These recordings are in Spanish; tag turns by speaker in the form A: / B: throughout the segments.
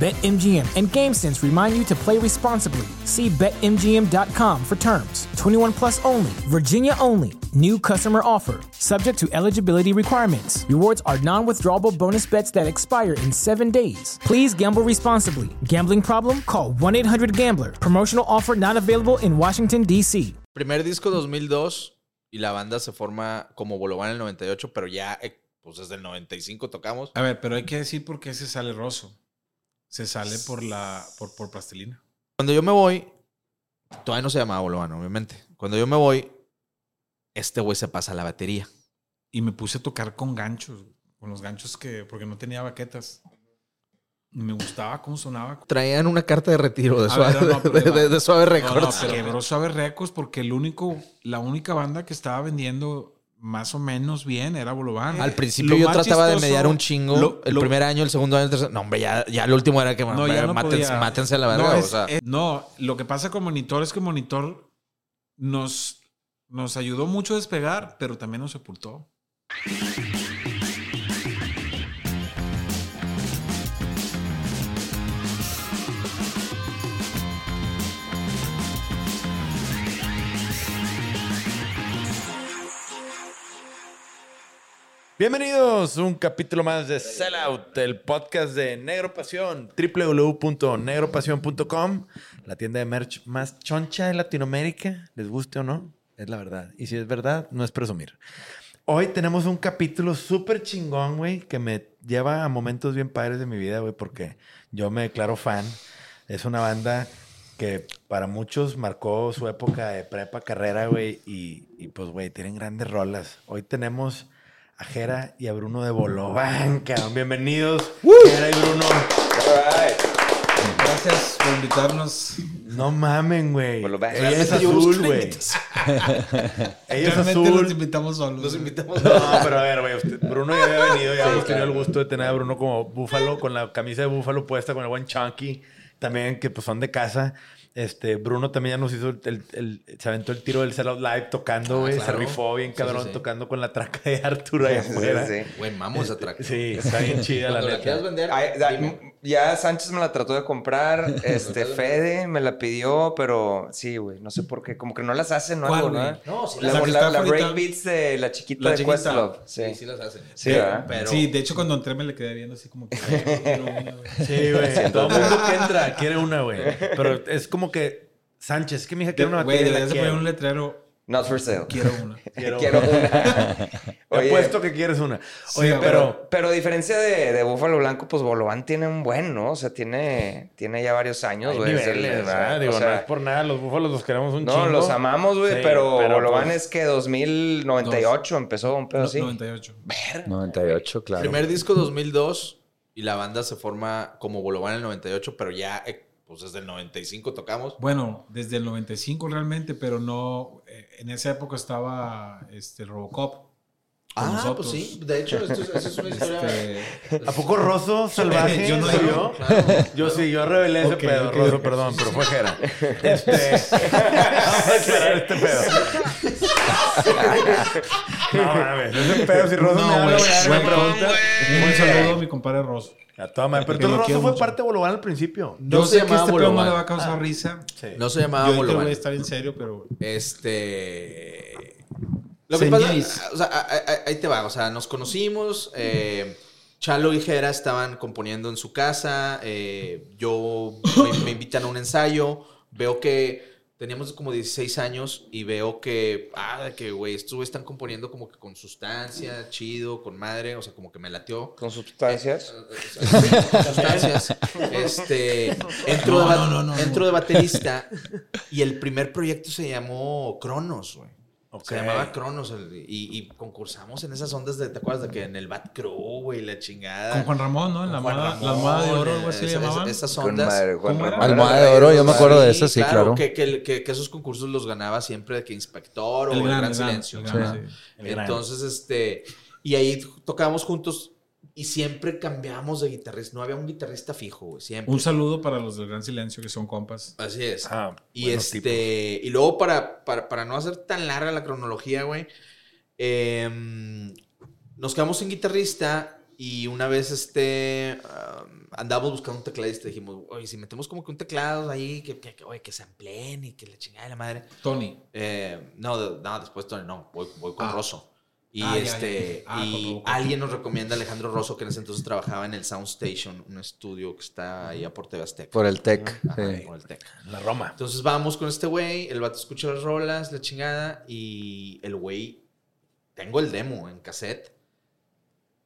A: BetMGM and GameSense remind you to play responsibly. See BetMGM.com for terms. 21 plus only, Virginia only. New customer offer, subject to eligibility requirements. Rewards are non withdrawable bonus bets that expire in seven days. Please gamble responsibly. Gambling problem? Call 1 800 Gambler. Promotional offer not available in Washington, D.C.
B: Primer disco 2002 y la banda se forma como Bolobán en el 98, pero ya eh, pues desde el 95 tocamos.
C: A ver, pero hay que decir por qué se sale Rosso. Se sale por la por, por pastelina.
B: Cuando yo me voy, todavía no se llamaba Bolobán, obviamente. Cuando yo me voy, este güey se pasa a la batería.
C: Y me puse a tocar con ganchos, güey, con los ganchos que, porque no tenía baquetas. Y me gustaba cómo sonaba.
B: Traían una carta de retiro de
C: A
B: Suave,
C: ver, no, no, pero
B: de-
C: ahí va.
B: de- de Suave
C: No, no,
B: Records.
C: pero quebró Suave Records porque el único, la única banda que estaba vendiendo más o menos bien era Bolobán.
B: Al principio
C: Lo
B: yo
C: más
B: trataba de
C: chistoso-
B: mediar un chingo.
C: lo-
B: el
C: lo-
B: primer año, el segundo año, el tercer. No, hombre, ya, ya el último era que bueno,
C: ya
B: hombre, mátense,
C: podía.
B: mátense a la
C: No,
B: verga.
C: es-
B: o sea,
C: eh, no, lo que pasa con Monitor es que Monitor nos, nos ayudó mucho a despegar, pero también nos sepultó.
D: Bienvenidos a un capítulo más de Sellout, el podcast de Negro Pasión, www.negropasión.com, la tienda de merch más choncha de Latinoamérica, les guste o no, es la verdad. Y si es verdad, no es presumir. Hoy tenemos un capítulo súper chingón, güey, que me lleva a momentos bien padres de mi vida, güey, porque yo me declaro fan. Es una banda que para muchos marcó su época de prepa, carrera, güey, y, y pues, güey, tienen grandes rolas. Hoy tenemos a Jera y a Bruno de Bolobán, cabrón. Bienvenidos, Jera y Bruno.
C: Gracias por invitarnos.
D: No mamen, güey.
E: Bolobán.
D: Ella es
B: Realmente yo busco
D: azul,
B: una
D: güey. Ella es
C: Realmente los
D: azul.
C: invitamos solos. Los invitamos.
D: Pues No, pero a ver, güey. usted- Bruno ya había venido, ya hemos tenido el gusto de tener a Bruno como búfalo, con la camisa de búfalo puesta, con el buen Chunky, también, que pues son de casa. Este, Bruno también ya nos hizo el, el- el- se aventó el tiro del Sellout Live tocando, güey. Se
B: claro.
D: rifó bien
B: Sí,
D: cabrón
B: sí, sí.
D: tocando con la traca de Arturo ahí
E: Sí,
D: afuera.
E: sí.
B: güey, vamos a track.
D: Sí, está bien chida la
B: Cuando la
D: neta.
B: quieras vender,
E: Ay, da- mm,
B: dime.
E: ya Sánchez me la trató de comprar, este Fede me la pidió, pero sí, güey, no sé por qué, como que no las hacen, ¿no?
C: ¿Cuál,
E: Algo, ¿no?
C: güey?
B: No, sí
E: la
C: la
E: la,
C: que está
E: la
C: afuera.
E: breakbeats de la chiquita
C: La
E: de
C: chiquita.
E: Questlove,
B: Sí,
E: sí.
B: sí ah. las hacen.
E: Sí, ¿verdad?
B: pero-
C: Sí, de hecho cuando entré me le quedé viendo así como que... "Quiero una, güey".
D: Sí, güey. Todo el mundo que entra quiere una, güey. Pero es como que Sánchez, que mi hija quiere una eh.
C: Güey,
D: batería.
C: deberías de poner un letrero.
E: Not for sale.
C: Quiero una.
D: Quiero,
E: Quiero
D: una.
E: una.
D: Te
E: Oye,
D: apuesto que quieres una. Oye,
C: güey.
D: pero.
E: pero a diferencia de, de Búfalo Blanco, pues Bolobán tiene un buen, ¿no? O sea, tiene, tiene ya varios años,
D: hay
E: güey. es el-
D: niveles,
E: ¿verdad?
D: ¿verdad?
E: O
D: Digo,
E: sea,
D: no es por nada. Los búfalos los queremos un
E: no,
D: chingo.
E: los amamos, güey,
D: Sí,
E: pero,
D: pero,
E: Bolobán
D: pues,
E: es que 2098 empezó un pedo
C: No,
E: así.
C: 98.
F: 98, claro.
B: Primer disco 2002 y la banda se forma como Bolobán en el 98, pero ya eh, pues desde el 95 tocamos.
C: Bueno, desde el 95 realmente, pero no... eh, En esa época estaba este, Robocop. con
B: Ah,
C: nosotros.
B: pues sí. De hecho, esto es, eso es una historia.
C: Este,
D: ¿A poco Rosso salvaje?
C: Yo
D: yo
C: no
D: no
C: digo.
D: yo. Yo sí, yo revelé
C: Ok,
D: ese pedo,
C: ok.
D: Rosso, perdón, pero fue Jera. Este. Vamos a aclarar este pedo. No mames, ese pedo si Rosso me
C: No, güey.
D: habla, voy a dar
C: Buena
D: una pregunta.
C: pregunta. Un saludo a mi compadre Rosso.
D: A toda madre. Pero
C: Que lo
D: todo
C: quiero
D: Rosso fue
C: mucho.
D: parte de Bolobán al principio.
B: No
C: Yo
B: se
C: sé que
B: llamaba
C: este pedo no
B: Bolobán.
C: le va a causar risa.
D: Sí.
B: No se
C: Yo
B: llamaba
C: ahorita voy
B: Bolobán.
C: a estar en serio, pero...
B: Este. Lo que pasa,
C: Señores.
B: o sea, a- a- a- ahí te va, o sea, nos conocimos, eh, Chalo y Jera estaban componiendo en su casa, eh, yo me, me invitan a un ensayo, veo que teníamos como 16 años y veo que, ah, de que, güey, estos güeyes están componiendo como que con sustancia, chido, con madre, o sea, como que me lateó.
E: Con sustancias.
B: Eh, eh, eh, sustancias. Este, entro, de, ba- entro de baterista y el primer proyecto se llamó Cronos, güey.
D: Ok.
B: Se llamaba Cronos el- y, y concursamos en esas ondas de, ¿te acuerdas? De que en el Bat Crew, güey, la chingada.
C: Con Juan Ramón, ¿no? En la
B: Ah. Juan
C: almohada, la
B: Ramón,
C: almohada de oro, algo así le
B: esa- esa-
C: llamaban.
B: Esas
E: Con
B: ondas.
E: madre, Juan
C: ¿Cómo era?
E: Ramón.
F: Almohada de oro, yo me acuerdo de eso, sí, claro.
B: Que, que- que- que esos concursos los ganaba siempre que Inspector o el, Gran, Silencio.
C: el gran,
B: ajá.
C: sí.
D: El gran.
B: Entonces, este, y ahí tocábamos juntos y siempre cambiábamos de guitarrista. No había un guitarrista fijo, güey, siempre.
C: Un saludo para los del Gran Silencio, que son compas.
B: Así es.
D: Ah,
B: y
D: buenos
B: este,
D: tipos.
B: y luego para, para, para no hacer tan larga la cronología, güey, em, nos quedamos sin guitarrista y una vez este am, andábamos buscando un tecladista. Dijimos, oye, si metemos como que un teclado ahí, que, que, que, oye, que se ampleen y que la chingada de la madre.
C: Tony.
B: Eh, no, de- no, después Tony, no, voy, voy con
C: Ah.
B: Rosso. Y
C: Ah, ya,
B: este,
C: ya, ya. Ah,
B: y
C: con Robo, con-
B: alguien nos recomienda a Alejandro Rosso, que en ese entonces trabajaba en el Sound Station, un estudio que está ahí a Porte Azteca.
F: Por el tech.
B: Ajá,
F: sí.
B: por el Tec.
D: La Roma.
B: Entonces vamos con este güey, el vato escucha las rolas, la chingada, y el güey, tengo el demo en cassette,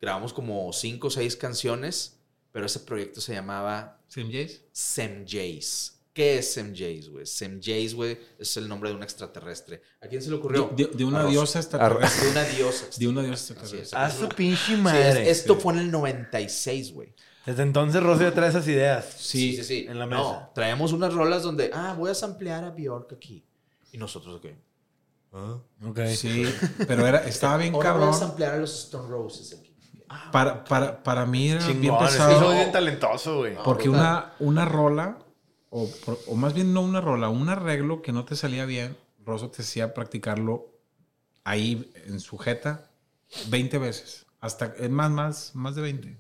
B: grabamos como cinco o seis canciones, pero ese proyecto se llamaba
C: ¿Sim Jays?
B: SemJays. ¿Qué es SemJays, güey? SemJays, güey, es el nombre de un extraterrestre. ¿a quién se le
C: De,
B: ocurrió?
C: de- de una
B: Arroz.
C: diosa extraterrestre.
B: De una diosa.
C: De una diosa
B: Así es.
C: extraterrestre.
D: A su
B: Sí,
D: pinche madre.
B: es- esto fue en el 96, güey.
D: Desde entonces Rosy trae esas ideas.
C: Sí,
B: sí, sí.
D: en la
B: No,
D: mesa.
B: traemos unas rolas donde, ah, voy a samplear a Bjork aquí. Y nosotros, ok. Ah.
D: Ok.
C: sí. Pero era, estaba bien
B: Ahora voy a
C: cabrón.
B: samplear a los Stone Roses aquí.
C: Para, para, para mí era bien
D: Chingón. Es que
C: pesado.
D: soy bien talentoso, güey.
C: Porque
B: brutal.
C: una, una rola, o, por- o más bien no una rola, un arreglo que no te salía bien, Rosso te hacía practicarlo ahí en sujeta 20 veces. Hasta, es más, más, más de 20.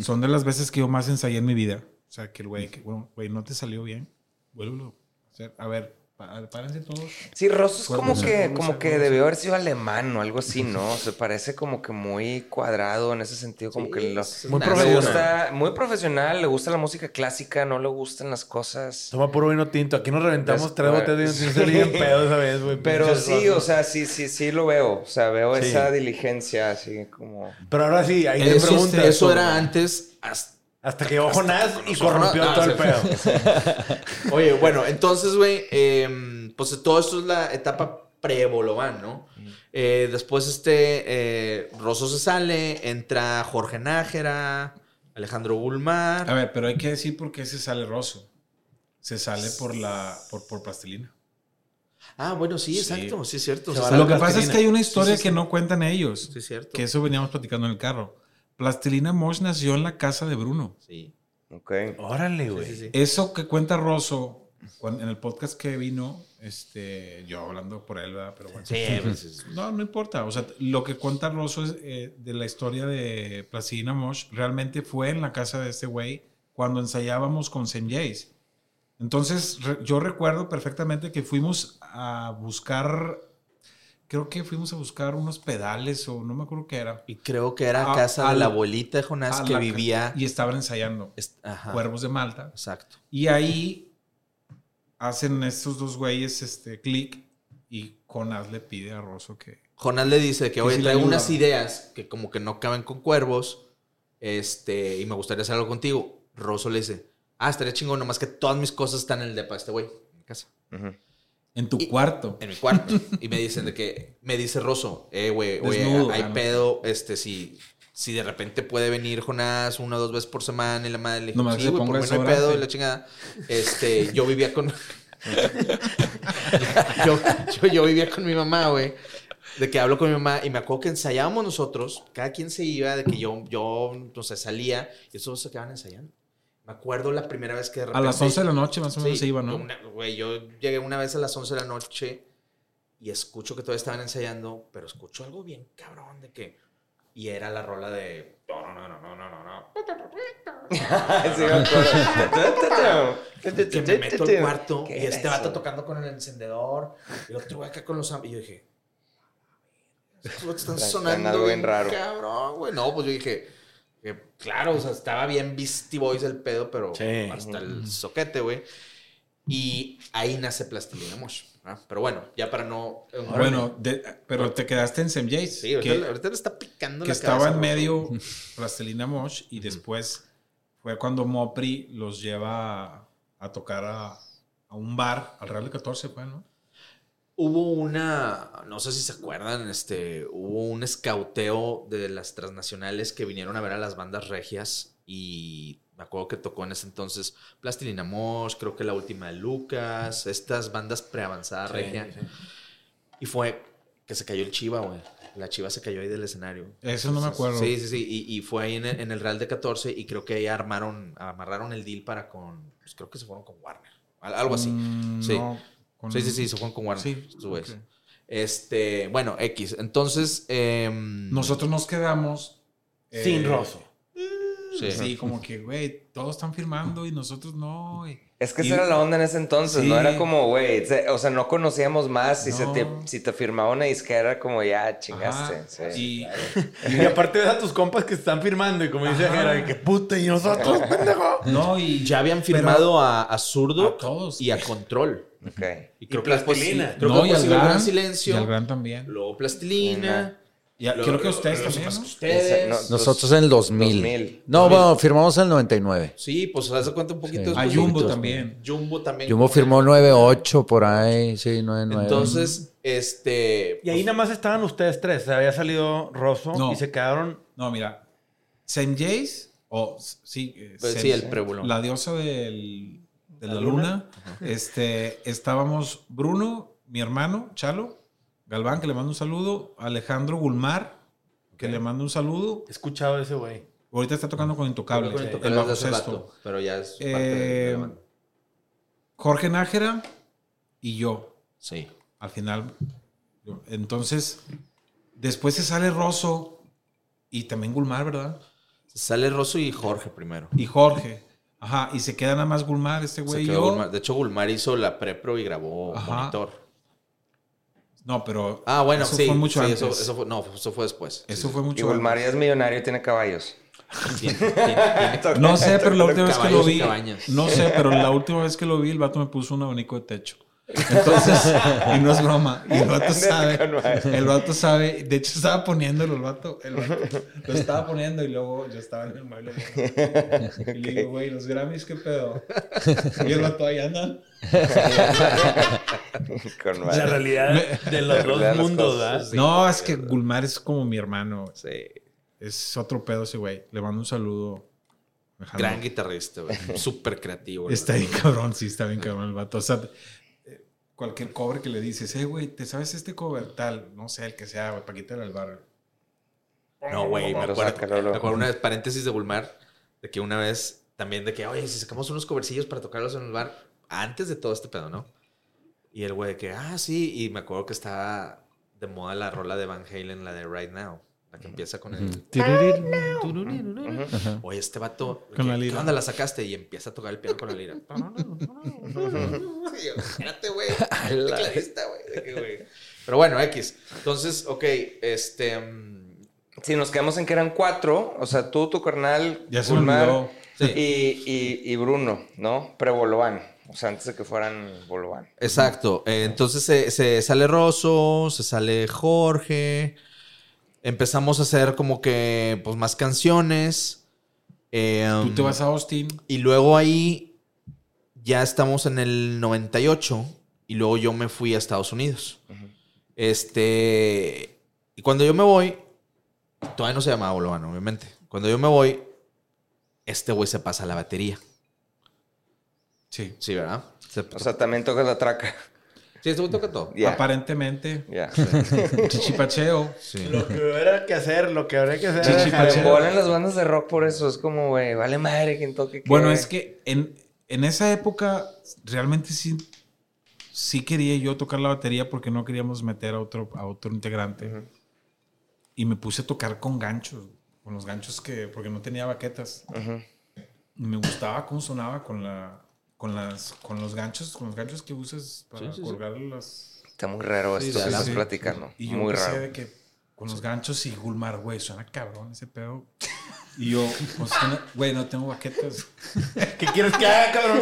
C: Son de las veces que yo más ensayé en mi vida. O sea, que el güey, que, bueno, güey, no te salió bien, vuélvelo a hacer. A ver, pa- párense todos.
E: Sí, Rosso es
C: Fue
E: como
C: ruso,
E: que,
C: ruso,
E: como que
C: ruso.
E: debió haber sido alemán o algo así, ¿no? Se parece como que muy cuadrado en ese sentido, como que lo-
B: es
D: Muy
B: una-
E: le
D: profesional.
E: gusta, muy profesional, le gusta la música clásica, no le gustan las cosas.
D: Toma puro vino tinto. Aquí nos reventamos
E: Des-
D: tres botellas de vino tinto y bien pedo esa vez, güey.
E: Pero
D: Pinches
E: sí,
D: Rosy.
E: o sea, sí, sí, sí lo veo. O sea, veo
D: Sí.
E: esa diligencia así como.
D: Pero ahora sí, ahí te
B: Eso,
D: preguntas.
B: eso
D: tú,
B: era
D: güey.
B: antes. hasta-
D: Hasta que llegó Jonás y
B: nosotros-
D: corrompió
B: Ah,
D: todo el
B: sí.
D: pedo.
B: Oye, bueno, entonces, güey, em, pues todo esto es la etapa pre-Bolobán, ¿no? Eh, después, este, eh, Rosso se sale, entra Jorge Nájera, Alejandro Gulmar.
C: A ver, pero hay que decir por qué se sale Rosso. Se sale por la por, por plastilina.
B: Ah, bueno, sí,
C: Sí.
B: exacto, sí, es cierto.
D: Se
B: se
D: va
B: sale-
C: Lo que
D: Plastilina.
C: pasa es que hay una historia
B: Sí, sí, sí.
C: que no cuentan ellos.
B: Sí, es cierto.
C: Que eso veníamos platicando en el carro. Plastilina Mosh nació en la casa de Bruno.
B: Sí,
E: Ok.
D: Órale,
B: sí,
D: güey.
B: sí, sí.
C: Eso que cuenta Rosso cuan- en el podcast que vino, este, yo hablando por él, ¿verdad? Pero bueno.
B: Sí, pues, sí, sí.
C: No, no importa. O sea, lo que cuenta Rosso es, eh, de la historia de Plastilina Mosh realmente fue en la casa de este güey cuando ensayábamos con Sam Jays. Entonces, re- yo recuerdo perfectamente que fuimos a buscar, creo que fuimos a buscar unos pedales o no me acuerdo qué era.
B: Y creo que era
C: A-
B: casa de
C: al-
B: la abuelita de Jonás
C: a
B: que
C: Ah, la-
B: vivía.
C: Y estaban ensayando
B: est- Ajá,
C: Cuervos de Malta.
B: Exacto.
C: Y ahí hacen estos dos güeyes este clic y Conas le pide a Rosso que...
B: Jonás le dice que,
C: Que
B: oye,
C: sí le
B: traigo
C: ayuda.
B: unas ideas que como que no caben con cuervos, este, y me gustaría hacer algo contigo. Rosso le dice, ah, estaría chingón, nomás que todas mis cosas están en el depa de este güey, en mi casa,
E: Ujú.
C: En tu
B: Y-
C: cuarto.
B: en mi cuarto. y me dicen de que, me dice Rosso, eh, güey, oye,
C: Desnudo,
B: hay
C: ah, no.
B: pedo, este, si, si de repente puede venir Jonás una o dos veces por semana y la madre le dice,
C: Nomás que
B: sí,
C: se
B: güey,
C: ponga
B: por mí no hay
C: desodorante".
B: pedo y la chingada. Este, yo vivía con... yo, yo- yo vivía con mi mamá, güey. De que hablo con mi mamá y me acuerdo que ensayábamos nosotros, cada quien se iba, de que yo, yo, no sé, salía y esos dos se quedaban ensayando. Me acuerdo la primera vez que de
C: A las 11 de la noche más o menos
B: Sí,
C: se iba, ¿no?
B: una- güey, yo llegué una vez a las 11 de la noche y escucho que todavía estaban ensayando, pero escucho algo bien cabrón de que... Y era la rola de... No, no, no, no, no, no, no, no.
E: Sí, me acuerdo.
B: Que me meto al cuarto
E: ¿Qué
B: y
E: era
B: este vato
E: eso?
B: tocando con el encendedor y el otro güey acá con los... am- Y yo dije... "Estos vatos Están
E: Están
B: sonando
E: algo
B: bien
E: bien raro".
B: cabrón, güey. No, pues yo dije... que, claro, o sea, estaba bien Beastie Boys el pedo, pero
D: Sí.
B: hasta el soquete, güey. Y ahí nace Plastilina Mosh. ¿verdad? Pero bueno, ya para no.
C: Bueno, de- pero te quedaste en Sam Jace,
B: Sí, ahorita,
C: que,
B: ahorita le está picando
C: que
B: la
C: estaba
B: cabeza,
C: en
B: ¿no?
C: medio Plastilina Mosh y después fue cuando Mopri los lleva a, a tocar a, a un bar, al Real de 14, fue, ¿no?
B: Hubo una, no sé si se acuerdan, este, hubo un escauteo de las transnacionales que vinieron a ver a las bandas regias y me acuerdo que tocó en ese entonces Plastilina Mosh, creo que la última de Lucas, estas bandas preavanzadas regia. Y fue que se cayó el Chiva, güey. La Chiva se cayó ahí del escenario.
C: Eso no me acuerdo.
B: Sí, sí, sí. Y, y fue ahí en el, en el Real de 14 y creo que ahí armaron, amarraron el deal para con, pues, creo que se fueron con Warner, al- algo así.
C: Mm,
B: Sí.
C: no, con-
B: Sí, sí, sí, se fueron con Warner.
C: Sí,
B: estos güeyes.
C: ok.
B: Este, bueno, X. Entonces, em,
C: Nosotros nos quedamos. eh,
D: Sin Rosso.
B: sí.
C: Sí, como que, güey, todos están firmando y nosotros no. y-
E: Es que
C: y-
E: esa era la onda en ese entonces,
C: Sí.
E: ¿no? Era como, güey, se- o sea, no conocíamos más. Si, se
C: No.
E: te, si te firmaba una disquera, era como, ya, chingaste.
C: Ajá,
E: sí.
C: y-
D: Y aparte ves a tus compas que están firmando y como dice
C: Ajá.
D: Jera, de que puta, y nosotros, pendejo.
C: no, y
B: ya habían firmado a, a Zurdo
C: A todos.
B: y a Control.
E: Ok.
B: Y
D: Plastilina.
B: Creo
C: no,
B: que
C: y al
B: fue Gran,
C: Gran,
B: Silencio.
C: Y al Gran también.
B: Luego Plastilina.
C: Y a-
B: luego-
C: creo que ustedes
B: luego
C: también.
B: más
C: ¿no?
B: que ustedes.
E: Esa- no. pues,
F: Nosotros en el 2000.
E: 2000.
F: No, bueno, firmamos en el 99.
B: Sí, pues hace cuánto un poquito
F: Sí.
B: después
C: A
B: de-
C: Ah, Jumbo también.
B: Jumbo también.
F: Jumbo firmó 98 por ahí, sí, 99.
B: Entonces, este.
D: Y ahí nada más estaban ustedes tres. O sea, había salido Rosso
C: No.
D: y se quedaron.
C: No, mira. Sam Jace, o s- sí, eh,
B: Pues
C: Sam-
B: sí, el prebulón.
C: La diosa del- de la, luna. Este, estábamos Bruno, mi hermano, Chalo, Galván, que le mando un saludo, Alejandro Gulmar, que le mando un saludo.
D: He escuchado ese güey.
C: Ahorita está tocando con Intocable,
B: Con el
C: el
B: tocador de hace
C: baloncesto.
B: rato, pero ya es parte de
C: Eh,
B: la banda.
C: Jorge Nájera y yo,
B: Sí.
C: al final. yo. Entonces, después se sale Rosso y también Gulmar, ¿verdad?
B: Sale Rosso y Jorge primero.
C: Y Jorge. Ajá, y se queda nada más Gulmar, este
B: Se
C: güey y
B: quedó
C: yo.
B: Gulmar. De hecho, Gulmar hizo la prepro y grabó
C: Ajá.
B: monitor.
C: No, pero.
B: Ah, bueno,
C: eso
B: sí.
C: Fue mucho
B: sí,
C: antes.
B: Eso, eso fue, no, eso fue después.
C: Eso
B: Sí,
C: fue
E: Y
C: mucho
E: Gulmar ya es millonario y tiene caballos.
B: sí. Tiene- tiene- tiene-
C: No sé, pero la última vez que lo
B: Caballos y
C: vi.
B: cabañas.
C: No sé, pero la última vez que lo vi, el vato me puso un abanico de techo. Entonces, y no es broma. Y el vato sabe. El vato sabe. De hecho, estaba poniéndolo el vato. El vato lo estaba poniendo y luego yo estaba en el mueble. Y le digo, güey, los Grammys, ¿qué pedo? Y el vato ahí andan.
E: Con
D: La
E: madre.
D: realidad de
E: la
D: los
E: realidad de
D: dos
E: las
D: mundos,
E: cosas,
D: ¿verdad?
E: sí.
C: No, es que Gulmar es como mi hermano.
B: Sí.
C: Es otro pedo ese güey. Le mando un saludo. Alejandro.
B: Gran guitarrista, güey. Súper creativo. güey.
C: Está bien cabrón, sí, está bien cabrón el vato. O sea, eh, cualquier cover que le dices, eh, güey, ¿te sabes este cover? Tal, no sé, el que sea, güey, Paquita del Barrio.
B: No, güey, me
E: Pero
B: acuerdo,
E: sácalo
B: me
E: luego.
B: acuerdo una vez, paréntesis de Bulmar, de que una vez también de que, oye, si sacamos unos cobercillos para tocarlos en el bar, antes de todo este pedo, ¿no? Y el güey de que, ah, sí, y me acuerdo que estaba de moda la rola de Van Halen, la de Right Now, la que empieza con el... Oye, este vato,
C: Con la
B: ¿qué-
C: lira.
B: ¿qué onda la sacaste? Y empieza a tocar el piano con la lira. Y yo, Espérate, güey. Tecladista, güey. de que, güey. Pero bueno, X. Entonces, ok, este... mm,
E: Si nos quedamos en que eran cuatro, o sea, tú, tu carnal,
C: Ya se me
E: Gulmar
C: olvidó.
E: y, y, y Bruno, ¿no? Pre-Bolovan. O sea, antes de que fueran Bolovan.
B: Exacto. Eh, entonces se, se sale Rosso, se sale Jorge. Empezamos a hacer como que pues más canciones. Eh,
C: Tú te vas a Austin.
B: Y luego ahí ya estamos en el 98 y luego yo me fui a Estados Unidos. Este. Y cuando yo me voy, todavía no se llamaba Bolovan, obviamente. Cuando yo me voy, este güey se pasa a la batería.
C: Sí.
B: Sí, ¿verdad? Se-
E: O sea, también tocas la traca.
B: sí, este güey toca todo.
E: Ya.
C: Aparentemente,
E: Ya.
C: chichipacheo.
B: Sí.
D: Lo que hubiera que hacer, lo que habría que hacer. era
C: Chichipachero.
E: Me
D: dejar de bola.
E: embolan las bandas de rock por eso. Es como, güey, vale madre quien toque. qué,
C: Bueno,
E: güey.
C: es que en, en esa época realmente sí, sí quería yo tocar la batería porque no queríamos meter a otro, a otro integrante. Y me puse a tocar con ganchos, con los ganchos que, porque no tenía baquetas.
E: Ujú.
C: Y me gustaba cómo sonaba con la con las con los ganchos con los ganchos que usas para colgar las
E: Está muy raro
C: Sí,
E: esto
C: sí,
E: que estás
C: sí.
E: platicando.
C: y yo
E: muy
C: empecé
E: raro.
C: de que "Güey, con los ganchos y Gulmar, güey, suena cabrón ese pedo. Y yo, pues, suena- güey, no tengo baquetas.
D: ¿Qué quieres que haga, cabrón?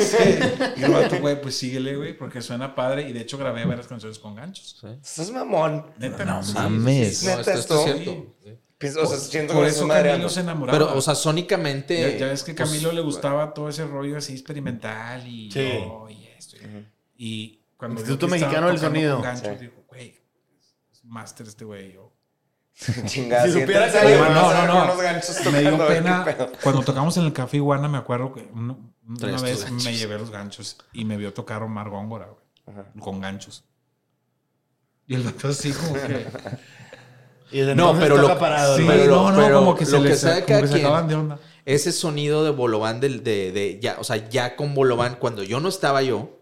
C: Y el vato, güey, pues síguele, güey, porque suena padre. Y de hecho grabé varias canciones con ganchos.
E: Estás mamón.
C: Neta, no, sí.
F: Mames.
E: Neta,
B: No, esto, esto
E: esto-
B: es cierto.
E: Pienso, o sea, siento
C: Por
E: que
C: eso
E: eso madre.
C: Camilo se enamoraba.
B: Pero, o sea, sónicamente.
C: ya, ya ves que
B: pues,
C: Camilo le gustaba todo ese rollo así experimental y,
D: Sí.
C: oh, y esto. y- Y cuando vio
D: Instituto
C: que estaba
D: Mexicano del
C: tocando
D: Sonido.
C: con ganchos,
E: Sí.
C: dijo, güey, es máster este güey. Yo,
E: Chingada.
D: Si
E: siento
D: supiera
E: en
D: que-
E: serio,
D: No,
C: no,
E: me vas a
C: no,
E: ver
C: no.
E: unos ganchos
C: me dio
E: tocando, a ver qué
C: pena.
E: pedo.
C: Cuando tocamos en el Café Iguana, me acuerdo que una, una
B: Traes tus
C: vez
B: ganchos.
C: me llevé los ganchos y me vio tocar Omar Góngora, güey,
E: Ajá.
C: con ganchos. Y el vato así como que...
D: Y desde
B: No,
D: entonces
B: pero
D: toca
B: lo-
D: parado,
C: Sí,
D: ¿no?
B: Pero lo-
C: no, no,
B: pero
C: como que se
B: lo que
C: les
B: sabe
C: como
B: cada
C: que se
B: quien.
C: acaban de onda.
B: Ese sonido de Bolobán del, de, de- ya, o sea, ya con Bolobán, cuando yo no estaba yo,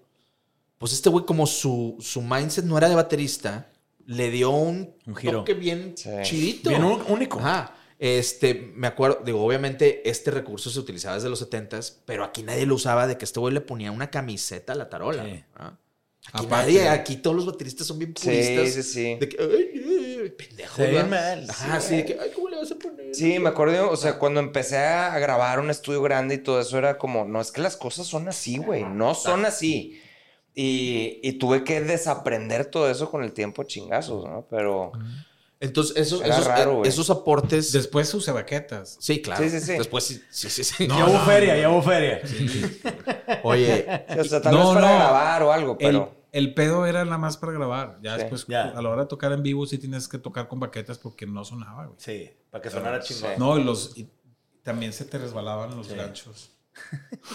B: pues este güey, como su, su mindset no era de baterista, le dio un,
D: Un giro.
B: toque bien
E: Sí.
B: chidito.
D: Bien un- único.
B: Ajá. Este, me acuerdo, digo, obviamente este recurso se utilizaba desde los 70s, pero aquí nadie lo usaba de que este güey le ponía una camiseta a la tarola.
D: Sí.
B: ¿ah? Aquí
C: Aparte.
B: nadie, aquí todos los bateristas son bien puristas.
E: Sí, sí, sí.
B: De que, ay, ay, pendejo.
D: Se ve
B: ¿verdad?
D: mal,
B: Ajá,
D: sí.
B: sí, de que, ay, ¿cómo le vas a poner?
E: Sí, me acuerdo, o sea, cuando empecé a grabar un estudio grande y todo eso, era como, no, es que las cosas son así, güey, no son así. Y, y tuve que desaprender todo eso con el tiempo, chingazos, ¿no? Pero
B: Entonces, esos,
E: Era
B: esos,
E: raro,
B: eh,
E: güey.
B: esos aportes.
C: Después usa baquetas.
B: sí, claro.
E: Sí, sí, sí.
B: Después, sí, sí, sí. sí.
D: ya hubo feria, ya hubo feria.
B: Oye,
E: o sea, tal
C: No,
E: vez para
C: no.
E: grabar o algo,
C: El,
E: pero
C: el pedo era nada más para grabar. Ya
E: Sí.
C: después,
D: Ya.
C: a la hora de tocar en vivo, sí tienes que tocar con baquetas porque no sonaba, güey.
D: Sí, para que sonara chingón.
C: No, y los y también se te resbalaban los ganchos.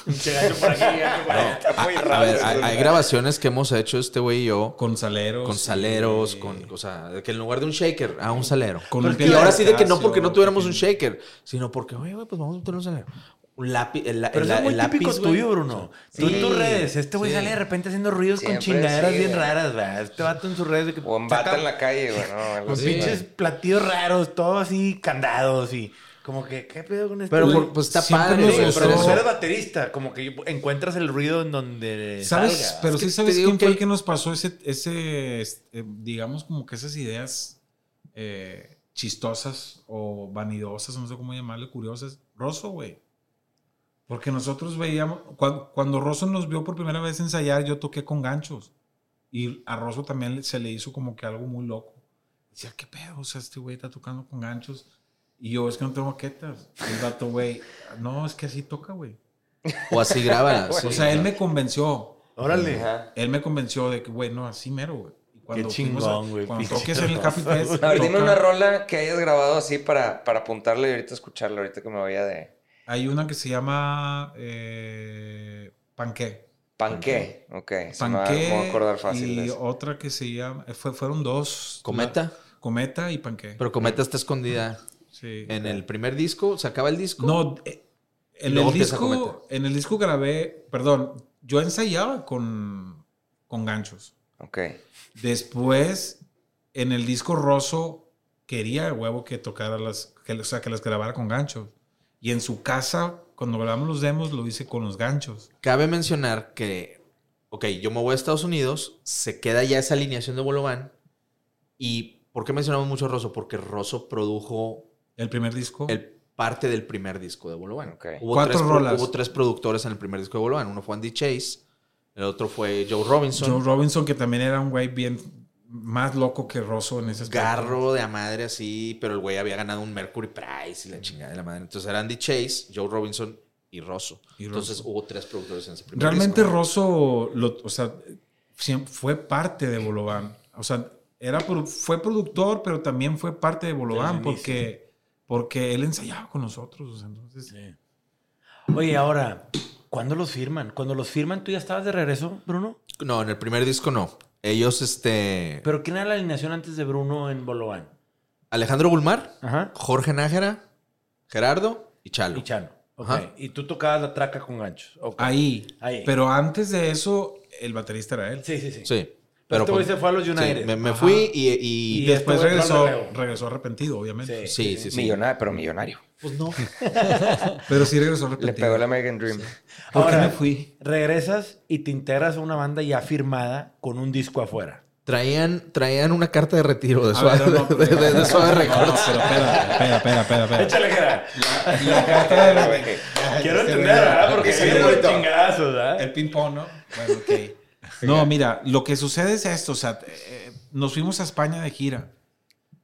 D: Pinche gancho por aquí, gancho por allá.
B: a, a ver, hay, hay grabaciones que hemos hecho este güey y yo
C: Con saleros.
B: con saleros,
C: y-
B: con, o sea, de que en lugar de un shaker, a un salero.
C: Con
B: Pero-
C: un
B: y ahora sí de que no
C: Casio,
B: porque no tuviéramos un
C: porque-
B: shaker, sino porque, oye, güey, pues vamos a tener un salero. Un lápiz, el, la-
D: Pero
B: el
D: eso
B: la-
D: es muy
B: el lápiz,
D: típico
B: güey.
D: tuyo, Bruno. Tú en tus redes, este güey sale de repente haciendo ruidos
E: Siempre
D: con chingaderas
E: sí,
D: bien
E: güey.
D: raras, ¿verdad? Este vato en sus redes de que
E: o en
D: saca
E: bata en la calle, güey, no, algo
D: con
E: así.
D: pinches platillos raros, todo así candados y como que qué pedo con este
B: Pero
D: güey?
B: por- pues está
C: Siempre
B: padre.
C: nos
B: güey,
C: gustó.
D: pero
B: pero
D: cuando eres
B: eso-
D: baterista, como que encuentras el ruido en donde
C: ¿Sabes?
D: salga.
C: Pero
B: Es
C: sí
B: que
C: sabes
B: te digo
C: quién fue
B: que-
C: el que nos pasó ese, ese este, digamos, como que esas ideas eh, chistosas o vanidosas, no sé cómo llamarle, curiosas. Rosso, güey. Porque nosotros veíamos, cuando, cuando Rosso nos vio por primera vez ensayar, yo toqué con ganchos. Y a Rosso también le- se le hizo como que algo muy loco. Decía, ¿qué pedo? O sea, este güey está tocando con ganchos. Y yo, es que no tengo baquetas. El vato, güey, no, es que así toca, güey.
B: O así grábala. sí.
C: O sea, él me convenció.
D: Órale.
E: Ajá.
C: Él me convenció de que, güey, no, así mero, güey. Y cuando
D: chingón,
C: fuimos a-
D: güey,
C: Cuando
D: pinche
C: toques en el
D: cosa,
C: Happy Fest.
E: A ver, dime
C: toca-
E: una rola que hayas grabado así para, para apuntarle y ahorita escucharla, ahorita que me vaya de
C: Hay una que se llama eh, Panqué.
E: panqué, ok. se me va-
C: Panqué.
E: me voy a acordar fácil
C: y
E: de eso.
C: otra que se llama. eh, Fue, fueron dos.
B: Cometa.
C: La- Cometa y Panqué.
B: Pero Cometa está escondida
C: Sí.
B: en el primer disco, se acaba el disco.
C: No, eh, en
B: Luego
C: el,
B: empieza Cometa.
C: disco, en el disco grabé. Perdón, yo ensayaba con, con ganchos.
E: Ok.
C: Después, en el disco Rosso, quería huevo que tocara las, que, o sea, que las grabara con ganchos. Y en su casa, cuando grabamos los demos, lo hice con los ganchos.
B: Cabe mencionar que, ok, yo me voy a Estados Unidos, se queda ya esa alineación de Bolobán. ¿Y por qué mencionamos mucho a Rosso? Porque Rosso produjo
C: El primer disco.
B: el parte del primer disco de Bolobán.
E: Ok.
B: Hubo,
C: Cuatro
B: tres, pro-
C: rolas.
B: hubo tres productores en el primer disco de Bolobán. Uno fue Andy Chase, el otro fue Joe Robinson.
C: Joe Robinson, que también era un güey bien más loco que Rosso en ese aspecto.
B: Garro de a madre así, pero el güey había ganado un Mercury Prize y la chingada de la madre. Entonces era Andy Chase, Joe Robinson y Rosso.
C: Y
B: Entonces
C: Rosso.
B: hubo tres productores en ese primer
C: Realmente
B: disco.
C: Rosso, lo- o sea, siem- fue parte de Bolobán. O sea, era, pro- fue productor, pero también fue parte de Bolobán
D: Desde el
C: porque, porque él ensayaba con nosotros. o sea, entonces,
D: Oye, ahora, ¿cuándo los firman? Cuando los firman, ¿tú ya estabas de regreso, Bruno?
B: No, en el primer disco no. Ellos, este...
D: ¿Pero quién era la alineación antes de Bruno en Bolovan?
B: Alejandro Bulmar,
D: Ajá.
B: Jorge Nájera, Gerardo y Chalo.
D: Y Chano. Ok.
B: Ajá.
D: Y tú tocabas la traca con ganchos. Ok.
C: Ahí.
D: Ahí.
C: Pero antes de eso, el baterista era él.
D: Sí, sí, sí.
B: Sí.
D: Pero este
B: con-
D: güey se fue a los
B: sí,
D: United.
B: me, me
D: Ajá.
B: fui y...
C: Y eh,
B: y-
D: Y
C: después
D: este güey entró
C: regresó,
D: de nuevo.
C: regresó arrepentido, obviamente.
D: Sí.
B: sí, sí, sí.
E: Millonario, pero millonario.
B: Pues no.
C: Pero sí regresó
E: Le
C: arrepentido.
E: pegó el American Dream.
C: ¿Por qué
D: Ahora,
C: me fui?
D: regresas y te integras a una banda ya firmada con un disco afuera.
B: Traían, traían una carta de retiro de
C: A
B: suave,
C: ver, no, no,
B: de, de- de Suave
C: no,
B: Records.
C: no, pero espera, espera, espera, espera, espera.
E: Échale, cara.
C: La carta de la-
E: Quiero
C: Este
E: entender,
C: güey,
E: ¿verdad? Porque
C: sí,
E: vienen
C: güey.
E: los chingazos, ¿verdad?
C: El ping-pong, ¿no? Bueno, ok. No, mira, lo que sucede es esto. O sea, eh, nos fuimos a España de gira.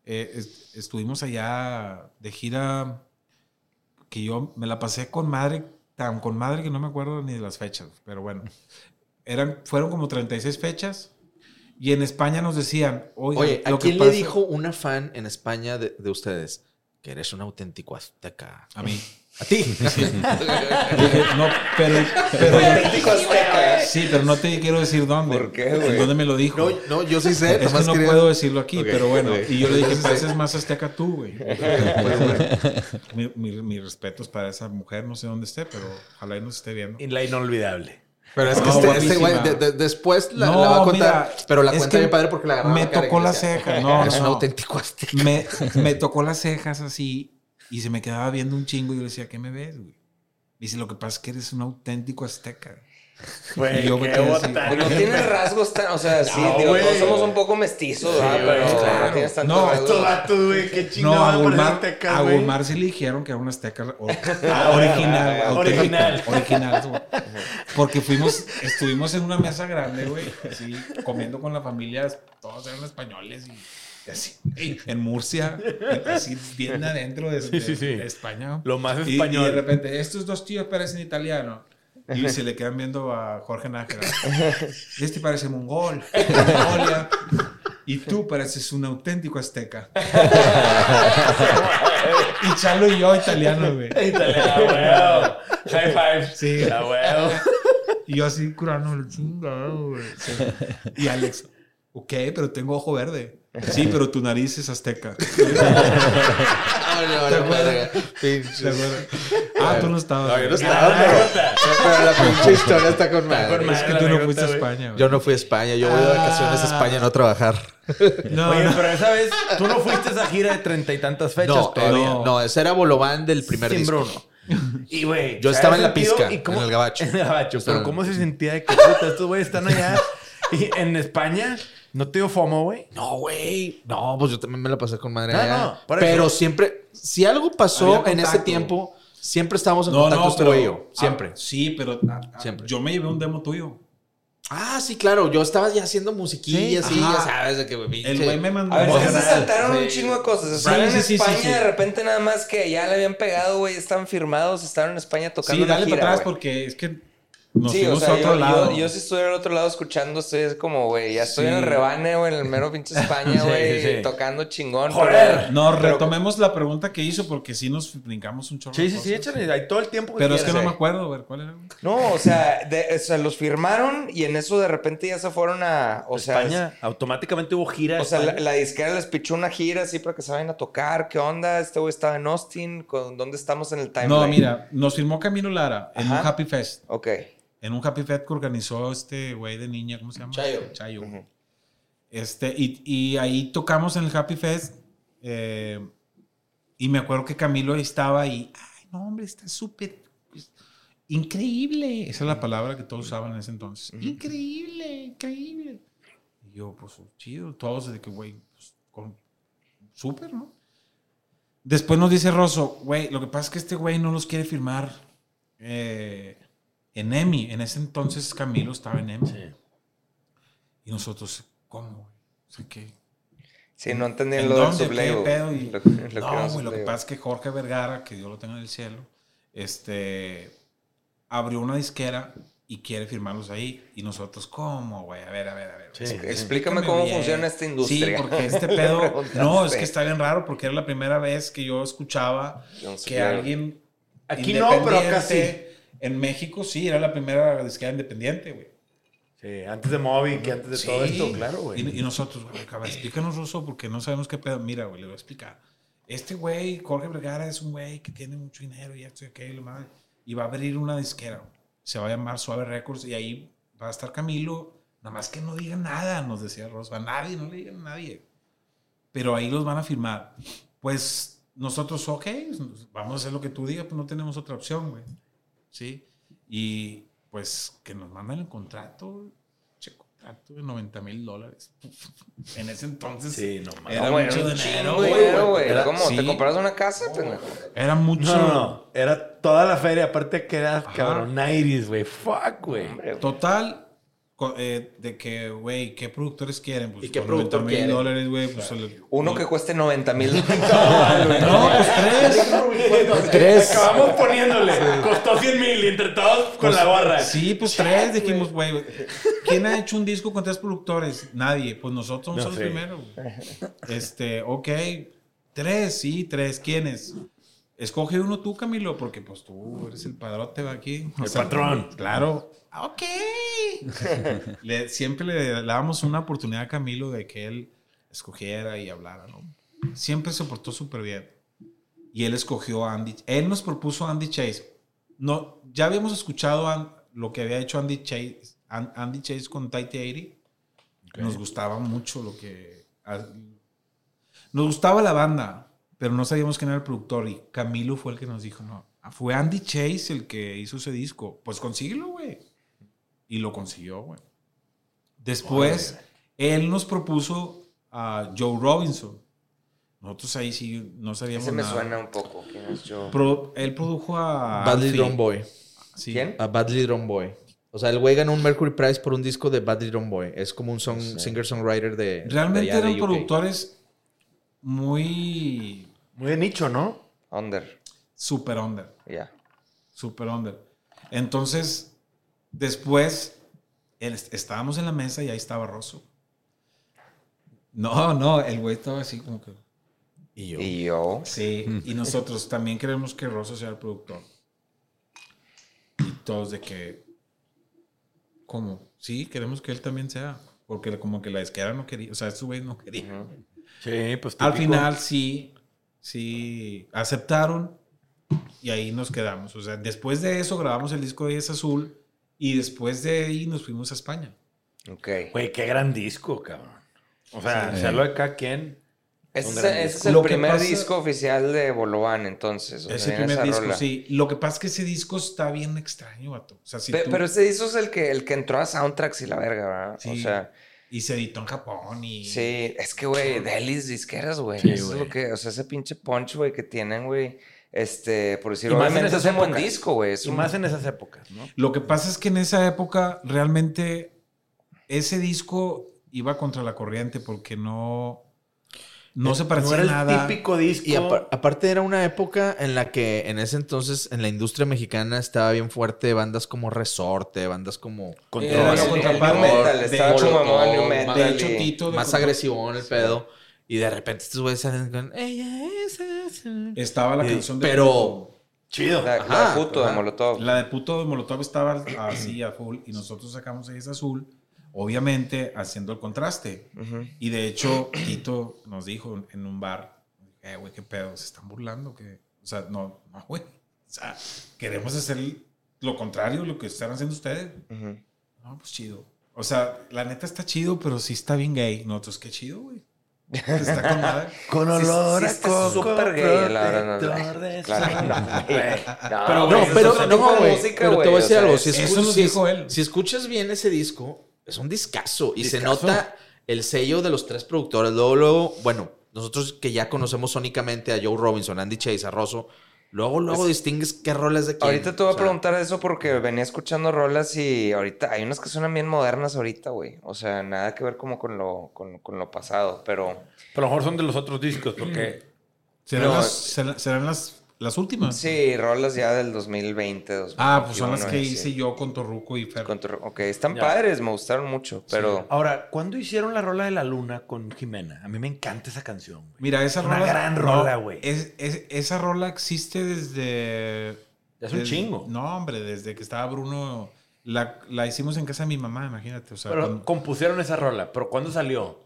C: Eh, est- estuvimos allá de gira que yo me la pasé con madre, tan con madre que no me acuerdo ni de las fechas, pero bueno. Eran, fueron como 36 fechas y en España nos decían, oye,
B: Oye, ¿a
C: lo que
B: quién le
C: pasa-
B: dijo una fan en España de, de ustedes que eres un auténtico azteca?
C: A mí.
B: ¿A ti?
C: Dije, no, pero, pero-
E: Auténtico azteca.
C: sí, eh. pero no te quiero decir dónde.
E: ¿Por qué, güey?
C: en ¿Dónde me lo dijo?
B: no, no, yo sí sé.
C: Es que
B: nomás
C: no
B: quería-
C: puedo decirlo aquí,
B: Ok,
C: pero bueno.
B: ok.
C: Y yo le dije,
B: Entonces,
C: pareces más azteca tú, güey. Pues, bueno, mi- mi- Mis respetos para esa mujer, no sé dónde esté, pero ojalá y nos esté viendo.
D: La inolvidable.
B: Pero es que
C: No,
B: este- este güey
C: guapísima.
B: de- de- después la, la va a contar.
C: mira,
B: pero la
C: es
B: cuenta
C: que
B: mi padre porque la agarraba
C: Me
B: cara y
C: tocó
B: le
C: las
B: decía,
C: cejas. No,
B: Eres un
C: no.
B: auténtico azteca.
C: Me, me tocó las cejas así y se me quedaba viendo un chingo y yo le decía, ¿qué me ves, güey? Dice, lo que pasa es que eres un auténtico azteca.
D: Güey,
C: Y yo me
D: qué
C: quedé así,
D: botana.
E: Pues no tienes rasgos tan. O sea, sí,
D: No,
E: digo, todos
D: güey.
E: somos un poco mestizos, ¿verdad? pero no tienes tantos
C: No,
E: rasgos.
D: Estos vatos, güey, qué
C: No, a
D: chingada.
C: Gulmar,
D: azteca,
C: a
D: güey.
C: Gulmar sí le dijeron que era un azteca o-
D: Ah,
C: original.
D: ah, ah,
C: auténtico,
D: original.
C: Original. güey. Porque fuimos, estuvimos en una mesa grande, güey, así, comiendo con la familia, todos eran españoles y así, güey, en Murcia, así bien adentro de, de-
D: sí, sí.
C: de España.
D: Lo más
C: Y- Y,
D: español.
C: de repente, estos dos tíos parecen italiano. Y se le quedan viendo a Jorge Nájera. Este parece mongol, mongolia. Y tú pareces un auténtico azteca. Y Chalo y yo, italiano, güey.
E: Ah, huevo. High five.
C: Sí.
E: Ah, huevo.
C: Y yo así curando el chingado, güey. Sí. Y Alex, ok, pero tengo ojo verde. Sí, pero tu nariz es azteca.
B: Ah, no,
C: ¿Te
B: la
C: acuerdas?
B: verga. Pinche.
C: ¿Te acuerdas? Ah, tú no estabas.
B: No, yo no
C: güey.
B: estaba, pero, pero la pinche historia está con madre.
D: con
C: Es
D: madre.
C: que
D: la
C: tú no
D: anécdota,
C: fuiste a
D: güey.
C: España, güey.
B: Yo no fui a España, yo voy de vacaciones a España no a trabajar.
C: No,
D: Oye,
C: no.
D: pero esa vez tú no fuiste a esa gira de treinta y tantas fechas
B: No, eh,
D: todavía.
B: no, ese era Bolobán del primer
D: Sin
B: disco.
D: Bruno. Y güey.
B: Yo
D: ¿sabes
B: estaba en la
D: sentido?
B: pizca,
D: ¿Y cómo-
B: en el gabacho.
D: En el gabacho.
B: Sí.
D: Pero ¿cómo se sentía de que puta, estos güeyes están allá? Y en España, ¿no te dio FOMO, güey?
B: No, güey. No, pues yo también me la pasé con madre
D: No,
B: allá.
D: no, por eso.
B: pero siempre, si algo pasó
C: Había
B: en ese
C: contacto.
B: tiempo, siempre estábamos en
C: No,
B: contacto
C: no,
B: usted
C: pero,
B: y yo.
C: ah,
B: Siempre.
C: sí, pero ah, ah,
B: Siempre.
C: yo me llevé un demo tuyo.
B: Ah, sí, claro. Yo estaba ya haciendo musiquilla,
C: Sí,
B: sí, ya
C: ajá.
B: sabes, de que pinche-
C: El güey me mandó.
E: A ver, es que se
C: Ojalá.
E: saltaron un
B: Sí.
E: chingo de cosas.
C: Sí,
E: Estaban
C: sí, sí,
E: en
C: sí,
E: España
C: sí.
E: de repente nada más que ya le habían pegado, güey. Están firmados, estaban en España tocando
C: Sí, dale
E: una gira,
C: para atrás
E: güey.
C: porque es que nos
E: sí, o
C: fuimos
E: sea,
C: a otro
E: yo,
C: lado.
E: Yo, yo sí estuve al otro lado escuchando, estoy es como, güey, ya estoy
C: Sí.
E: en el rebane, güey, en el mero pinche España,
D: Sí,
E: güey,
D: sí, sí.
E: tocando chingón.
D: Joder.
E: pero-
C: No,
E: pero-
C: retomemos la pregunta que hizo porque sí nos brincamos un chorro.
D: Sí,
C: de
D: sí, sí,
C: cosas.
D: échale. Hay todo el tiempo que
C: Pero es que no
D: quieras,
C: me
D: güey.
C: acuerdo, a ver, ¿cuál era?
E: No, o sea, de- o sea, los firmaron y en eso de repente ya se fueron a, o sea,
D: España, automáticamente hubo giras.
E: O sea, la, la disquera les pichó una gira así para que se vayan a tocar. ¿Qué onda? Este güey estaba en Austin. ¿Con, ¿Dónde estamos en el timeline?
C: No, mira, nos firmó Camilo Lara en un
E: Ajá.
C: Happy Fest.
E: Ok.
C: En un Happy Fest que organizó este güey de niña, ¿cómo se llama?
B: Chayo.
C: Chayo.
E: Ujú.
C: Este, y, y ahí tocamos en el Happy Fest. eh, y me acuerdo que Camilo estaba ahí. Ay, no, hombre, está súper. pues, increíble. Esa es la palabra que todos usaban en ese entonces. Increíble, increíble. Y yo, pues, chido. Todos de que, güey, pues, con- súper, ¿no? Después nos dice Rosso, güey, lo que pasa es que este güey no los quiere firmar eh, en EMI. En ese entonces Camilo estaba en EMI. Y nosotros, ¿cómo, güey? O sea, ¿qué?
E: Sí, no entendí
C: ¿En
E: lo del
C: dónde? ¿Qué
E: sublabel.
C: pedo? Y-
E: Lo- lo que
C: no,
E: era un
C: güey, lo que
E: sublabel.
C: pasa es que Jorge Vergara, que Dios lo tenga en el cielo, este, abrió una disquera y quiere firmarlos ahí. Y nosotros, ¿cómo, güey? A ver, a ver, a ver.
E: Explícame cómo
C: bien.
E: funciona esta industria.
C: Sí, porque este pedo...
E: Preguntaste.
C: no, es que está bien raro porque era la primera vez que yo escuchaba
E: Un
C: que
E: sublabel.
C: alguien
D: Aquí no, pero acá
C: independiente- En México sí, era la primera disquera independiente, güey.
D: Sí, antes de Moby, que antes de todo
C: Sí.
D: esto, claro, güey.
C: Y, y nosotros, güey, cabrón, explícanos, Ruso, porque no sabemos qué pedo. Mira, güey, le voy a explicar. Este güey, Jorge Vergara, es un güey que tiene mucho dinero y esto y aquello, y la madre, y va a abrir una disquera. güey. Se va a llamar Suave Records y ahí va a estar Camilo. Nada más que no digan nada, nos decía Rosso. A nadie, no le digan a nadie. Pero ahí los van a firmar. Pues nosotros, ok, vamos a hacer lo que tú digas, pues no tenemos otra opción, güey. ¿Sí? Y pues que nos mandan el contrato, che, Tato, 90 mil dólares. En ese entonces
D: Sí, no mames.
C: era
E: No, güey,
C: mucho
E: era un
C: dinero,
E: chingo de
C: güey.
E: dinero, güey.
D: Era-
E: ¿Cómo?
D: sí.
E: ¿Te compras una casa, pendejo?
C: Era mucho.
D: No, no, no. Era toda la feria. Aparte que era cabrón Iris, güey. Fuck, güey.
C: Total, co- eh, de que, güey, ¿qué productores quieren? Pues,
B: ¿Y qué
C: con
B: productor
C: 90,000
B: quieren?
C: dólares, güey. Pues, el-
E: Uno que cueste 90 mil.
C: No, pues tres.
F: Tres.
D: Acabamos poniéndole. Costó 100 mil y entre todos con la gorra.
C: Sí, pues tres. Dijimos, güey, ¿quién ha hecho un disco con tres productores? Nadie. Pues nosotros somos
D: No
C: los
D: sé.
C: primeros. güey. Este, ok. Tres, sí, tres. ¿Quiénes? Escoge uno tú, Camilo, porque pues tú eres el padrote va aquí. O
D: El patrón.
C: Claro. Ah, Ok. Le- siempre le dábamos una oportunidad a Camilo de que él escogiera y hablara, ¿no? Siempre se portó súper bien. Y él escogió a Andy. Él nos propuso a Andy Chase. No, ya habíamos escuchado an- lo que había hecho Andy Chase, An- Andy Chase con Tighty 80. Nos gustaba mucho lo que... a- Nos gustaba la banda, pero no sabíamos quién era el productor. Y Camilo fue el que nos dijo, no, fue Andy Chase el que hizo ese disco. Pues consíguelo, güey. Y lo consiguió, güey. Después, él nos propuso a Joe Robinson. Nosotros ahí sí no sabíamos
E: Ese me
C: nada.
E: suena un poco. ¿Quién es yo?
C: Pro- él produjo a.
B: Badly
C: Alfie.
B: Drum Boy.
C: Sí.
E: ¿Quién?
B: A Badly Drum Boy. O sea, el güey ganó un Mercury Prize por un disco de Badly Drum Boy. Es como un song, singer-songwriter de.
C: Realmente
B: de allá de
C: eran
B: UK.
C: productores muy.
D: Muy de nicho, ¿no?
E: Under.
C: super under.
E: Ya.
C: Super under. Entonces, después él- estábamos en la mesa y ahí estaba Rosso. No, no, el güey estaba así como que.
D: Y yo.
E: Y yo.
C: Sí, y nosotros también queremos que Rosso sea el productor. Y todos de que. ¿Cómo? Sí, queremos que él también sea. Porque como que la izquierda no quería. O sea, su güey no quería.
D: Sí, pues
C: Al
D: típico.
C: final sí, sí, aceptaron y ahí nos quedamos. O sea, después de eso grabamos el disco de Es Azul y después de ahí nos fuimos a España.
E: Ok.
D: Güey, qué gran disco, cabrón. O sea, sea lo de cada quien.
E: Ese,
D: Un
E: es-
D: gran
E: ese es
C: disco.
E: el
C: Lo que
E: primer
C: pasa-
E: disco oficial de Bolovan, entonces. o sea,
C: es el
E: viene
C: primer
E: esa
C: disco,
E: rola.
C: sí. Lo que pasa es que ese disco está bien extraño, vato. O sea, si
E: Pe-
C: tú-
E: Pero ese disco es el que, el que entró a soundtracks y la verga, ¿verdad? O
C: Sí.
E: sea,
C: Y se editó en Japón y...
E: sí, es que, güey, delis disqueras, güey.
D: Sí,
E: Eso es
D: güey.
E: lo que, o sea, ese pinche punch, güey, que tienen, güey. Este, por decirlo,
D: Y más en
E: obviamente es
D: esas
E: un buen
D: épocas.
E: disco, güey. Es
D: Y
E: un-
D: más en esas épocas, ¿no?
C: Lo que pasa es que en esa época realmente ese disco iba contra la corriente porque no...
E: Eh,
C: No se parecía
D: era el
C: nada.
D: típico disco.
B: Y apar- aparte era una época en la que en ese entonces en la industria mexicana estaba bien fuerte bandas como Resorte, bandas como
D: Control.
C: Era la
E: el- el
C: contraparte
E: new metal,
C: de-
E: estaba
C: de-
E: como mamón, new
C: De
E: metal
C: hecho,
E: y-
C: Tito de
B: más
C: Contra-
B: agresivón el pedo y de repente estos güeyes salen con "Ella es azul".
C: Estaba la
B: Sí,
C: canción de
B: pero-
C: Molotov.
D: chido.
E: La,
B: Ajá,
E: la de puto de
B: ajá.
E: Molotov.
C: La de puto de Molotov estaba así a full y nosotros sacamos ahí esa azul, obviamente haciendo el contraste.
E: Ujú.
C: Y de hecho, Tito nos dijo en un bar, eh, güey, qué pedo, se están burlando, que, o sea, no, no, güey, o sea, queremos hacer lo contrario, lo que están haciendo ustedes.
E: Ujú.
C: No, pues chido. O sea, la neta está chido, pero sí está bien gay. Nosotros, qué chido, güey. Está con madre.
D: Con
E: Sí,
D: olor
E: sí
D: a
E: está
D: coco.
E: súper gay, la verdad, no,
D: protector de
E: Claro,
D: sol.
E: no, güey. No,
C: Pero,
E: güey,
C: no,
E: eso
C: pero-
E: es otro
C: no,
E: tipo de
B: güey,
E: música,
B: pero te voy
E: güey,
B: a
E: o
B: decir
E: sea,
B: algo, si
C: eso
B: escuchas,
C: nos
B: si-
C: dijo él.
B: si escuchas bien ese disco, es un discazo y se
D: Discazo.
B: nota el sello de los tres productores. Luego, luego, bueno, nosotros que ya conocemos sónicamente a Joe Robinson, Andy Chase, a Rosso, luego, luego distingues qué roles de quién.
E: Ahorita te voy
B: O
E: a
B: sea,
E: preguntar eso porque venía escuchando rolas y ahorita hay unas que suenan bien modernas ahorita, güey. O sea, nada que ver como con lo, con, con lo pasado, pero
D: Pero a lo mejor son de los otros discos, porque.
C: ¿Serán,
E: No.
C: las, serán- serán las, las últimas?
E: sí, rolas ya del 2020, 2021.
C: Ah, pues son las que
E: sí.
C: hice yo con Torruco y Fer.
E: Con tu- ok, están
D: Ya.
E: padres, me gustaron mucho, pero...
D: Ahora, ¿cuándo hicieron la rola de la luna con Jimena? A mí me encanta esa canción, güey.
C: Mira, esa
D: Una
C: rola.
D: gran
C: no,
D: rola, güey.
C: es- es- esa rola existe desde.
D: Hace un
C: desde-
D: chingo.
C: No, hombre, desde que estaba Bruno. La, la hicimos en casa de mi mamá, imagínate. O sea,
D: Pero
C: cuando-
D: compusieron esa rola, pero ¿cuándo salió?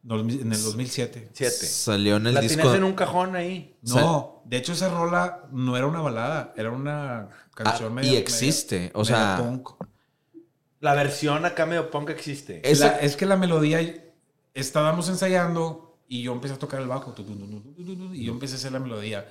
C: dos mil- en el 2007.
D: Siete.
B: Salió en el
D: La
B: disco.
D: tienes en un cajón ahí.
C: No, de hecho, esa rola no era una balada, era una canción
B: Ah,
C: media.
B: y existe, o
C: media
B: sea-
C: punk.
D: La versión acá medio punk existe.
B: Esa-
C: La- es que la melodía estábamos ensayando y yo empecé a tocar el bajo tu, tu, tu, tu, tu, tu, tu, y yo empecé a hacer la melodía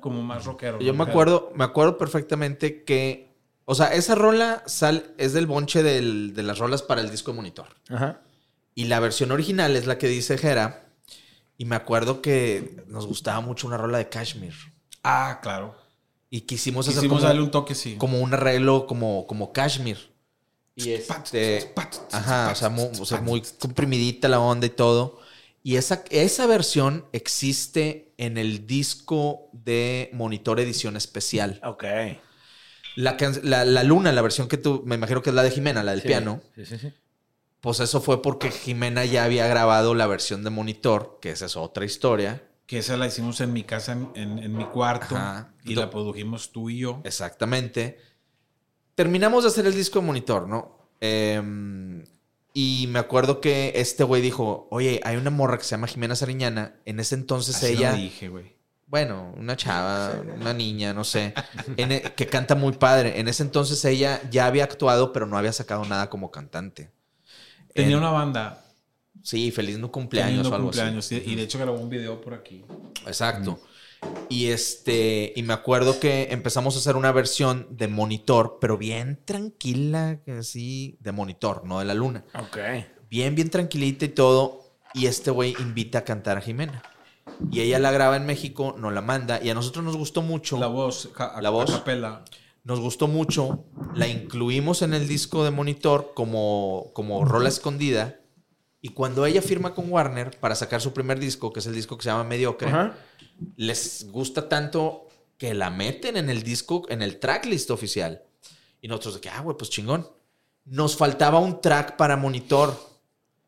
C: como más rockero.
B: Yo me
C: ¿no?
B: acuerdo, me acuerdo perfectamente que O sea, esa rola sal, es del bonche del- de las rolas para el disco de monitor.
D: Ajá.
B: Y la versión original es la que dice Jera. Y me acuerdo que nos gustaba mucho una rola de Kashmir.
C: Ah, claro.
B: Y quisimos hacer
C: Hicimos
B: como,
C: darle un toque, sí.
B: como un arreglo como, como Kashmir. Y este... Ajá, o sea, mu- o sea, muy comprimidita la onda y todo. Y esa, esa versión existe en el disco de Monitor Edición Especial.
D: Ok.
B: La, can- la, la Luna, la versión que tú, me imagino que es la de Jimena, la del piano.
D: Sí, sí, sí.
B: Pues eso fue porque Jimena ya había grabado la versión de Monitor, que esa es otra historia.
C: Que esa la hicimos en mi casa, en, en- en mi cuarto.
B: Ajá.
C: Y la produjimos tú y yo.
B: Exactamente. Terminamos de hacer el disco de monitor, ¿no? Em, y me acuerdo que este güey dijo, oye, hay una morra que se llama Jimena Sariñana. En ese entonces
C: Así
B: ella,
C: lo dije, güey.
B: bueno, una chava, una niña, no sé, en e- que canta muy padre. En ese entonces ella ya había actuado, pero no había sacado nada como cantante.
C: Tenía
B: En-
C: una banda.
B: Sí, feliz no cumpleaños
C: Cumpleaños
B: o algo
C: cumpleaños.
B: así.
C: y- Y de hecho grabó un video por aquí.
B: Exacto. Y este, y me acuerdo que empezamos a hacer una versión de monitor, pero bien tranquila, que así, de monitor, no de la luna.
D: Ok.
B: Bien, bien tranquilita y todo. Y este güey invita a cantar a Jimena. Y ella la graba en México, nos la manda. Y a nosotros nos gustó mucho.
C: La voz. ca- a-
B: La voz.
C: a capela.
B: Nos gustó mucho. La incluimos en el disco de monitor como, como rola escondida. Y cuando ella firma con Warner para sacar su primer disco, que es el disco que se llama Mediocre,
D: Ajá.
B: les gusta tanto que la meten en el disco, en el tracklist oficial. Y nosotros de que, ah, güey, pues chingón. Nos faltaba un track para monitor.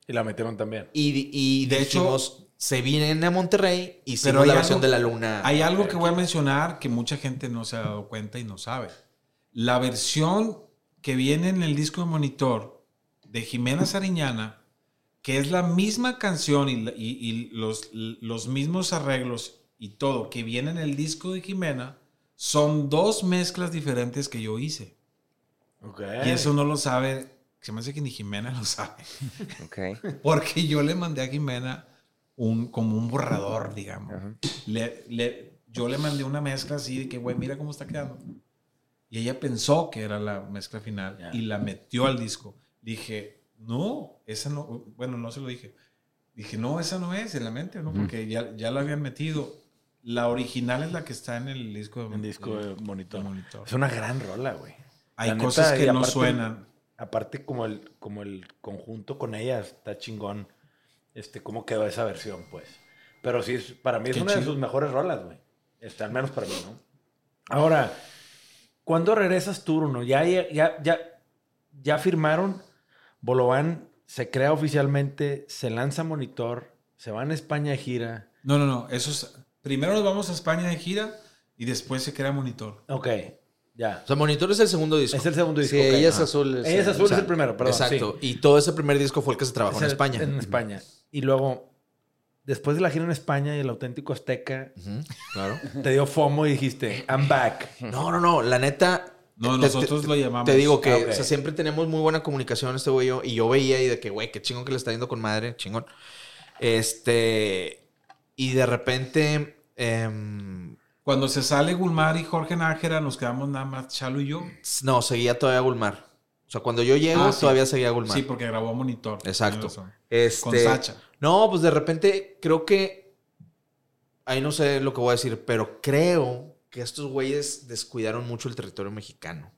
D: Y la metieron también.
B: Y, y
C: De hecho-
B: dijimos, se viene a Monterrey y se
C: Pero hay
B: la versión
C: algo-
B: de la luna.
C: Hay algo que voy a mencionar que mucha gente no se ha dado cuenta y no sabe. La versión que viene en el disco de monitor de Jimena Sariñana, que es la misma canción y, la- y- y los, los mismos arreglos y todo que viene en el disco de Jimena, son dos mezclas diferentes que yo hice.
D: Ok.
C: Y eso no lo sabe, se me hace que ni Jimena lo sabe.
E: Ok. pues,
C: Porque yo le mandé a Jimena un, como un borrador, digamos. Le, le- yo le mandé una mezcla así de que, güey, mira cómo está quedando. Y ella pensó que era la mezcla final
D: Ya.
C: y la metió al disco. Dije, no, esa no, bueno, no se lo dije. Dije, no, esa no es, en la mente, ¿no? Porque ya, ya la habían metido. La original es la que está en el disco de,
D: Un disco
C: de
D: de monitor.
C: monitor.
D: Es una gran rola, güey.
C: Hay
D: La neta,
C: cosas
D: y
C: que no
D: aparte-
C: suenan.
D: Aparte, como el, como el conjunto con ella está chingón. Este, cómo quedó esa versión, pues. Pero sí, es- para mí es
C: Qué
D: una de
C: chido.
D: sus mejores rolas, güey. Este, al menos para mí, ¿no? Ahora, ¿cuándo regresas tú, Bruno? Ya, ya, ya, ya, ya firmaron. Bolobán se crea oficialmente, se lanza monitor, se van a España de gira.
C: No, no, no. Eso es- primero nos vamos a España de gira y después se crea monitor.
D: Ok, ya.
B: O sea, Monitor es el segundo disco.
D: Es el segundo disco.
F: Sí,
D: ok.
F: ella es
D: Ajá.
F: azul.
D: Ella es azul, es el primero, perdón. sí.
B: Exacto. Y todo ese primer disco fue el que se trabajó
D: Es
B: en
D: el-
B: España.
D: En España. Y luego, después de la gira en España y el auténtico Azteca,
B: Ujú, claro.
D: te dio FOMO y dijiste, I'm back.
B: No, no, no. La neta.
C: No, nosotros lo llamamos.
B: Te digo que
D: Ah, ok.
B: o sea, siempre tenemos muy buena comunicación este güey y yo. Y yo veía y de que, güey, qué chingón que le está yendo con madre, chingón. Este. Y de repente. em,
C: Cuando se sale Gulmar y Jorge Nájera, nos quedamos nada más Chalo y yo.
B: no, seguía todavía Gulmar. O sea, cuando yo llego,
C: Ah, sí.
B: todavía seguía Gulmar.
C: Sí, porque grabó Monitor.
B: Exacto.
C: Tienes razón.
B: Este,
C: Con Sacha.
B: No, pues de repente creo que. Ahí no sé lo que voy a decir, pero creo que estos güeyes descuidaron mucho el territorio mexicano.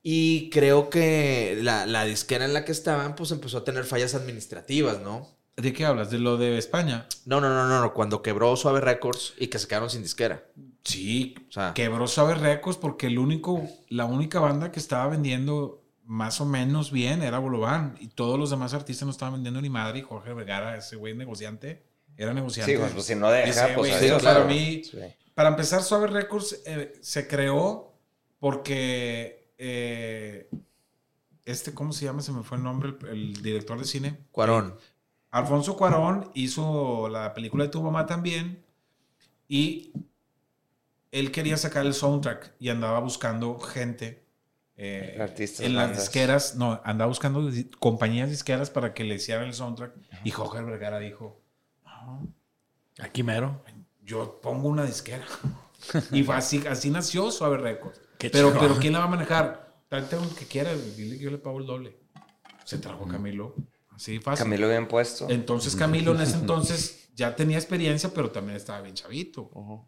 B: Y creo que la, la disquera en la que estaban, pues empezó a tener fallas administrativas, ¿no?
C: ¿De qué hablas? ¿De lo de España?
B: No, no, no, no, no, Cuando quebró Suave Records y que se quedaron sin disquera.
C: Sí.
B: O sea,
C: Quebró Suave Records porque el único, la única banda que estaba vendiendo más o menos bien era Bolobán. Y todos los demás artistas no estaban vendiendo ni madre. Y Jorge Vergara, ese güey negociante, era negociante.
E: Sí, pues, pues, si no deja,
C: Ese güey,
E: pues adiós.
C: para
E: claro.
C: mí,
E: Sí.
C: Para empezar, Suave Records eh, se creó porque eh, este, ¿cómo se llama? Se me fue el nombre, el, el director de cine.
B: Cuarón.
C: Alfonso Cuarón hizo la película de Tu Mamá también y él quería sacar el soundtrack y andaba buscando gente. eh,
E: Artistas,
C: en las
E: bandas.
C: disqueras, no, andaba buscando dis- compañías disqueras para que le hicieran el soundtrack y Jorge Vergara dijo,
D: Aquí mero.
C: yo pongo una disquera. Y fue así, así nació Suave Records.
G: Qué
C: pero,
G: chingón.
C: pero ¿quién la va a manejar? Tráete un que quiera, dile que yo le pago el doble. Se trajo a Camilo. Así fácil.
E: Camilo bien puesto.
C: Entonces Camilo en ese entonces ya tenía experiencia, pero también estaba bien chavito.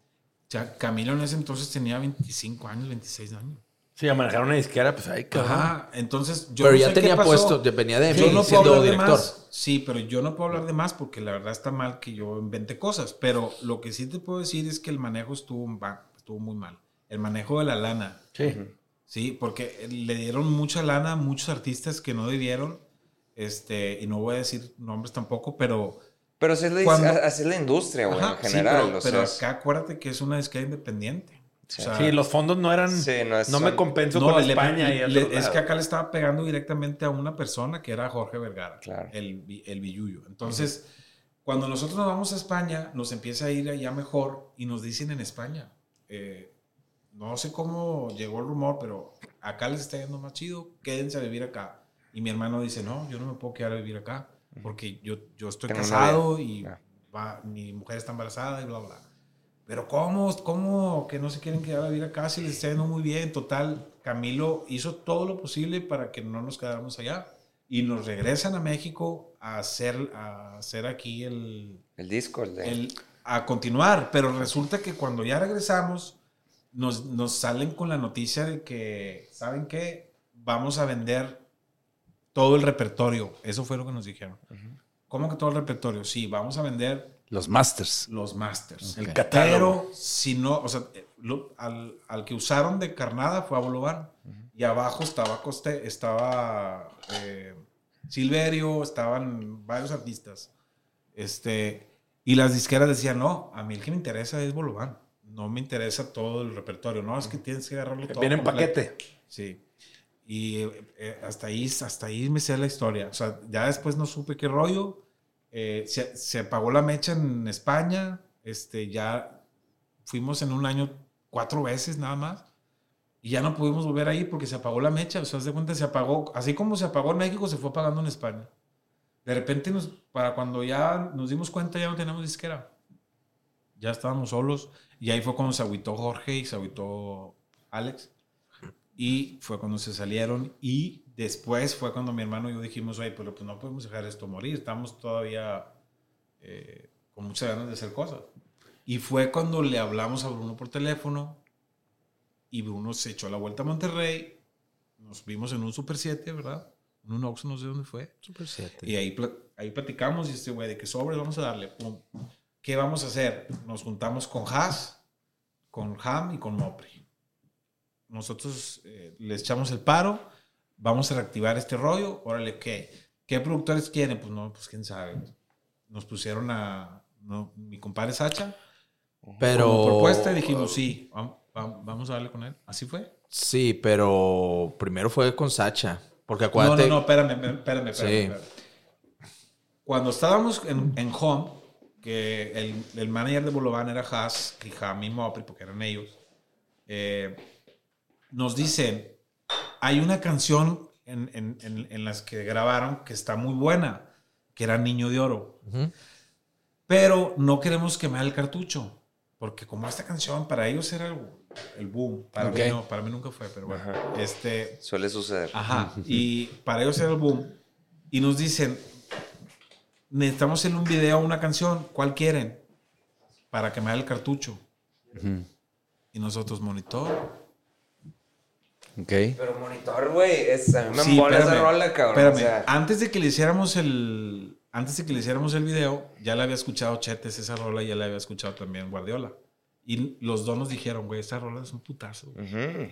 C: Ya Camilo en ese entonces tenía 25 años, 26 años.
D: Sí, a manejar una disquera, pues ahí, cabrón.
C: Ajá, entonces yo
B: pero
C: no
B: ya
C: sé qué
B: tenía
C: pasó.
B: puesto, de- venía de
C: Yo
B: mí
C: no puedo
B: siendo
C: hablar de
B: director.
C: más. Sí, pero yo no puedo hablar de más porque la verdad está mal que yo invente cosas. Pero lo que sí te puedo decir es que el manejo estuvo, va- estuvo muy mal. El manejo de la lana.
D: Sí.
C: Sí, porque le dieron mucha lana a muchos artistas que no debieron. Este, y no voy a decir nombres tampoco, pero.
E: Pero así es, la,
C: Cuando-
E: así es la industria, güey,
C: Ajá, sí,
E: en general.
C: pero,
E: o
C: pero
E: sea,
C: acá acuérdate que es una disquera independiente.
E: Sí.
D: Sí, los fondos no eran.
E: Sí, no
D: no,
E: es-
D: me compenso
C: Ah. No,
D: con
C: le-
D: España.
C: le-
D: y otros
C: le- es
D: lados.
C: que acá le estaba pegando directamente a una persona que era Jorge Vergara,
E: Claro.
C: el, bi- el Billuyo. Entonces, cuando nosotros nos vamos a España, nos empieza a ir allá mejor y nos dicen en España, eh, no sé cómo llegó el rumor, pero acá les está yendo más chido, quédense a vivir acá. Y mi hermano dice, no, yo no me puedo quedar a vivir acá porque yo, yo estoy
E: Tengo
C: casado y
E: Ah.
C: va- mi mujer está embarazada y bla, bla. Pero ¿cómo? ¿Cómo que no se quieren quedar a vivir acá si les está yendo muy bien? Total, Camilo hizo todo lo posible para que no nos quedáramos allá. Y nos regresan a México a hacer, a hacer aquí el,
E: el disco, el pues, de.
C: el- a continuar. Pero resulta que cuando ya regresamos, nos, nos salen con la noticia de que, ¿saben qué? Vamos a vender todo el repertorio. Eso fue lo que nos dijeron. ¿Cómo que todo el repertorio? Sí, vamos a vender
G: Los Masters.
C: los masters.
G: El
C: Pero si no, o sea, eh, lo- al, al que usaron de carnada fue a Bolobán. Y abajo estaba Coste, estaba eh, Silverio, estaban varios artistas. Este, y las disqueras decían, no, a mí el que me interesa es Bolobán. No me interesa todo el repertorio. No, es que tienes que agarrarlo todo.
D: Viene en
C: completo".
D: paquete.
C: Sí. Y eh, eh, hasta ahí, hasta ahí me sé la historia. O sea, ya después no supe qué rollo. Eh, se, se apagó la mecha en España. Este, ya fuimos en un año cuatro veces nada más. Y ya no pudimos volver ahí porque se apagó la mecha. O sea, haz de cuenta, se apagó. Así como se apagó en México, se fue apagando en España. De repente, nos, para cuando ya nos dimos cuenta, ya no teníamos disquera. Ya estábamos solos. Y ahí fue cuando se agüitó Jorge y se agüitó Alex. Y fue cuando se salieron y después fue cuando mi hermano y yo dijimos, oye, pero pues no podemos dejar esto morir, estamos todavía eh, con muchas ganas de hacer cosas. Y fue cuando le hablamos a Bruno por teléfono y Bruno se echó la vuelta a Monterrey, nos vimos en un Super 7, ¿verdad? En un Oxxo, no sé dónde fue. Y ahí, pla- ahí platicamos y este güey, de que sobres vamos a darle, pum. ¿Qué vamos a hacer? Nos juntamos con Haas, con Ham y con Mopri. Nosotros eh, le echamos el paro, vamos a reactivar este rollo, órale, ¿qué? ¿Qué productores quieren? Pues no, pues quién sabe. Nos pusieron a, no, mi compadre Sacha,
B: Pero.
C: como propuesta y dijimos, sí, vam- vam- vamos a darle con él. Así fue.
B: Sí, pero primero fue con Sacha. Porque acuérdate.
C: No, no, no, espérame, espérame, espérame.
B: Sí.
C: espérame. Cuando estábamos en, en Home, que el, el manager de Bolovan era Haas, Kijami y Mopri, porque eran ellos, eh, nos dicen, hay una canción en, en- en- en las que grabaron que está muy buena, que era Niño de Oro.
B: Ujú.
C: Pero no queremos quemar el cartucho, porque como esta canción para ellos era el, el boom, para,
B: Ok.
C: mí no, para mí nunca fue, pero bueno, este,
E: Suele suceder.
C: Ajá. Y para ellos era el boom. Y nos dicen, necesitamos hacerle un video a una canción, ¿cuál quieren? Para quemar el cartucho. Y nosotros monitor.
F: Ok.
E: Pero monitor, güey, es- a mí me
C: Sí,
E: mola esa
C: espérame,
E: rola, cabrón.
C: espérame.
E: o sea,
C: Antes de que le hiciéramos el. Antes de que le hiciéramos el video, ya la había escuchado Chetes esa rola, ya la había escuchado también Guardiola. Y los dos nos dijeron, güey, esa rola es un putazo. güey".
E: ujú.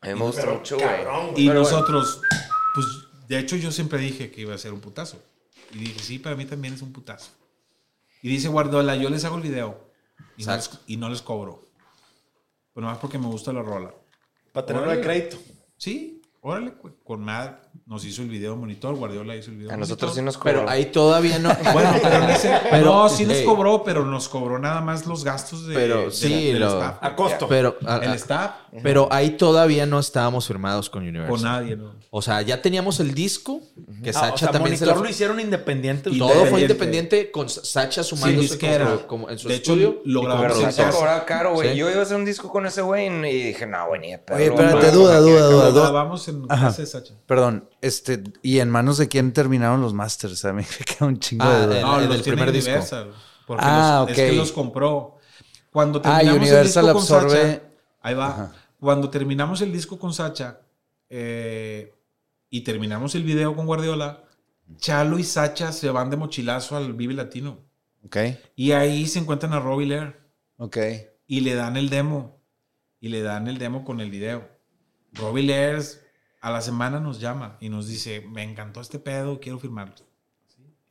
E: A mí me gusta mucho, güey.
C: Y nosotros, pues, de hecho yo siempre dije que iba a ser un putazo. Y dije, sí, para mí también es un putazo. Y dice Guardiola, yo les hago el video. Y, no les,
B: Exacto.
C: y no les cobro. Pero más porque me gusta la rola.
D: Para tenerlo de
C: Órale.
D: crédito.
C: Sí, órale, cu- con Mad nos hizo el video monitor, Guardiola hizo el video
E: A nosotros sí
C: monitor.
E: nos cobró.
B: Pero ahí todavía no.
C: Bueno, pero en ese-
B: Pero-
C: no, sí nos
B: Ey.
C: cobró, pero nos cobró nada más los gastos de,
B: Pero
C: de-
B: sí,
C: del
B: lo-
C: staff.
D: A costo.
B: Pero, a-
C: el
B: a-
C: staff
B: pero ahí todavía no estábamos firmados con
C: con
B: Universal.
C: nadie, ¿no?
B: O sea, ya teníamos el disco, Que
D: Ah,
B: Sacha
D: o sea,
B: también se
D: Monitor
B: la-
D: lo hicieron independiente.
B: Y
D: ustedes.
B: todo fue independiente con Sa- Sacha sumándose como, como en su
C: de hecho,
B: estudio.
C: lo
B: y como
C: grabamos
E: Pero
C: en
E: sí se
B: productor.
C: casa.
E: cobraba caro, güey.
B: Sí.
E: Yo iba a hacer un disco con ese güey y dije, no, güey, ni de pedo.
F: Oye,
E: lo voy a
F: espérate,
E: pagar".
F: duda, duda,
C: Lo
F: duda, duda.
C: grabamos en
F: Ajá.
C: casa de Sacha.
F: Perdón, este, ¿y en manos de quién terminaron los Masters? A mí me queda un chingo
B: Ah,
F: de
B: el-
F: duda.
C: No,
B: el
C: los
B: del
C: tiene
B: primer disco.
C: Universal. Porque
F: Ah,
C: los-
F: ok.
C: es que los compró. Cuando
F: Ah,
C: terminamos
F: Universal
C: el disco con
F: absorbe-
C: Sacha, ahí va.
F: Ajá.
C: Cuando terminamos el disco con Sacha eh, y terminamos el video con Guardiola, Chalo y Sacha se van de mochilazo al Vive Latino.
F: Ok,
C: Y ahí se encuentran a Robbie Lair
F: ok.
C: y le dan el demo. Y le dan el demo con el video. Robbie Lairs a la semana nos llama y nos dice, me encantó este pedo, quiero firmarlo.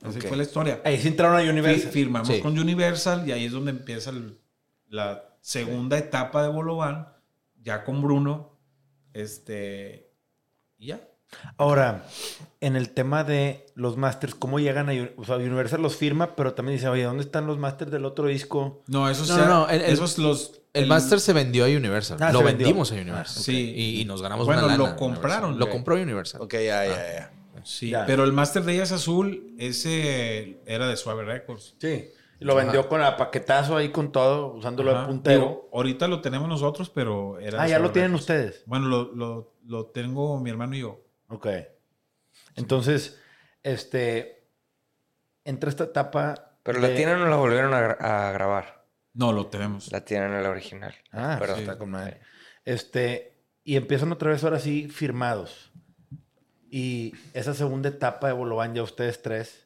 C: Así
F: Ok.
C: fue la historia.
D: Ahí sí entraron a
C: Fi-
D: Universal.
C: firmamos
B: Sí.
C: con Universal y ahí es donde empieza el- la segunda etapa de Bolovan, ya con Bruno. Este. Y ya.
D: Ahora, en el tema de los masters, ¿cómo llegan a Uni- o sea, Universal los firma, pero también dice, oye, ¿dónde están los masters del otro disco?
C: No, esos,
B: No,
C: sea-
B: no, no, el- el-
C: esos los.
B: El Master se vendió a Universal.
D: Ah,
B: lo
D: se vendió.
B: vendimos a Universal.
C: Ah, Sí.
B: Y, y nos ganamos
C: Bueno,
B: una
C: lo
B: lana,
C: compraron,
B: Universal. Lo
C: ok.
B: compró Universal.
F: Ok, ya, ya, ya.
C: Sí,
D: Ya.
C: pero el Master de ellas azul, ese era de Suave Records.
D: Sí. Lo vendió con a paquetazo ahí con todo, usándolo de
C: Ajá.
D: puntero.
C: Digo, ahorita lo tenemos nosotros, pero era.
D: ah,
C: de
D: ya lo
C: Suave
D: tienen
C: Records.
D: ustedes.
C: Bueno, lo, lo- lo tengo mi hermano y yo.
D: Ok. Entonces, este. Entra esta etapa.
E: Pero la
D: de-
E: tienen o la volvieron a, gra- a grabar.
C: No, lo tenemos.
E: La tienen en la original.
D: Ah,
E: Pero-
D: sí, está con madre. Este, y empiezan otra vez ahora sí firmados. Y esa segunda etapa de Bolovan, ya ustedes tres,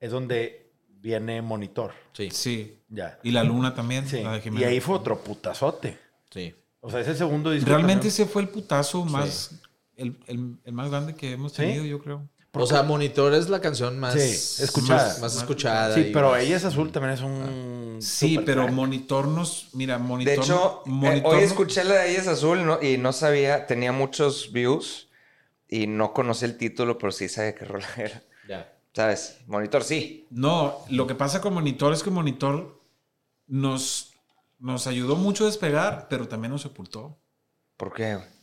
D: es donde viene Monitor.
B: Sí,
C: Sí.
D: Ya.
C: Y la luna también.
D: Sí.
C: la de
D: Y
C: Jimena.
D: ahí fue otro putazote.
B: sí.
D: O sea, ese segundo disco.
C: Realmente
D: también-
C: ese fue el putazo más, el, el- el más grande que hemos
D: ¿Sí?
C: tenido, yo creo.
B: O sea, Monitor es la canción más
D: Sí, escuchada.
B: Más, más escuchada.
D: Sí,
B: y
D: pero
B: más-
D: ella es azul también es un.
C: Ah. Sí,
D: super
C: pero
D: crack.
C: Monitor nos, mira, Monitor.
E: De hecho, eh,
C: Monitor
E: hoy
C: nos-
E: escuché la de Ellas Azul ¿no? y no sabía, tenía muchos views y no conocía el título, pero sí sabía qué rola era.
B: Ya.
E: ¿Sabes? Monitor sí.
C: No, lo que pasa con Monitor es que Monitor nos, nos ayudó mucho a despegar, pero también nos sepultó.
E: ¿Por qué? güey?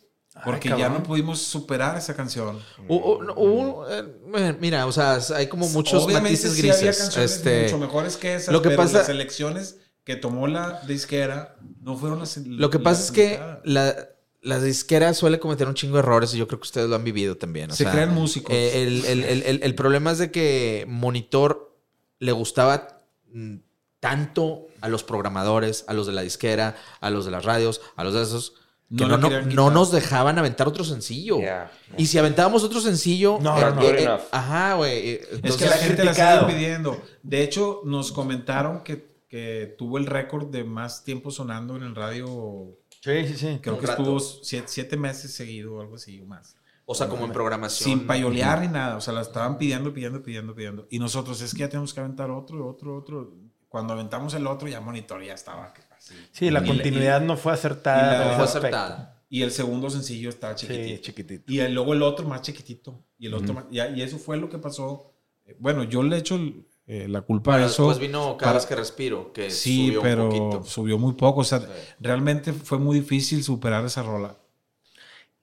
C: Porque ya
D: cabrón.
C: no pudimos superar esa canción.
B: Hu- hu- no, hubo, eh, mira, o sea, hay como muchos matices
C: sí
B: grises.
C: había canciones
B: este,
C: mucho mejores que esas,
B: lo que
C: pero
B: pasa-
C: las elecciones que tomó la disquera no fueron las
B: Lo que pasa es que la, la disquera suele cometer un chingo de errores y yo creo que ustedes lo han vivido también. o
C: Se
B: sea,
C: crean músicos.
B: eh, el, el- el- el- el problema es de que Monitor le gustaba mm, tanto a los programadores, a los de la disquera, a los de las radios, a los de esos, que
C: No
B: no,
C: la
B: no-
C: querían
B: no
C: quitar.
B: nos dejaban aventar otro sencillo.
E: Ya.
B: Y si aventábamos otro sencillo... eh,
D: No, no,
E: good enough.
B: ajá, güey. eh,
C: Es
B: entonces-
C: que la
D: ha
C: gente la
D: criticado.
C: sigue pidiendo. De hecho, nos comentaron que, que tuvo el récord de más tiempo sonando en el radio.
D: Sí, sí, sí.
C: Creo
B: Un
C: que
B: rato.
C: estuvo siete, siete meses seguido o algo así o más.
B: o sea, como en programación.
C: Sin payolear ni nada. O sea, la estaban pidiendo, pidiendo, pidiendo, pidiendo. Y nosotros es que ya tenemos que aventar otro, otro, otro. Cuando aventamos el otro, ya monitor ya estaba así.
D: Sí, la
C: Y-
D: continuidad no fue acertada.
C: y la-
D: en
B: No
D: ese
B: fue
D: aspecto.
B: acertada.
C: Y el segundo sencillo estaba
D: Sí,
C: chiquitito.
D: chiquitito.
C: Y el- luego el otro más chiquitito. Y el otro más- y, y eso fue lo que pasó. Eh, Bueno, yo le echo el- eh, la culpa a
B: Pero
C: eso.
B: después vino Cada
C: para-
B: vez que respiro, que
C: Sí,
B: eh, subió un
C: pero
B: poquito.
C: subió muy poco. O sea, realmente fue muy difícil superar esa rola.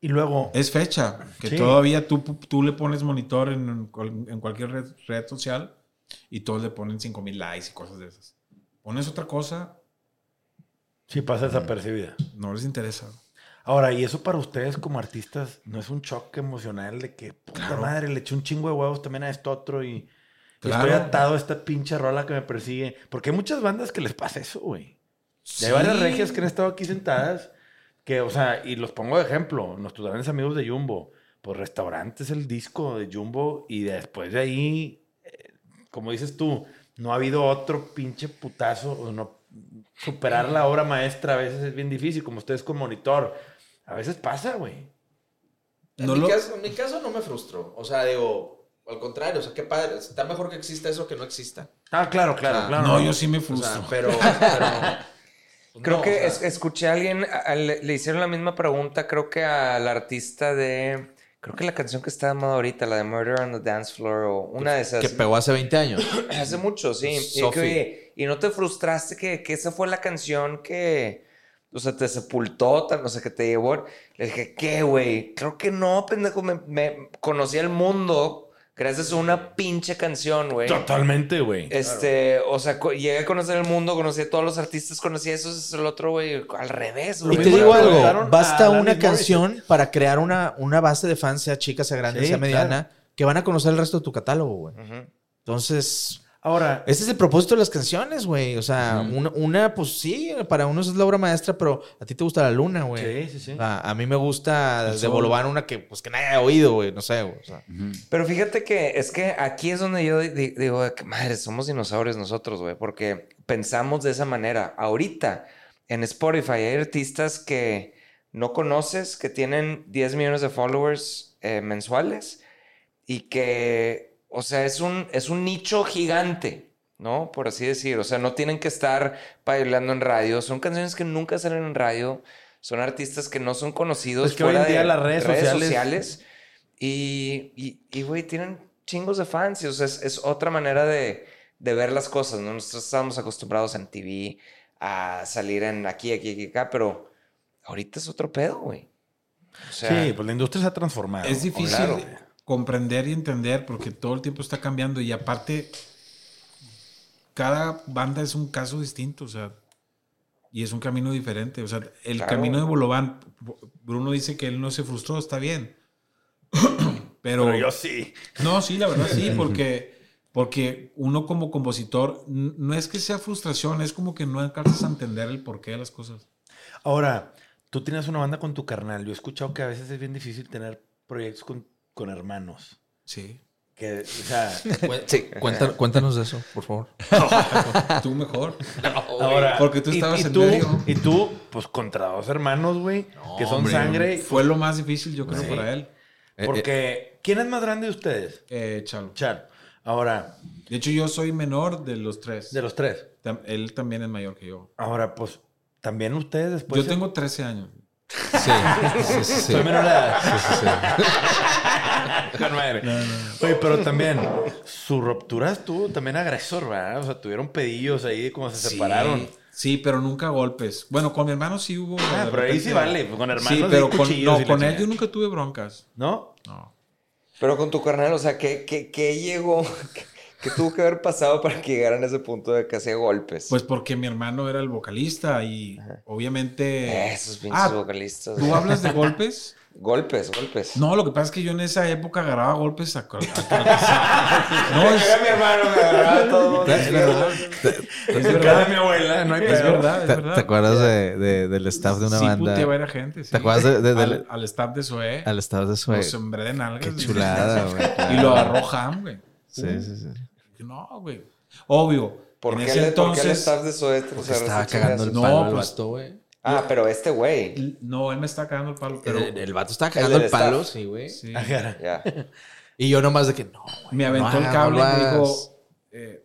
D: Y luego,
C: Es fecha, que
D: Sí.
C: todavía tú, tú le pones monitor en, cual- en cualquier red, red social y todos le ponen 5000 likes y cosas de esas. Pones otra cosa,
D: sí pasa desapercibida.
C: no les interesa.
D: Ahora, y eso para ustedes como artistas, ¿no es un choque emocional de que, puta
C: Claro.
D: madre, le eché un chingo de huevos también a esto otro y, y estoy
C: Claro.
D: atado a esta pinche rola que me persigue? Porque hay muchas bandas que les pasa eso, güey. Y Hay
C: Sí.
D: varias regias que han estado aquí sentadas que, o sea, y los pongo de ejemplo, nuestros grandes amigos de Jumbo, pues Restaurantes, el disco de Jumbo y después de ahí, eh, como dices tú, no ha habido otro pinche putazo, o no, superar la obra maestra a veces es bien difícil, como ustedes con monitor. A veces pasa, güey.
B: En,
C: No
B: mi
C: lo-
B: caso, en mi caso no me frustro. O sea, digo, al contrario, o sea, qué padre. Está mejor que exista eso que no exista.
D: Ah, claro, claro,
B: Ah,
D: claro.
C: no, yo sí me
B: O
C: frustro.
B: sea, pero. pero- pues
E: Creo
B: no,
E: que
B: o sea,
E: es- escuché a alguien, a- a- le, le hicieron la misma pregunta, creo que al artista de. Creo que la canción que está de moda ahorita, la de Murder on the Dance Floor o una de esas.
B: Que pegó hace 20 años.
E: Hace
B: Mm.
E: mucho, sí. Y,
B: Sophie.
E: que, oye, ¿y no te frustraste que, que esa fue la canción que, o sea, te sepultó, tan- o sea, que te llevó? Le dije, ¿qué, güey? Creo que no, pendejo, me, me conocí el mundo Gracias a una pinche canción, güey.
D: Totalmente, güey.
E: Este, o sea, co- llegué a conocer el mundo, conocí a todos los artistas, conocí a esos, es el otro, güey, al revés,
B: Y
E: güey.
B: te digo
E: Pero-
B: algo,
D: Contrataron a
B: basta una
D: Alanis
B: canción para crear una, una base de fans, sea chica, sea grande,
D: Sí,
B: sea mediana, que van a conocer el resto de tu catálogo, güey.
E: Ujú.
B: Entonces,
D: Ahora,
B: ese es el propósito de las canciones, güey. O sea, una, una, pues sí, para unos es la obra maestra, pero a ti te gusta la luna, güey.
D: sí, sí, sí.
C: Ah,
B: A, a mí me gusta
C: El
B: de
C: sol.
B: Bolobán una que, pues, que nadie ha oído, güey. No sé, güey. O sea,
E: Pero fíjate que es que aquí es donde yo di- di- digo, de que madre, somos dinosaurios nosotros, güey, porque pensamos de esa manera. Ahorita en Spotify hay artistas que no conoces, que tienen 10 millones de followers eh, mensuales y que, o sea, es un, es un nicho gigante, ¿no? Por así decir. O sea, no tienen que estar bailando en radio. Son canciones que nunca salen en radio. Son artistas que no son conocidos
D: Es que hoy en
E: fuera
D: día
E: de
D: las redes sociales-
E: sociales. Y, y, y, güey, tienen chingos de fans. y, o sea, es, es otra manera de, de ver las cosas, ¿no? Nosotros estábamos acostumbrados en TV a salir en aquí, aquí, aquí, acá, pero ahorita es otro pedo, güey. O sea,
D: sí, pues la industria se ha transformado.
C: Es difícil
E: claro.
C: comprender y entender porque todo el tiempo está cambiando y aparte cada banda es un caso distinto, o sea, y es un camino diferente, o sea, el
E: Claro.
C: camino de Bolobán, Bruno dice que él no se frustró, está bien. Pero,
D: Pero yo sí.
C: no, sí, la verdad sí, porque porque uno como compositor n- no es que sea frustración, es como que no alcanzas a entender el porqué de las cosas.
D: Ahora, tú tienes una banda con tu carnal. Yo he escuchado que a veces es bien difícil tener proyectos con, con hermanos.
C: Sí.
D: Que, o sea,
B: cuéntanos, de eso, por favor.
C: Tú mejor.
D: ahora.
C: Porque tú
D: y-
C: estabas
D: y,
C: en
D: tú,
C: medio.
D: Y tú, pues contra dos hermanos, güey, que son
B: hombre,
D: sangre.
C: Fue lo más difícil, yo creo,
D: Sí.
C: para él.
D: Porque, ¿quién es más grande de ustedes?
C: Eh, Chalo.
D: Char. Ahora,
C: De hecho, yo soy menor de los tres.
D: de los tres.
C: Tam- Él también es mayor que yo.
D: Ahora, pues, también ustedes después.
C: yo tengo 13 años.
B: Sí, sí, sí. sí.
D: Soy menor de edad. Con madre. Oye, pero también su ruptura estuvo también agresor, ¿verdad? O sea, tuvieron pedillos ahí como se separaron.
C: Sí, sí, pero nunca golpes. Bueno, con mi hermano sí hubo.
D: Ah,
C: de
D: pero ahí
C: repente-
D: sí vale, pues, con hermanos
C: Sí,
D: hay
C: pero con,
D: cuchillos y
C: no,
D: la
C: con él
D: chingada.
C: yo nunca tuve broncas.
D: ¿No?
C: No.
E: pero con tu carnal, o sea, ¿qué, qué, qué llegó? ¿Qué, qué tuvo que haber pasado para que llegaran a ese punto de casi a golpes?
C: Pues porque mi hermano era el vocalista y obviamente.
E: Esos pinches
C: Ah,
E: vocalistas.
C: ¿Tú
E: güey.
C: hablas de golpes?
E: Golpes, golpes.
C: No, lo que pasa es que yo en esa época agarraba golpes a. cual- a cual- no, es,
E: mi hermano, me agarraba todo.
C: es verdad. Es
D: Cada
C: verdad.
D: mi abuela, no hay
C: Es
D: pedo.
C: verdad, es
F: ¿Te,
C: verdad.
F: te acuerdas de, de- del staff de una
C: sí,
F: banda?
C: puteaba a la gente. sí.
F: acuerdas de- de-
C: al,
F: del-
C: al staff de Zoé?
F: Al staff de su
C: Lo sembré de nalgas.
F: Qué
C: güey.
F: chulada, güey.
C: Y lo
F: claro.
C: agarró Ham, güey.
F: Sí, sí, sí.
C: Dije, No, güey. Obvio.
E: ¿Por
C: en
E: qué,
C: ese
E: le, ¿Por qué
C: entonces.
E: le estás de su este?
F: Estaba cagando el
C: No,
F: palo al
C: pues,
F: vato, güey.
E: Ah, pero este güey.
C: No, él me está cagando el palo, pero.
E: Eh,
B: el, el vato estaba
E: El
B: cagando el,
E: del
B: palo,
E: staff.
B: sí, güey.
C: sí.
D: Ajá.
E: Ya.
B: Y yo nomás de que no, güey.
C: Me aventó
B: no
C: el
B: hagas, no
C: cable y me
B: hagas.
C: dijo. eh,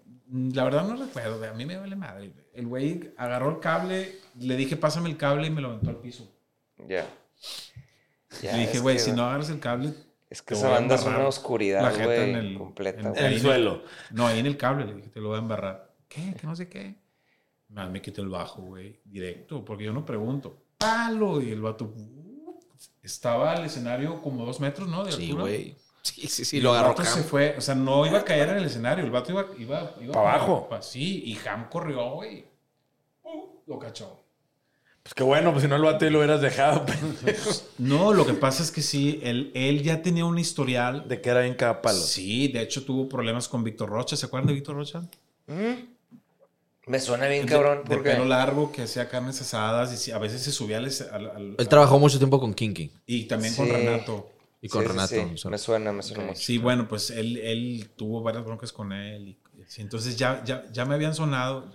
C: la verdad no recuerdo, güey, a mí me vale madre. güey. El güey agarró el cable, le dije, pásame el cable y me lo aventó al piso.
E: Ya. Ya,
C: le dije,
E: es
C: güey,
E: que-
C: si no agarras el cable.
E: Es
C: te
E: que esa
C: voy a
E: banda es una
C: embarrar la
E: oscuridad,
C: jeta en
E: güey,
C: el-
E: completa,
C: en-
E: güey.
D: En el suelo.
C: No, ahí en el cable, le dije, te lo voy a embarrar. ¿Qué? Que no sé qué. Más me quitó el bajo, güey, directo, porque yo no pregunto. Palo, y el vato. uh, Estaba al escenario como dos metros, ¿no? De
B: Sí,
C: altura.
B: güey. Sí, sí, sí,
C: Y
B: lo
C: el
B: agarró
C: vato se
B: Cam.
C: fue, o sea, no iba a caer en el escenario, el vato iba, iba, iba
D: Pa' abajo.
C: pa- sí, y Ham corrió, güey. Uh, lo cachó.
D: Pues qué bueno, pues si no el vato ahí lo hubieras dejado. pendejo.
C: No, lo que pasa es que sí, él, él ya tenía un historial.
D: De que era bien cada palo.
C: Sí, de hecho tuvo problemas con Víctor Rocha, ¿se acuerdan de Víctor Rocha?
E: Mm. Me suena bien,
C: De-
E: cabrón,
C: de,
E: porque...
C: pelo largo que hacía carnes asadas y sí, a veces se subía al, es- al- al-
B: Él trabajó mucho tiempo con Kinky
C: y también con
E: Sí.
C: Renato.
B: y con
E: Sí, sí,
B: Renato.
E: sí.
B: o sea.
E: Me suena, me suena mucho.
C: Sí, bueno, pues él, él tuvo varias broncas con él. y- y sí, entonces ya, ya, ya me habían sonado,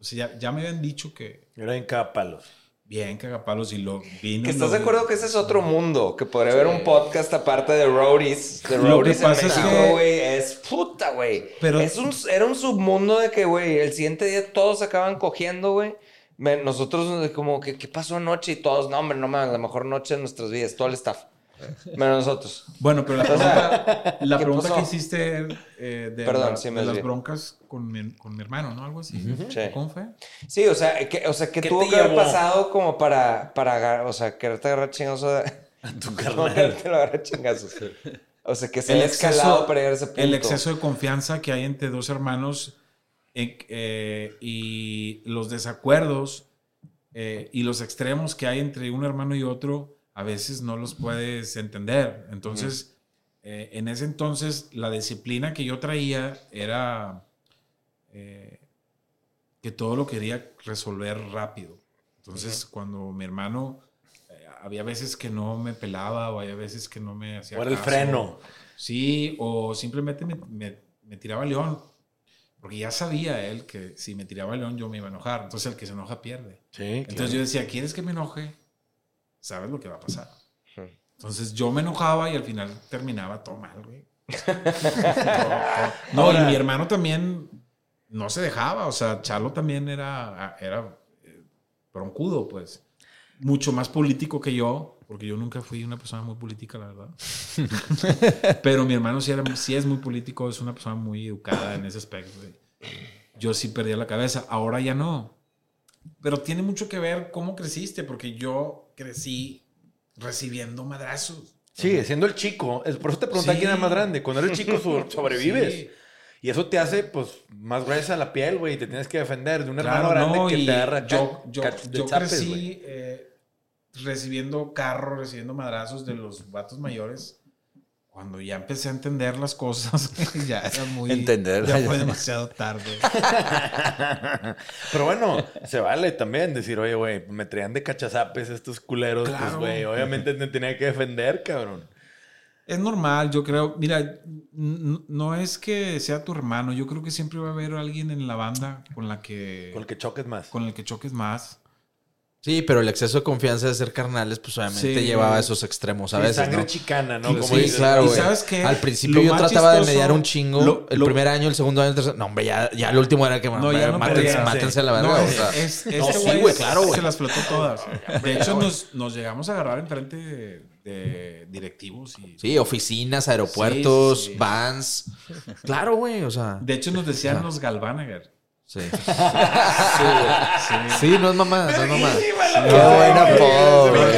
C: o sea, ya, ya me habían dicho que
D: Era bien cada palo.
C: bien cagapalos y lo vino.
E: Que
C: y
E: ¿Estás
C: lo-
E: de acuerdo que ese es otro mundo? Que podría haber un podcast aparte de Roadies. De
C: Lo que
E: Roadies en
C: pasa es
E: México,
C: que-
E: güey. Es puta, güey.
C: Pero-
E: Es un, era un submundo de que, güey, el siguiente día todos acaban cogiendo, güey. Me- Nosotros, como, que ¿qué pasó anoche? Y todos, no, hombre, no mames, la mejor noche de nuestras vidas, todo el staff. Menos nosotros.
C: Bueno, pero la pregunta, la
E: ¿qué
C: pregunta
E: pasó?
C: que hiciste eh, de,
E: Perdón,
C: la-
E: sí me
C: de las
E: desvié.
C: broncas con mi, con mi hermano, ¿no? Algo así.
E: Sí.
C: ¿Cómo fue?
E: Sí, o sea, que, o sea, que
D: ¿Qué
E: tuvo
D: te
E: que haber
D: llevó?
E: pasado como para, para agar- o sea, quererte agarrar chingazos. A
D: Tu
E: no,
D: carnal.
E: quererte lo agarrar chingazos. O sea, que se
C: El
E: ha
C: exceso-
E: escalado para llegar a ese punto.
C: El exceso de confianza que hay entre dos hermanos en- eh, y los desacuerdos eh, y los extremos que hay entre un hermano y otro, a veces no los puedes entender. Entonces, eh, en ese entonces, la disciplina que yo traía era eh, que todo lo quería resolver rápido. Entonces, cuando mi hermano... eh, Había veces que no me pelaba o había veces que no me hacía
D: Por el
C: caso.
D: freno.
C: Sí, o simplemente me, me- me tiraba león. Porque ya sabía él que si me tiraba león yo me iba a enojar. Entonces el que se enoja pierde.
D: Sí,
C: Entonces yo decía, ¿quieres que me enoje? Sabes lo que va a pasar.
E: Ujú.
C: Entonces yo me enojaba y al final terminaba todo mal, güey. no, y mi hermano también no se dejaba. O sea, Charlo también era, era eh, broncudo, pues. Mucho más político que yo, porque yo nunca fui una persona muy política, la verdad. Pero mi hermano sí, era, sí es muy político, es una persona muy educada en ese aspecto. güey. Yo sí perdía la cabeza, ahora ya no. Pero tiene mucho que ver cómo creciste, porque yo crecí recibiendo madrazos.
D: Sí, siendo el chico. Es- Por eso te preguntaba
C: Sí.
D: quién era más grande. Cuando eres chico so- sobrevives.
C: Sí.
D: Y eso te hace, pues, más gruesa la piel, güey. y Te tienes que defender de un hermano
C: Claro,
D: grande
C: no,
D: que
C: y
D: te agarra.
C: Yo,
D: ca-
C: yo,
D: ca- de
C: yo
D: chapes, güey.
C: crecí eh, recibiendo carro, recibiendo madrazos de los vatos mayores. Cuando ya empecé a entender las cosas, ya era muy...
F: Entender.
C: Ya fue demasiado tarde.
D: Pero bueno, se vale también decir, oye, güey, me traían de cachazapes estos culeros. Pues,
C: Claro.
D: güey, obviamente te tenía que defender, cabrón.
C: Es normal, yo creo. Mira, n- n- no es que sea tu hermano. Yo creo que siempre va a haber alguien en la banda con la que...
D: Con el que choques más.
C: Con el que choques más.
B: Sí, pero el exceso de confianza de ser carnales, pues obviamente
C: Sí.
B: llevaba a esos extremos a
D: Sí,
B: veces.
D: sangre
B: ¿no?
D: chicana, ¿no?
B: Sí,
D: Como
B: sí,
D: dices,
B: claro,
C: ¿Y
B: güey.
C: sabes qué?
B: Al principio
C: Lo
B: yo
C: más
B: trataba de
C: chistoso-
B: mediar un chingo.
C: lo-
B: el
C: lo-
B: primer año, el segundo año, el tercer. No, hombre, ya, ya el último era que
C: No,
B: no,
C: ya no
B: mátense,
C: peleas, eh.
B: mátense
D: sí.
B: a la verga.
C: No,
B: o
C: es-
B: sea.
C: es- este
B: no, sí,
C: güey
B: güey, claro, güey.
C: Se las flotó todas. De hecho, nos, nos llegamos a agarrar enfrente de, de directivos y...
B: Sí, oficinas, aeropuertos,
C: Sí, sí.
B: vans. Claro, güey, o sea.
C: De hecho, nos
B: Ah.
C: decían los Galvanager.
B: Sí.
C: Sí.
B: Sí, no es mamá, no es mamá.
D: ¡Verguísima la
B: Qué
D: madre,
B: buena
D: güey!
B: po, güey.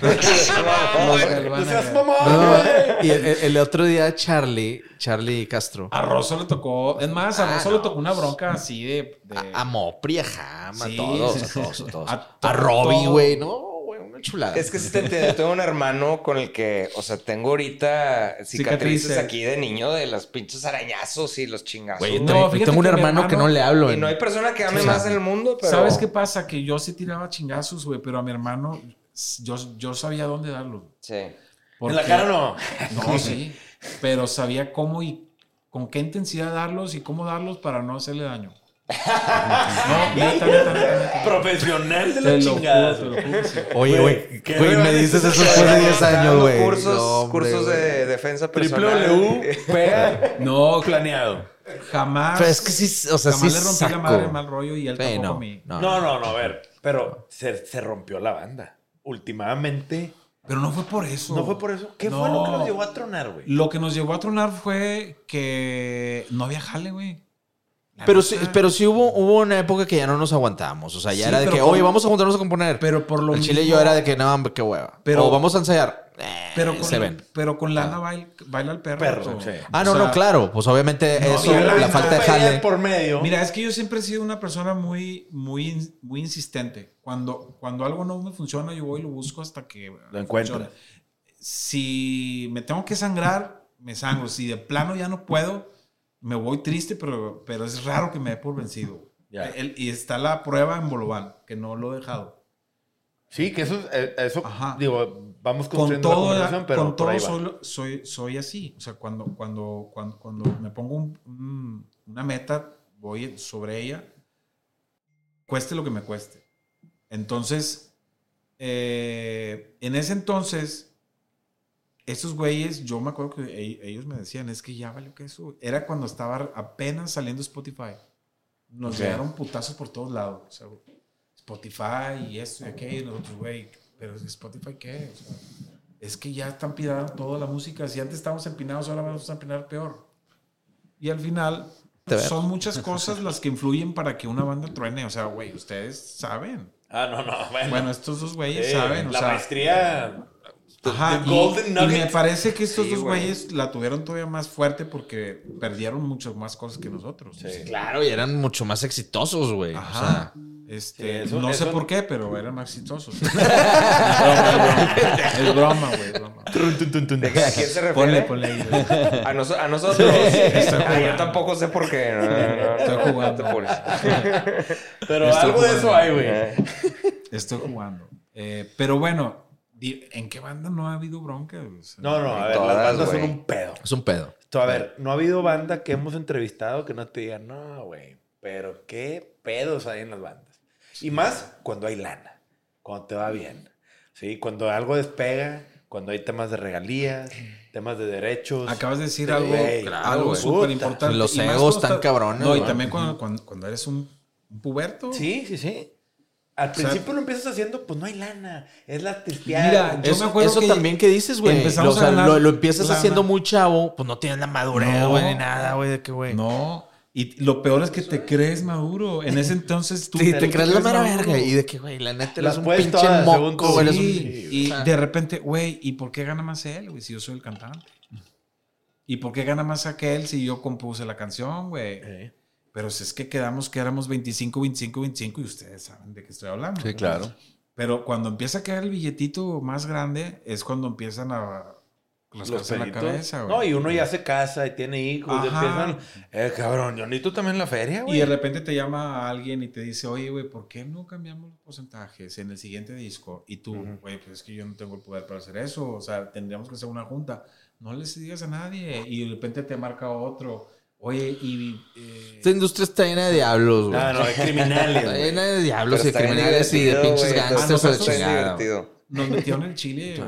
C: Los
D: No seas
C: Galvanager.
D: mamón,
B: No,
D: güey.
B: y el, el otro día Charlie, Charlie Castro.
C: A Rosso le tocó... Es más, a
B: Ah,
C: Rosso
B: no.
C: le tocó una bronca así de... de-
B: A, a Mopri, a Jam, a
C: Eh, Sí,
B: todos,
C: sí,
B: a
C: sí.
B: todos, a todos.
C: A
B: A,
C: todo.
B: Robbie, güey, no, güey, una chulada.
E: Es que sí te entiendo. Tengo un hermano con el que, o sea, tengo ahorita cicatrices,
C: Cicatrices.
E: aquí de niño de los pinches arañazos y los chingazos.
B: Güey, yo
C: No,
E: Y
B: también- yo
C: fíjate
B: tengo un
C: que mi
B: hermano, que no
C: hermano-
B: le hablo. en-
E: no hay persona que ame
B: Sí.
E: más en el mundo, pero.
C: ¿Sabes qué pasa? Que yo sí tiraba chingazos, güey, pero a mi hermano yo, yo sabía dónde darlo.
E: Sí.
D: En la cara no.
C: No, sí. Pero sabía cómo y con qué intensidad darlos y cómo darlos para no hacerle daño. No, neta, neta, neta, neta.
D: Profesional
C: Te
D: de las
C: lo juro,
D: chingadas.
C: te lo
D: güey.
C: juro, sí.
B: Oye, güey,
D: Güey, qué
F: güey, me
D: relevante
F: dices
D: es
F: eso
D: esa
F: después de
E: Estaba
F: 10 años,
E: dando
F: güey.
E: Cursos,
F: No, hombre,
E: cursos
F: güey.
E: de defensa personal.
D: WP
C: No,
D: planeado.
C: jamás.
F: Pero es que sí, o sea,
C: jamás
F: sí
C: le rompí
F: saco.
C: la madre mal rollo y él
B: Sí,
C: tampoco
B: no,
C: a mí.
B: no.
D: No, no, no, a ver. Pero se, se rompió la banda. Últimamente.
C: Pero no fue por eso.
D: ¿No fue por eso? ¿Qué fue lo que
C: No.
D: nos llevó a tronar, güey?
C: Lo que nos llevó a tronar fue que no había jale, güey. La
B: Pero
C: neta.
B: sí, pero sí hubo, hubo una época que ya no nos aguantábamos. O sea, ya
C: Ah. Sí,
B: era de
C: pero
B: que,
C: por-
B: oye, vamos a juntarnos a componer. Pero
C: Pero por lo
B: en Chile
C: mismo-
B: yo era de que, no, hombre, qué hueva.
C: Pero-
B: o vamos a ensayar. Eh,
C: Pero con,
B: se ven.
C: pero con Lana bail- baila, el perro.
D: Perro,
C: o-
D: sí.
B: Ah,
C: o
B: no,
C: sea,
B: no, claro. Pues obviamente eso,
D: Había
B: la falta de
D: pelea
B: jale.
D: por medio.
C: Mira, es que yo siempre he sido una persona muy, muy, in- muy insistente. Cuando, cuando algo no me funciona, yo voy y lo busco hasta que
D: Lo encuentro.
C: funcione. Si me tengo que sangrar, me sangro. Si de plano ya no puedo, me voy triste, pero, pero es raro que me dé por vencido.
D: Ya.
C: El- y está la prueba en Bolobán, que no lo he dejado.
D: Sí, que eso, eh, eso
C: Ajá.
D: digo, vamos
C: Con
D: construyendo la
C: todo,
D: conversación,
C: la-
D: pero
C: con
D: por
C: todo
D: ahí va.
C: soy, soy, soy así. O sea, cuando, cuando, cuando, cuando me pongo un- un- una meta, voy sobre ella, cueste lo que me cueste. Entonces, eh, en ese entonces, estos güeyes, yo me acuerdo que e- ellos me decían, es que ya valió que eso. Era cuando estaba apenas saliendo Spotify. Nos
D: Ok.
C: llegaron putazos por todos lados. o sea, Spotify y esto y aquello. Y nosotros, güey, pero Spotify qué? O sea, es que ya están pirando toda la música. Si antes estábamos empinados, ahora vamos a empinar peor. Y al final,
B: Te veo.
C: son muchas cosas las que influyen para que una banda truene. O sea, güey, ustedes saben.
D: Ah, no, no. Bueno,
C: Bueno, estos dos güeyes
D: Sí,
C: saben. O
D: la
C: sea,
D: maestría
C: Ajá,
E: the
C: y,
E: golden
C: y
E: nugget.
C: me parece que estos
E: Sí,
C: dos
E: güey.
C: güeyes la tuvieron todavía más fuerte porque perdieron muchas más cosas que nosotros.
B: Claro, y eran mucho más exitosos, güey. O sea,
C: Ajá. Este,
D: Sí, eso-
C: no sé
D: eso-
C: por qué, pero eran más exitosos. es broma, es broma, güey. es broma. ¿Eh?
E: ¿De qué- ¿A quién se refiere?
C: Ponle, ponle ahí, güey.
E: A, noso- a nosotros. Ah, yo
C: jugando.
E: tampoco sé por qué. No, no, no,
C: Estoy
E: no
C: jugando.
E: te apures.
D: Pero
C: Estoy
D: algo de
C: jugando.
D: eso hay, güey.
E: Eh,
C: Estoy jugando. Eh, pero bueno, di- ¿en qué banda no ha habido bronca? güey? O sea,
D: No, no, a ver,
E: Todas,
D: las bandas
E: güey.
D: son un pedo.
B: es un pedo.
D: Tú, a ver, no ha habido banda que hemos entrevistado que no te diga, no, güey, pero qué pedos hay en las bandas. Y más cuando hay lana, cuando te va bien, ¿sí? Cuando algo despega, cuando hay temas de regalías, temas de derechos.
C: Acabas de decir
D: pues, Sí,
C: algo,
D: claro,
C: algo
B: güey.
C: súper importante.
B: Los
C: Y más
B: egos
C: cuando
B: están
C: estás-
B: cabrones,
C: No, y
B: güey.
C: también cuando, cuando, cuando eres un, un puberto.
D: Sí, sí, sí. Al
C: sea-
D: principio lo empiezas haciendo, pues no hay lana, es la
C: Mira,
D: tristeada.
C: Yo
B: Eso,
C: me acuerdo
B: eso
C: que
B: también que dices, güey.
C: empezamos
B: O sea,
C: a ganar
B: lo, lo empiezas
C: lana.
B: haciendo muy chavo, pues no tienes la madurez,
C: No.
B: güey, ni nada, güey, de que, güey.
C: No. Y lo peor es que te crees maduro. En ese entonces tú
B: Sí, te
C: tú
B: crees la mera
C: maduro.
B: verga. Y de que, güey, la neta eres
D: Las
B: un
D: puedes
B: pinche
D: todas, según
B: moco,
D: tú.
B: güey. eres
C: Sí,
B: un-
C: y
B: o sea.
C: de repente, güey, ¿y por qué gana más él, güey? Si yo soy el cantante. ¿Y por qué gana más aquel si yo compuse la canción, güey?
D: Eh,
C: Pero si es que quedamos que éramos 25, 25, 25 y ustedes saben de qué estoy hablando.
F: Sí,
C: ¿no?
F: claro.
C: Pero cuando empieza a caer el billetito más grande es cuando empiezan a
D: Los
C: rascarse la
D: pelitos.
C: cabeza, güey.
D: no, y uno ya se casa y tiene hijos, y
C: Ajá.
D: empiezan, eh, cabrón, yo necesito también la feria,
C: Y
D: güey.
C: de repente te llama a alguien y te dice, oye, güey, ¿por qué no cambiamos los porcentajes en el siguiente disco? Y tú,
D: Ujú.
C: güey, pues es que yo no tengo el poder para hacer eso. O sea, tendríamos que hacer una junta. No les digas a nadie. Y de repente te marca otro. Oye, y... eh,
B: Esta industria está llena de diablos, güey.
D: No, no, es criminales,
B: Está
D: Ah, güey.
B: llena de
E: pero
B: diablos y de
E: está bien
B: criminales y de
E: divertido,
B: pinches
E: güey.
B: gangsters
C: Ah,
B: o
C: no,
B: de
C: eso
E: Está bien
B: chingada. güey.
E: divertido.
C: Nos metieron el chile.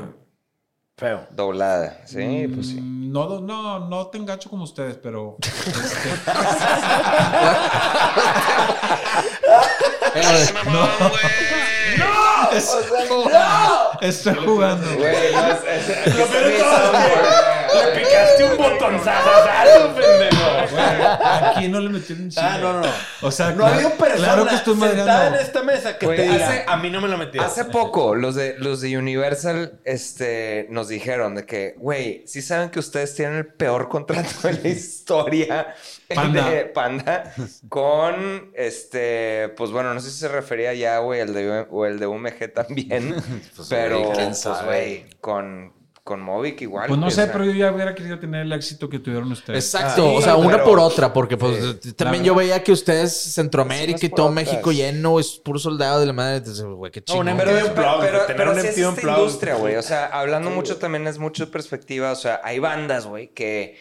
D: Feo.
E: Doblada. Sí, pues sí.
C: Mm, No, no, no te engacho como ustedes, pero... este, Mm. Estoy jugando. güey.
E: Güey, no, es- es- es-
D: Lo peor de
E: es-
D: todo es
E: güey.
D: Le picaste un botonzazo, pendejo.
C: Güey, Aquí no le metieron el chile.
D: Ah, no, no, no.
C: O sea,
D: No
C: cla-
D: había un persona
C: claro que estoy
D: sentada en
C: madreando.
D: esta mesa que
E: Güey,
D: te diga,
E: hace-
D: a mí no me la metieron.
E: Hace poco los de, los de Universal este, nos dijeron de que, güey, sí saben que ustedes tienen el peor contrato de la historia el
C: Panda.
E: de Panda con, este, pues bueno, no sé si se refería ya, güey, el de, o el de UMG también, pero,
B: güey, quién
E: pues,
B: sabe.
E: güey, con, con Movic igual.
C: Pues no
E: güey, o
C: sé,
E: sea,
C: pero yo ya hubiera querido tener el éxito que tuvieron ustedes.
B: Exacto,
E: Ah, sí,
B: o sea, una
E: pero-
B: por otra, porque pues también
C: la
B: yo veía que ustedes, Centroamérica
E: Sí,
B: y
E: unas
B: todo
E: por otras.
B: México lleno, es puro soldado de la madre, entonces, güey, qué chingón.
D: un
E: Pero,
D: MTV
E: pero,
D: Unplugged,
E: pero,
D: tener
E: pero
D: un
E: sí es
D: MTV
E: esta
D: Unplugged.
E: industria, güey. O sea, hablando mucho también es mucho perspectiva. O sea, hay bandas, güey, que,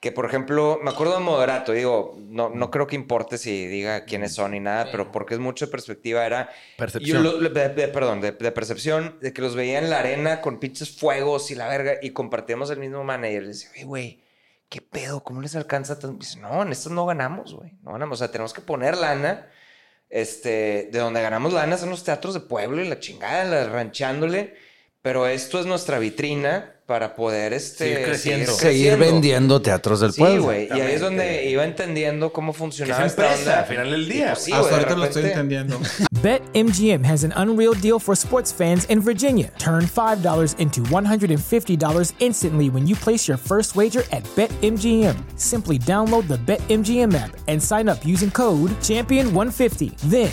E: que, por ejemplo, me acuerdo de Moderato. Digo, no, no creo que importe si diga quiénes son ni nada, pero porque es mucho de perspectiva. Era...
D: Percepción.
E: yo lo- de- de- perdón, de, de percepción, de que los veía en la arena con pinches fuegos y la verga. Y compartíamos el mismo manager. Le decía, "Oye, güey, ¿qué pedo? ¿Cómo les alcanza? tan-?" Dice, no, en estos no ganamos, güey. No ganamos. O sea, tenemos que poner lana este, de donde ganamos lana son los teatros de pueblo y la chingada, la ranchándole. Pero esto es nuestra vitrina para poder este,
D: Seguir creciendo.
F: Seguir
E: creciendo.
F: vendiendo teatros del
E: Sí,
F: pueblo.
E: güey. Y ahí es donde
D: Exactamente.
E: iba entendiendo cómo
D: Que es
E: funcionaba esta
D: empresa,
E: onda.
D: al final del
E: Y
D: día.
E: pues sí,
C: Hasta
E: güey, de
C: ahorita lo estoy
E: repente-
C: entendiendo.
A: BetMGM has an unreal deal for sports fans in Virginia. Turn $5 into $150 instantly when you place your first wager at BetMGM. Simply download the BetMGM app and sign up using code Champion150. Then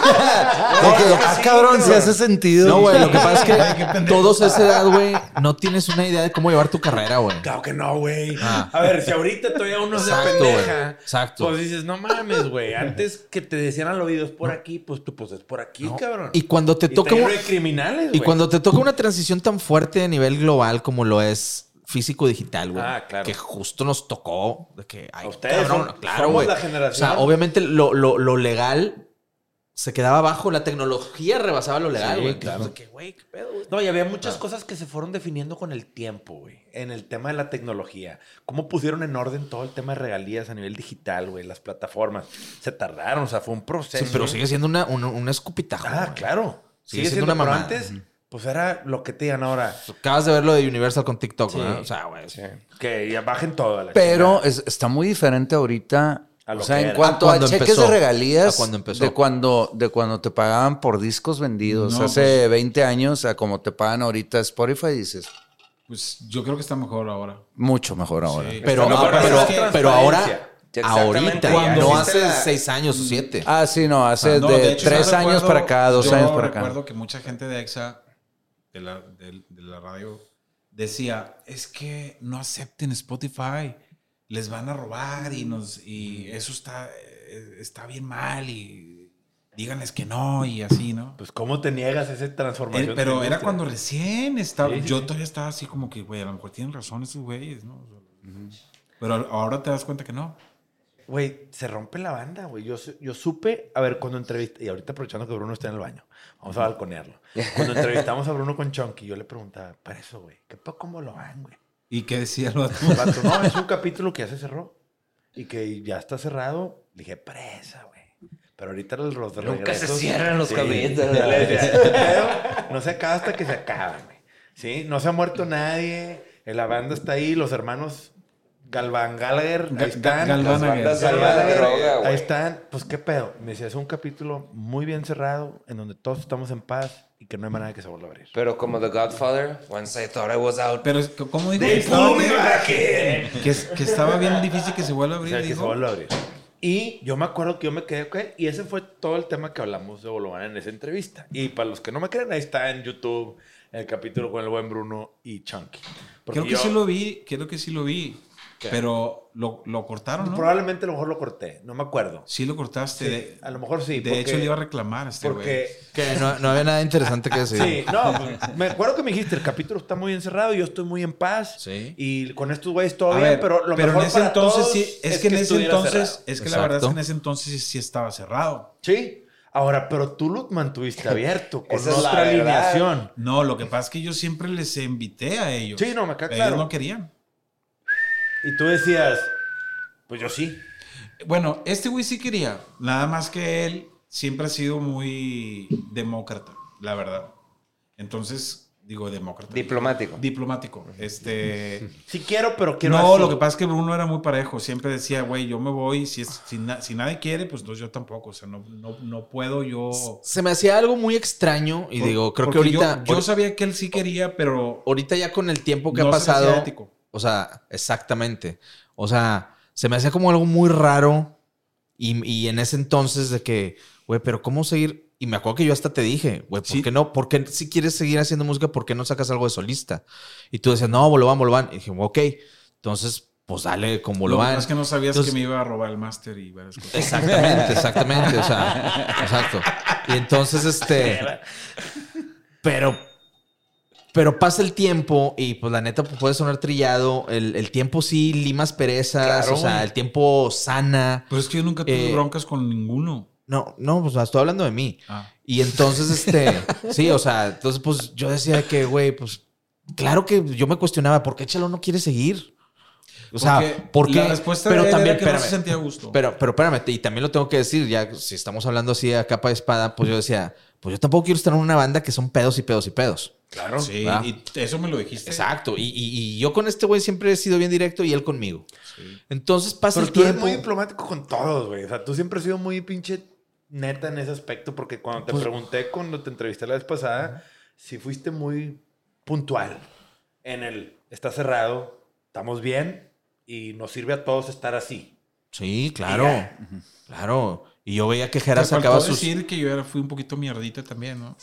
F: De que, ah,
E: sí,
F: cabrón, si
E: cabrón.
F: hace sentido.
B: No, güey, lo que
F: Sí.
B: pasa es que todos a esa edad, güey, no tienes una idea de cómo llevar tu carrera, güey.
D: Claro que no, güey.
B: Ah.
D: A ver, si ahorita todavía uno se
B: Exacto,
D: pendeja.
B: güey. Exacto.
D: Pues dices, no mames, güey. Antes que te decían al oído es por aquí, pues tú pues es por aquí, cabrón.
B: Y cuando te
D: Y
B: toca
D: está
B: un-
D: lleno de criminales,
B: y
D: güey.
B: cuando te toca una transición tan fuerte a nivel global como lo es físico digital, güey,
D: Ah, claro.
B: que justo nos tocó de que ay,
D: A ustedes
B: cabrón,
D: son-
B: claro,
D: somos
B: güey.
D: la
B: O sea,
D: generación.
B: obviamente lo, lo, lo legal se quedaba abajo, la tecnología rebasaba lo legal, güey.
D: claro.
B: Entonces, que, güey, qué pedo, güey.
D: No, y había muchas cosas que se fueron definiendo con el tiempo, güey. En el tema de la tecnología. Cómo pusieron en orden todo el tema de regalías a nivel digital, güey. Las plataformas. Se tardaron, o sea, fue un proceso.
B: Sí, pero sigue siendo una, un, un escupitajo.
D: Ah,
B: güey.
D: claro.
B: Sigue
D: Sigue,
B: siendo
D: siendo,
B: una
D: pero
B: mamada.
D: antes,
B: Ujú.
D: pues era lo que te digan ahora.
B: Acabas de ver lo de Universal con TikTok,
D: Sí.
B: ¿no? O sea, güey.
E: Sí.
D: Que ya bajen todo. a la
F: Pero es- está muy diferente ahorita.
D: A lo
F: o sea,
D: que
F: en
D: era.
F: cuanto
B: A
F: a,
B: cuando
F: cheques
B: empezó.
F: de regalías,
B: A cuando empezó.
F: De, cuando, de cuando te pagaban por discos vendidos
C: No,
F: hace 20 años a como te pagan ahorita Spotify, dices,
C: Pues yo creo que está mejor ahora.
F: mucho mejor ahora.
C: Sí.
B: Pero,
D: Lo que
B: ah,
D: pasa
B: pero,
D: es que-
B: pero ahora,
E: Exactamente,
B: ahorita,
E: ya
B: no
E: existe
B: hace
E: la-
B: seis años o siete.
D: Mm.
F: Ah, sí, no, hace
C: No,
F: de,
C: hecho, yo
F: tres años
C: recuerdo-
F: para acá, dos
C: yo
F: años para acá.
C: recuerdo que mucha gente de EXA, de la, de- de la radio, decía, es que no acepten Spotify, les van a robar y, nos, y eso está, eh, está bien mal y díganles que no y así, ¿no?
D: Pues, ¿cómo te niegas esa
C: Eh,
D: transformación? de
C: pero
D: la
C: era
D: industria?
C: cuando recién estaba.
D: Sí, sí,
C: Yo
D: sí.
C: todavía estaba así como que, güey, a lo mejor tienen razón esos güeyes, ¿no? O sea, Pero al- ahora te das cuenta que no.
D: Güey, se rompe la banda, güey. Yo, su- yo supe, a ver, cuando entrevisté, y ahorita aprovechando que Bruno está en el baño, vamos a balconearlo. Cuando entrevistamos a Bruno con Chonky, yo le preguntaba, para eso, güey, ¿qué pa- cómo lo van, güey?
C: ¿Y qué decía lo
D: El vato, no, es un capítulo que ya se cerró y que ya está cerrado. Le dije, presa, güey. Pero ahorita los los
E: Nunca
D: regresos-
E: se cierran los capítulos.
D: Le decía, "Este pedo no se acaba hasta que se acaba, güey. Sí, no se ha muerto nadie. eh, La banda está ahí, los hermanos Galván Gallagher,
C: Ga-
D: ahí
C: Ga-
D: están.
C: Galván
D: Los
C: Gallagher.
D: bandas
E: Galván
D: Gallagher,
E: Droga, güey.
D: Ahí están. Pues qué pedo. Me decía, es un capítulo muy bien cerrado en donde todos estamos en paz y que no hay manera que se vuelva a abrir.
E: Pero como The Godfather, once I thought I was out.
C: Pero, es que, ¿cómo dijo? Que estaba, bien- que es- que estaba bien difícil que se vuelva a
D: O
C: abrir,
D: sea, que se
C: dijo.
D: vuelva a abrir. Y yo me acuerdo que yo me quedé, ok, y ese fue todo el tema que hablamos de Bolovan en esa entrevista. Y para los que no me creen, ahí está en YouTube el capítulo con el buen Bruno y Chunky. Porque
C: Creo que
D: yo-
C: sí lo vi, creo que sí lo vi.
D: ¿Qué?
C: Pero lo, lo cortaron, ¿no?
D: Probablemente a lo mejor lo corté, no me acuerdo.
C: Sí lo cortaste.
D: Sí,
C: de-
D: a lo mejor sí.
C: de
D: porque-
C: hecho, le iba a reclamar a este güey.
D: Porque
H: Eh,
B: Que no, no había nada interesante que decir.
D: Sí, no, pues, me acuerdo que me dijiste, el capítulo está muy encerrado, yo estoy muy en paz.
B: Sí.
D: Y con estos güeyes todo
C: A
D: bien,
C: ver,
D: pero lo mejor
C: en ese
D: para
C: entonces
D: todos
C: sí, es, que, en ese
D: estuviera
C: entonces,
D: cerrado.
C: es que la verdad es que
B: Exacto.
C: en ese entonces sí estaba cerrado.
D: Sí. Ahora, pero tú lo mantuviste abierto con
E: Esa es la
D: otra
E: verdad.
D: alineación.
C: No, lo que pasa es que yo siempre les invité a ellos.
D: Sí, no, me queda
C: Ellos
D: claro.
C: no querían.
D: Y tú decías, pues yo sí.
C: Bueno, este güey sí quería. Nada más que él siempre ha sido muy demócrata, la verdad. Entonces, digo demócrata.
E: Diplomático.
C: Diplomático. Este.
D: Sí quiero, pero quiero
C: No,
D: así.
C: lo que pasa es que Bruno era muy parejo. Siempre decía, güey, yo me voy. Si, es- si, na- si nadie quiere, pues entonces yo tampoco. O sea, no, no, no puedo yo.
B: Se me hacía algo muy extraño y
C: Por-
B: digo, creo que
C: porque yo-
B: ahorita,
C: Yo, sabía que él sí quería, pero.
B: ahorita ya con el tiempo que
C: no
B: ha
C: se me hacía
B: pasado,
C: ético.
B: o sea, exactamente. O sea, se me hacía como algo muy raro y, y en ese entonces de que, güey, pero ¿cómo seguir? Y me acuerdo que yo hasta te dije, güey, ¿por
C: Sí.
B: qué no? ¿Por qué si quieres seguir haciendo música, por qué no sacas algo de solista? Y tú decías, no, Bolobán, Bolobán. Y dije, ok, entonces, pues dale con
C: Lo que
B: Bolobán.
C: pasa es que no sabías
B: Entonces- Eh,
C: que me iba a robar el máster y varias cosas.
B: Exactamente, exactamente. O sea, exacto. Y entonces, este. Pero. Pero pasa el tiempo y, pues, la neta pues, puede sonar trillado. El, el tiempo sí limas perezas.
D: Claro,
B: o sea,
D: güey.
B: el tiempo sana.
C: Pero es que yo nunca tuve
B: Eh,
C: broncas con ninguno.
B: No, no, pues, estoy hablando de mí.
C: Ah.
B: Y entonces, este, sí, o sea, entonces, pues, yo decía que, güey, pues, claro que yo me cuestionaba, ¿por qué Chalo no quiere seguir? O sea, ¿por qué?
C: La respuesta de él era que no se
B: espérame.
C: sentía a gusto.
B: Pero, pero espérame, y también lo tengo que decir, ya si estamos hablando así a capa de espada, pues yo decía, pues yo tampoco quiero estar en una banda que son pedos y pedos y pedos.
C: claro. Sí,
B: ¿verdad?
C: y eso me lo dijiste.
B: Exacto. Y, y- y yo con este güey siempre he sido bien directo y él conmigo.
C: Sí.
B: Entonces pasa
D: Pero
B: el
D: tú eres
B: tiempo.
D: muy diplomático con todos, güey. O sea, tú siempre has sido muy pinche neta en ese aspecto, porque cuando te pregunté, cuando te entrevisté la vez pasada, si fuiste muy puntual en el está cerrado, estamos bien y nos sirve a todos estar así.
B: Sí, claro. Claro. Y yo veía que Jera
C: Te faltó
B: sacaba sus.
C: decir que yo era, fui un poquito mierdita también, ¿no?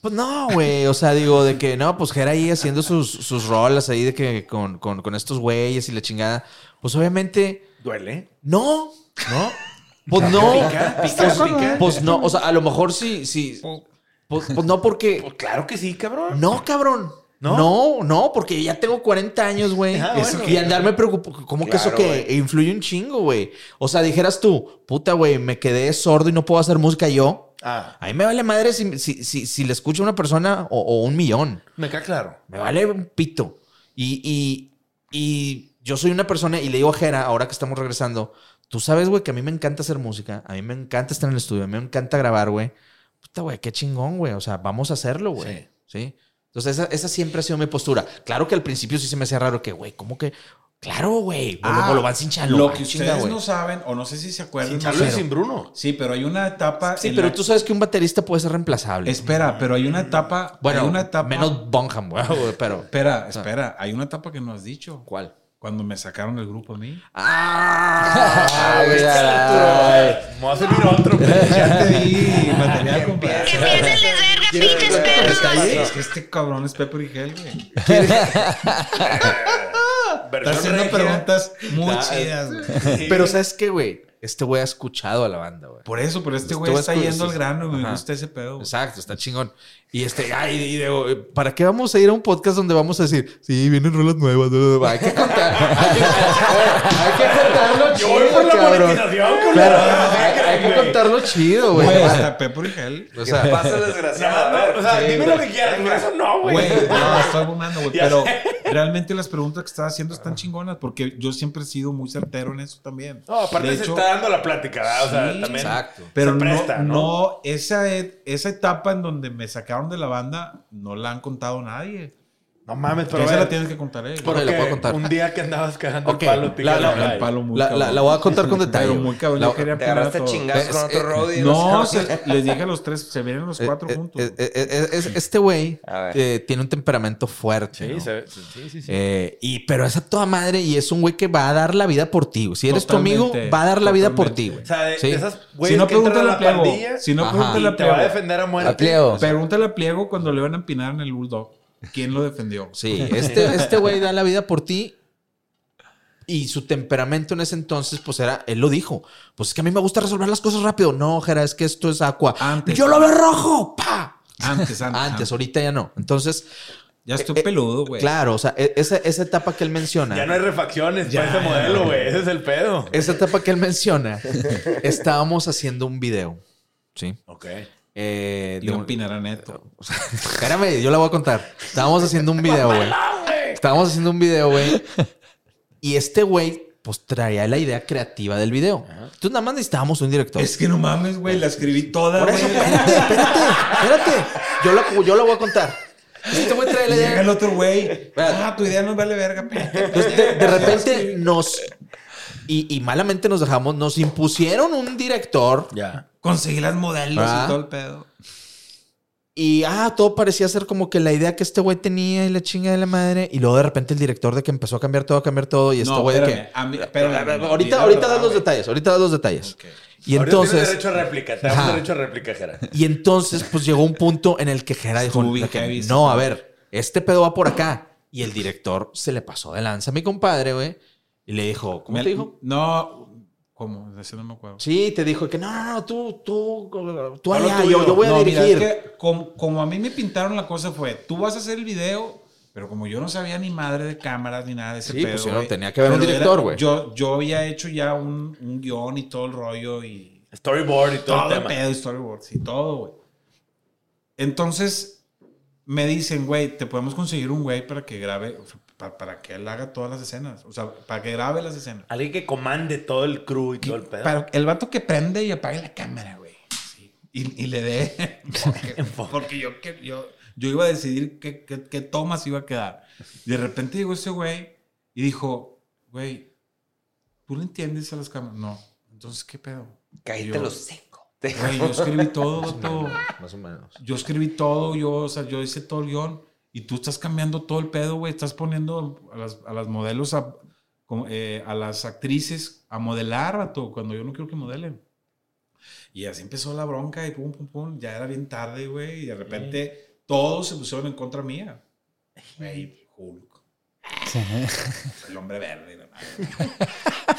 B: Pues no, güey. O sea, digo, de que no, pues Jera ahí haciendo sus, sus rolas ahí de que con, con, con estos güeyes y la chingada. Pues obviamente,
D: Duele.
B: no. No. Pues no. Pues-
D: pica.
B: Pues no. O sea, a lo mejor sí, sí. Pues, pues no porque.
D: Pues claro que sí, cabrón.
B: No, cabrón.
D: ¿No?
B: No, no, porque ya tengo 40 años, güey.
D: Ah,
B: Eso
D: bueno.
B: que- y andarme preocupando. ¿Cómo que eso
E: Claro,
B: que influye un chingo, güey? O sea, dijeras tú, puta, güey, me quedé sordo y no puedo hacer música yo.
D: Ah,
B: A mí me vale madre si, si, si, si le escucha una persona o, o un millón.
D: me queda claro.
B: Me vale un pito. Y, y, y yo soy una persona y le digo a Jera, ahora que estamos regresando, tú sabes, güey, que a mí me encanta hacer música, a mí me encanta estar en el estudio, a mí me encanta grabar, güey. Puta, güey, qué chingón, güey. O sea, vamos a hacerlo, güey.
D: Sí.
B: Sí. Entonces, esa, esa siempre ha sido mi postura. Claro que al principio sí se me hacía raro que, güey, ¿cómo que? Claro, güey.
C: Ah,
B: lo van sin chalo.
C: Lo
B: van
C: que
B: chinga,
C: ustedes
B: güey.
C: no saben, o no sé si se acuerdan.
D: Sin
C: no
D: Charlo y
C: sé.
D: sin Bruno.
C: Sí, pero hay una etapa.
B: Sí,
C: en
B: pero
C: la-
B: tú sabes que un baterista puede ser reemplazable.
C: Espera, pero hay una etapa.
B: bueno,
C: hay una etapa.
B: menos Bonham, güey, pero...
C: Espera, espera. Hay una etapa que no has dicho.
B: ¿Cuál?
C: Cuando me sacaron del grupo a mí.
B: ¡Ah!
D: Ay,
B: ay.
D: Vamos a servir otro.
C: Ya te di material, compadre.
G: pinches perros.
C: Es que este cabrón es Pepe Rigel, güey. Está
D: Versión
C: haciendo
D: regia.
C: preguntas muy chidas, güey.
B: Pero ¿sabes qué, güey? Este güey ha escuchado a la banda, güey.
C: Por eso, pero este
B: Estuvo
C: güey está
B: escu-
C: yendo al grano, güey. Me
B: Ajá.
C: gusta ese pedo. güey.
B: Exacto, está chingón. Y este, ay, y digo, ¿para qué vamos a ir a un podcast donde vamos a decir, sí, vienen rolas nuevas? bla, bla, bla"? Hay que contar. Hay que, hay que contarlo chido, cabrón. Claro,
D: Ah,
B: hay, hay que contarlo chido, güey.
C: Güey, hasta Pepe Rigel.
B: O sea,
E: Pasa desgraciado.
D: O sea, dime lo que quieras, pero eso no,
C: Güey, no, estoy burlando, güey. Pero realmente las preguntas que estás haciendo están chingonas porque yo siempre he sido muy certero en eso también.
D: No, aparte
C: De
D: se
C: hecho,
D: está dando la plática, ¿verdad? O sea,
C: sí,
D: también.
B: exacto.
C: Pero
D: se presta,
C: no,
D: ¿no?
C: ¿no? esa, et- esa etapa en donde me sacaron de la banda no la han contado nadie.
D: No mames, pero.
C: esa
D: bueno,
C: la tienes que contar, eh.
B: Por- la puedo contar.
D: Un día que andabas cagando
B: Ok,
D: el palo,
B: la-
D: tigre,
B: la-
D: caray.
C: El palo muy
B: La, la-
C: cabrón.
B: la voy a contar con detalle.
C: Pero
B: güey.
C: muy cabrón.
B: La-
C: yo quería
E: Te
C: primero
E: agarraste
C: todo.
E: chingados con
B: Es-
E: otro
B: eh,
E: roadie.
C: No, se- les dije a los tres, se vienen los
B: Eh,
C: cuatro
B: eh,
C: juntos.
B: eh, eh, eh, es- este güey
E: A ver.
B: eh, tiene un temperamento fuerte.
D: Sí,
B: ¿no?
D: se ve- sí, sí, sí.
B: Eh, y pero es a toda madre y es un güey que va a dar la vida por ti. güey. Si eres tu
C: Totalmente,
B: amigo, va a dar la vida por ti,
C: totalmente.
B: güey.
D: O sea, de,
B: Sí.
D: de esas güeyes
C: si no,
D: que entran a
C: pregúntale
D: la
C: a Pliego.
D: pandilla,
C: Si no,
B: Ajá.
C: pregúntale
B: Y
C: a
D: te va a
C: Pliego.
D: defender a muerte.
F: A pliego.
C: Pregúntale a Pliego cuando le iban a empinar en el Bulldog. ¿Quién lo defendió?
B: Sí, este este güey da la vida por ti. Y su temperamento en ese entonces, pues era, él lo dijo. Pues es que a mí me gusta resolver las cosas rápido. No, Jera, es que esto es agua.
C: Antes.
B: Yo lo veo rojo. ¡Pa!
C: Antes, antes.
B: Antes, ahorita ya no. Entonces,
C: Ya estoy
B: eh, eh,
C: peludo, güey.
B: claro, o sea, e- esa, esa etapa que él menciona.
D: Ya no hay refacciones
C: Ya,
D: para ese
C: ya,
D: modelo,
C: ya.
D: güey. Ese es el pedo.
B: Esa etapa que él menciona, estábamos haciendo un video. Sí.
D: Ok.
B: Eh,
C: Y
B: de
C: lo
B: un-
C: empinará neto.
B: Espérame, yo la voy a contar. Estábamos haciendo un video, güey. Estábamos haciendo un video, güey. Y este güey, pues traía la idea creativa del video. Entonces nada más necesitábamos un director.
C: Es que no mames, güey. La escribí toda,
B: Por
C: güey.
B: eso, espérate, espérate, espérate. Yo la, yo la voy a contar. Este güey traía
C: Y
B: la
C: llega el
B: idea.
C: otro güey. Ah, tu idea no vale verga, espérate.
B: Entonces, de, de repente nos... Y, y malamente nos dejamos, nos impusieron un director
D: Ya.
C: Conseguí las modelos
B: Ah.
C: y todo el pedo.
B: Y ah, todo parecía ser como que la idea que este güey tenía y la chinga de la madre. Y luego de repente el director de que empezó a cambiar todo, a cambiar todo. Y este
C: No,
B: güey de
C: espérame,
B: que.
C: a mí- espérame,
B: A ver,
C: no, di
B: ahorita
C: la
B: ahorita
C: verdad,
B: das los
C: güey.
B: detalles, ahorita das los detalles.
C: Ok.
B: Y
D: Ahora tienes
B: entonces.
D: derecho a réplica. Te damos
B: Ajá.
D: derecho a réplica, Jera.
B: Y entonces, pues llegó un punto en el que Jera dijo:
C: Estuvo bien
B: "De que,
C: heavy ese
B: No, a
C: pedo".
B: ver, este pedo va por acá. Y el director se le pasó de lanza a mi compadre, güey. Y le dijo: ¿Cómo
C: Me-
B: te dijo?
C: No. ¿Cómo? Ese no me acuerdo.
B: Sí, te dijo que no, no, no, tú, tú, tú
D: Haz lo
B: allá,
D: tuyo.
B: yo, yo voy a
C: No, mira,
B: dirigir.
C: es que como, como a mí me pintaron la cosa fue, tú vas a hacer el video, pero como yo no sabía ni madre de cámaras ni nada de ese
B: Sí,
C: pedo.
B: pues, yo
C: güey,
B: tenía que haber un
C: pero
B: director,
C: era-
B: güey.
C: Yo, yo había hecho ya un, un guión y todo el rollo y
D: Storyboard y todo,
C: todo
D: el
C: el
D: tema.
C: pedo, storyboards y todo, güey. Entonces me dicen, güey, te podemos conseguir un güey para que grabe, para, para que él haga todas las escenas, o sea, para que grabe las escenas.
D: Alguien que comande todo el crew y todo el pedo.
C: Para el vato que prende y apague la cámara, güey. Sí. Y, y le dé. Porque, porque yo, que- yo, yo iba a decidir qué, qué, qué tomas iba a quedar. De repente llegó ese güey y dijo, güey, ¿tú le entiendes a las cámaras? No. Entonces, ¿qué pedo?
E: Caíte
C: Yo-
E: los seco.
C: Güey, yo escribí todo, vato.
B: Más o menos.
C: Yo escribí todo, yo, o sea, yo hice todo el guión. Y tú estás cambiando todo el pedo, güey. Estás poniendo a las, a las modelos a, como, eh, a las actrices a modelar, vato, cuando yo no quiero que modelen. Y así empezó la bronca y pum, pum, pum. Ya era bien tarde, güey. Y de repente todos se pusieron en contra mía. Güey, Hulk. El hombre verde. la madre.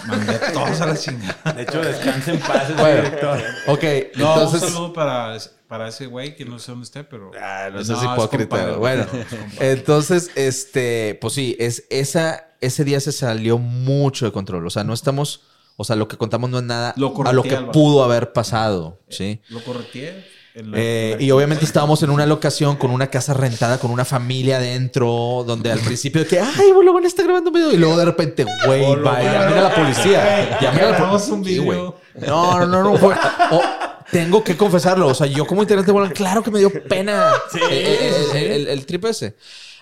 C: Mandé a todos a la chingada.
D: De hecho, descansen en paz, el
B: Bueno.
D: director.
B: Ok,
C: No,
B: entonces.
C: un saludo para, para ese güey que no sé dónde esté, pero...
B: Ah, no
C: No,
B: seas
C: es
B: hipócrita.
C: compadre,
B: bueno,
C: no, es compadre.
B: entonces, este, pues sí, es esa, ese día se salió mucho de control. O sea, no estamos, o sea, lo que contamos no es nada
C: Lo
B: a lo que
C: correteaba.
B: pudo haber pasado, ¿sí?
C: Lo correteé. en la-
B: Eh,
C: en la-
B: y obviamente estábamos en una locación con una casa rentada, con una familia adentro, donde al principio de que, ay, boludo, van a estar grabando un video. Y luego de repente, güey,
C: Bolo,
B: vaya,
C: bueno.
B: mira la policía. Ya mira la
C: Grabamos un
B: Sí, güey.
C: video.
B: No, no, no, no. fue- o- tengo que confesarlo. O sea, yo como integrante, bueno, claro que me dio pena el, el, el- el- el trip ese.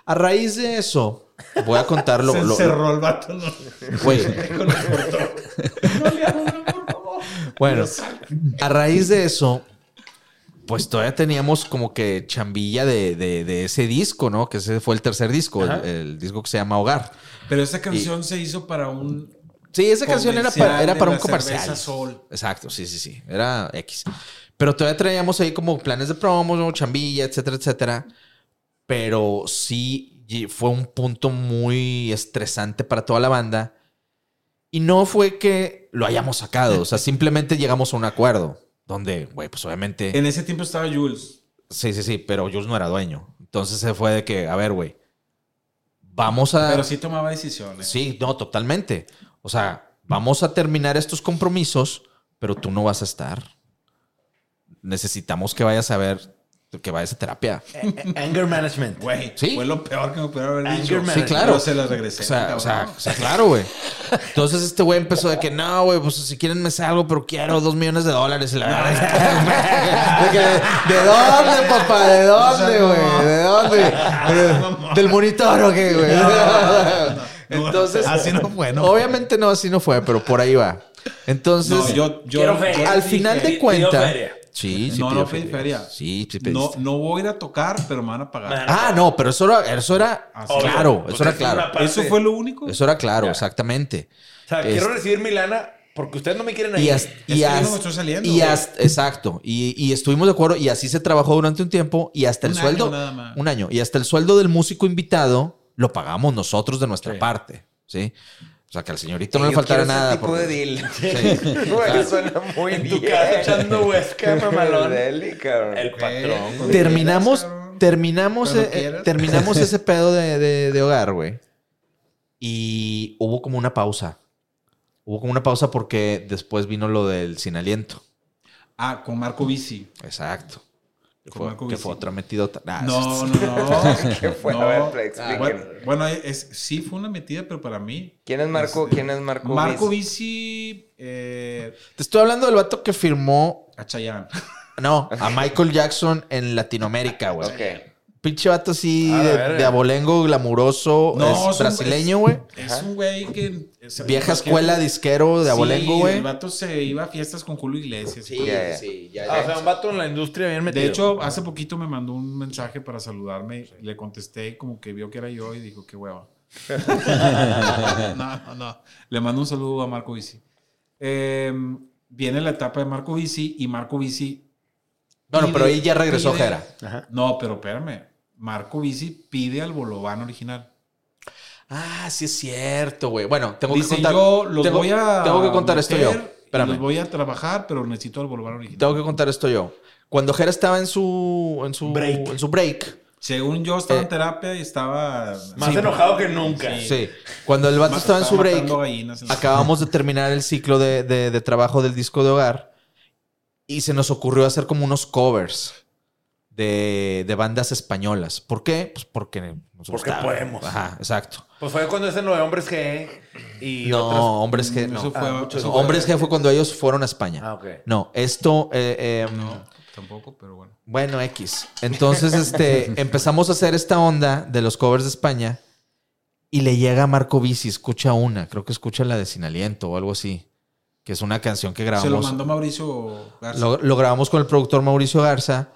B: A raíz de eso, voy a contarlo.
C: Se
B: lo-
C: encerró el vato. No,
B: Güey,
C: Con el portón. No le abran, por favor.
B: bueno, a raíz de eso, pues todavía teníamos como que chambilla de, de- de ese disco, ¿no? Que ese fue el tercer disco, el, el disco que se llama Hogar.
C: Pero esa canción se hizo para un.
B: Sí, esa canción era para, era
C: de
B: para
C: la
B: un comercial.
C: cerveza Sol.
B: Exacto, sí, sí, sí. Era X. Pero todavía traíamos ahí como planes de promo, ¿no? chambilla, etcétera, etcétera. Pero sí y fue un punto muy estresante para toda la banda. Y no fue que lo hayamos sacado. O sea, simplemente llegamos a un acuerdo. Donde, güey, pues obviamente...
C: En ese tiempo estaba Jules.
B: Sí, sí, sí, pero Jules no era dueño. Entonces se fue de que, a ver, güey, vamos a...
C: Pero sí tomaba decisiones.
B: Sí, no, totalmente. O sea, vamos a terminar estos compromisos, pero tú no vas a estar. Necesitamos que vayas a ver, que vayas a terapia.
D: Anger management.
C: Güey,
B: Sí.
C: fue lo peor que me pudieron haber
D: Anger
C: dicho.
D: management.
B: Sí, claro.
C: Pero se la regresé.
B: O sea, o sea,
C: cabrón.
B: o sea, claro, güey. Entonces este güey empezó de que no, güey, pues si quieren me salgo, pero quiero dos millones de dólares. Y la verdad es que- de, que, ¿de dónde, papá? ¿De dónde, güey? ¿De dónde? ¿Del monitor o qué, güey? Entonces,
C: así no fue, ¿no?
B: Obviamente no, así no fue, pero por ahí va. Entonces,
C: no, yo, yo,
I: Quiero feria.
C: yo-
B: al final de
I: Pidió
B: cuentas.
I: feria.
B: Sí, sí,
C: No,
B: pidió
C: no pedí feria.
B: Sí, sí,
C: no,
B: pediste.
C: no voy a ir a tocar, pero me van a pagar.
B: Ah, no, pero eso era, eso era
C: Ah, sí.
B: claro,
I: Pues
B: eso era
I: es una
B: claro.
I: parte.
C: Eso fue lo único.
B: Eso era claro, exactamente.
D: O sea, quiero
B: Este-
D: recibir mi lana porque ustedes no me quieren ahí.
B: Y as-
C: Es
B: y
C: que yo no
B: as-
C: me estoy saliendo,
B: y
C: güey.
B: as- exacto. Y, y estuvimos de acuerdo y así se trabajó durante un tiempo y hasta el
C: Un año
B: sueldo,
C: nada más.
B: un año, y hasta el sueldo del músico invitado lo pagamos nosotros de nuestra
I: Sí.
B: parte, ¿sí? O sea, que al señorito no
E: Yo
B: le faltara
E: quiero ese
B: nada.
E: tipo
B: por-
E: de deal.
B: Sí.
E: Güey, suena muy
I: En
E: bien.
I: tu casa echando huesca, mamalón.
E: Deli, cabrón.
I: El patrón.
D: pues.
C: güey.
B: terminamos,
C: Cabrón.
B: terminamos,
C: Cuando
B: eh, eh,
C: quieras.
B: terminamos ese pedo de, de- de hogar, güey. Y hubo como una pausa. Hubo como una pausa porque después vino lo del sin aliento.
C: Ah, con Marco Bici.
B: Exacto. Que
C: Con
B: fue,
C: Marco
B: que
C: Bici.
B: fue otra metidota. Nah,
C: No, no, no.
E: ¿Qué fue?
C: No.
E: A ver, Plex,
C: Ah,
E: explíquenos.
C: bueno, bueno, es, sí fue una metida, pero para mí.
E: ¿Quién es Marco?
C: Este,
E: ¿Quién es Marco?
C: Marco
E: Bis?
C: Bici eh,
B: Te estoy hablando del vato que firmó,
C: a Chayanne.
B: no, a Michael Jackson en Latinoamérica, güey.
E: Ok.
B: Pinche vato así
D: A la
B: de,
D: verga.
B: de abolengo, glamuroso,
C: No,
B: es
C: es un-
B: brasileño,
C: es-
B: güey.
C: Es un güey que. es-
B: Vieja
C: es que-
B: escuela, disquero de
C: Sí,
B: abolengo,
C: El
B: güey.
C: vato se iba a fiestas con Julio Iglesias.
J: Sí,
E: Ya, ya.
J: sí, ya,
D: Ah, o
J: ya.
D: sea, un vato en la industria bien metido.
C: De hecho, hace poquito me mandó un mensaje para saludarme. Le contesté como que vio que era yo y dijo, qué hueva. no, no. Le mando un saludo a Marco Bici. Eh, viene la etapa de Marco Bici y Marco Bici...
B: Bueno,
C: pide-
B: pero ahí ya regresó
C: pide-
B: Jera.
C: No, pero espérame. Marco Bici pide al Bolobán original.
B: Ah, sí es cierto, güey. Bueno, tengo
C: Dice,
B: que contar.
C: yo los
B: tengo,
C: voy a...
B: tengo que contar esto yo.
C: meter y
B: Espérame.
C: Los voy a trabajar, pero necesito al Bolobán original.
B: Tengo que contar esto yo. Cuando Jera estaba en su en su
D: Break.
B: en su break.
C: Según yo, estaba
B: Eh,
C: en terapia y estaba...
D: Más enojado que nunca.
B: Sí. Cuando el vato
C: Ma-
B: estaba en su break,
C: matando gallinas
F: Ah,
C: en la-
B: acabamos de terminar el ciclo de, de- de trabajo del disco de hogar y se nos ocurrió hacer como unos covers de, de bandas españolas. ¿Por qué? Pues porque nos gustaba.
D: podemos.
B: Ajá, exacto.
D: Pues fue cuando ese nueve hombres G y
B: no,
D: otras.
B: hombres que no.
C: Eso fue-
D: Ah, mucho
C: eso
B: No,
C: fue-
B: hombres que fue cuando ellos fueron a España.
D: Ah, ok.
B: No, esto eh, eh,
C: No, tampoco, pero bueno.
B: Bueno, X. Entonces, este, empezamos a hacer esta onda de los covers de España y le llega a Marco Bici, escucha una, creo que escucha la de Sin Aliento o algo así, que es una canción que
C: Se lo
B: grabamos.
C: mandó Mauricio Garza.
B: Lo, lo grabamos con el productor Mauricio Garza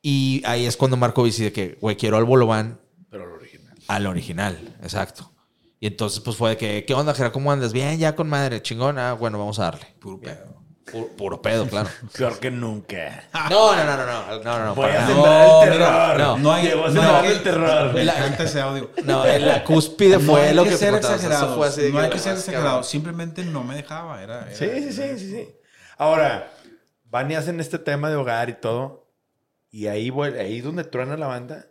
B: y ahí es cuando Marco Bici de que, güey, quiero al Bolobán. Pero al original. Al original, exacto.
F: Y entonces, pues fue de que, ¿qué onda, Jera? ¿Cómo andas? Bien, ya con madre, chingón. Ah, bueno, vamos a darle.
C: Puro pedo.
F: Puro, puro pedo, claro.
D: Claro que nunca.
F: No, no, no, no, no, no, no,
D: Voy
F: para
D: a
F: nada.
D: sembrar el
F: mira,
D: terror.
F: no.
C: No hay.
D: Llevo
C: no
D: sembrando
C: hay-
D: el terror.
C: Me encanta ese audio.
F: No, en la cúspide
C: No
F: fue
C: hay
F: lo
C: que
F: que
C: ser
F: contaba, o sea, eso
C: exagerado.
F: fue así de
C: No
F: que,
C: hay que ser
F: más,
C: exagerado.
F: cabrón.
C: Simplemente no me dejaba. Era, era-
D: Sí, sí, sí, sí, sí. Ahora, van y hacen este tema de hogar y todo. Y ahí, vuel- ahí es donde truena la banda.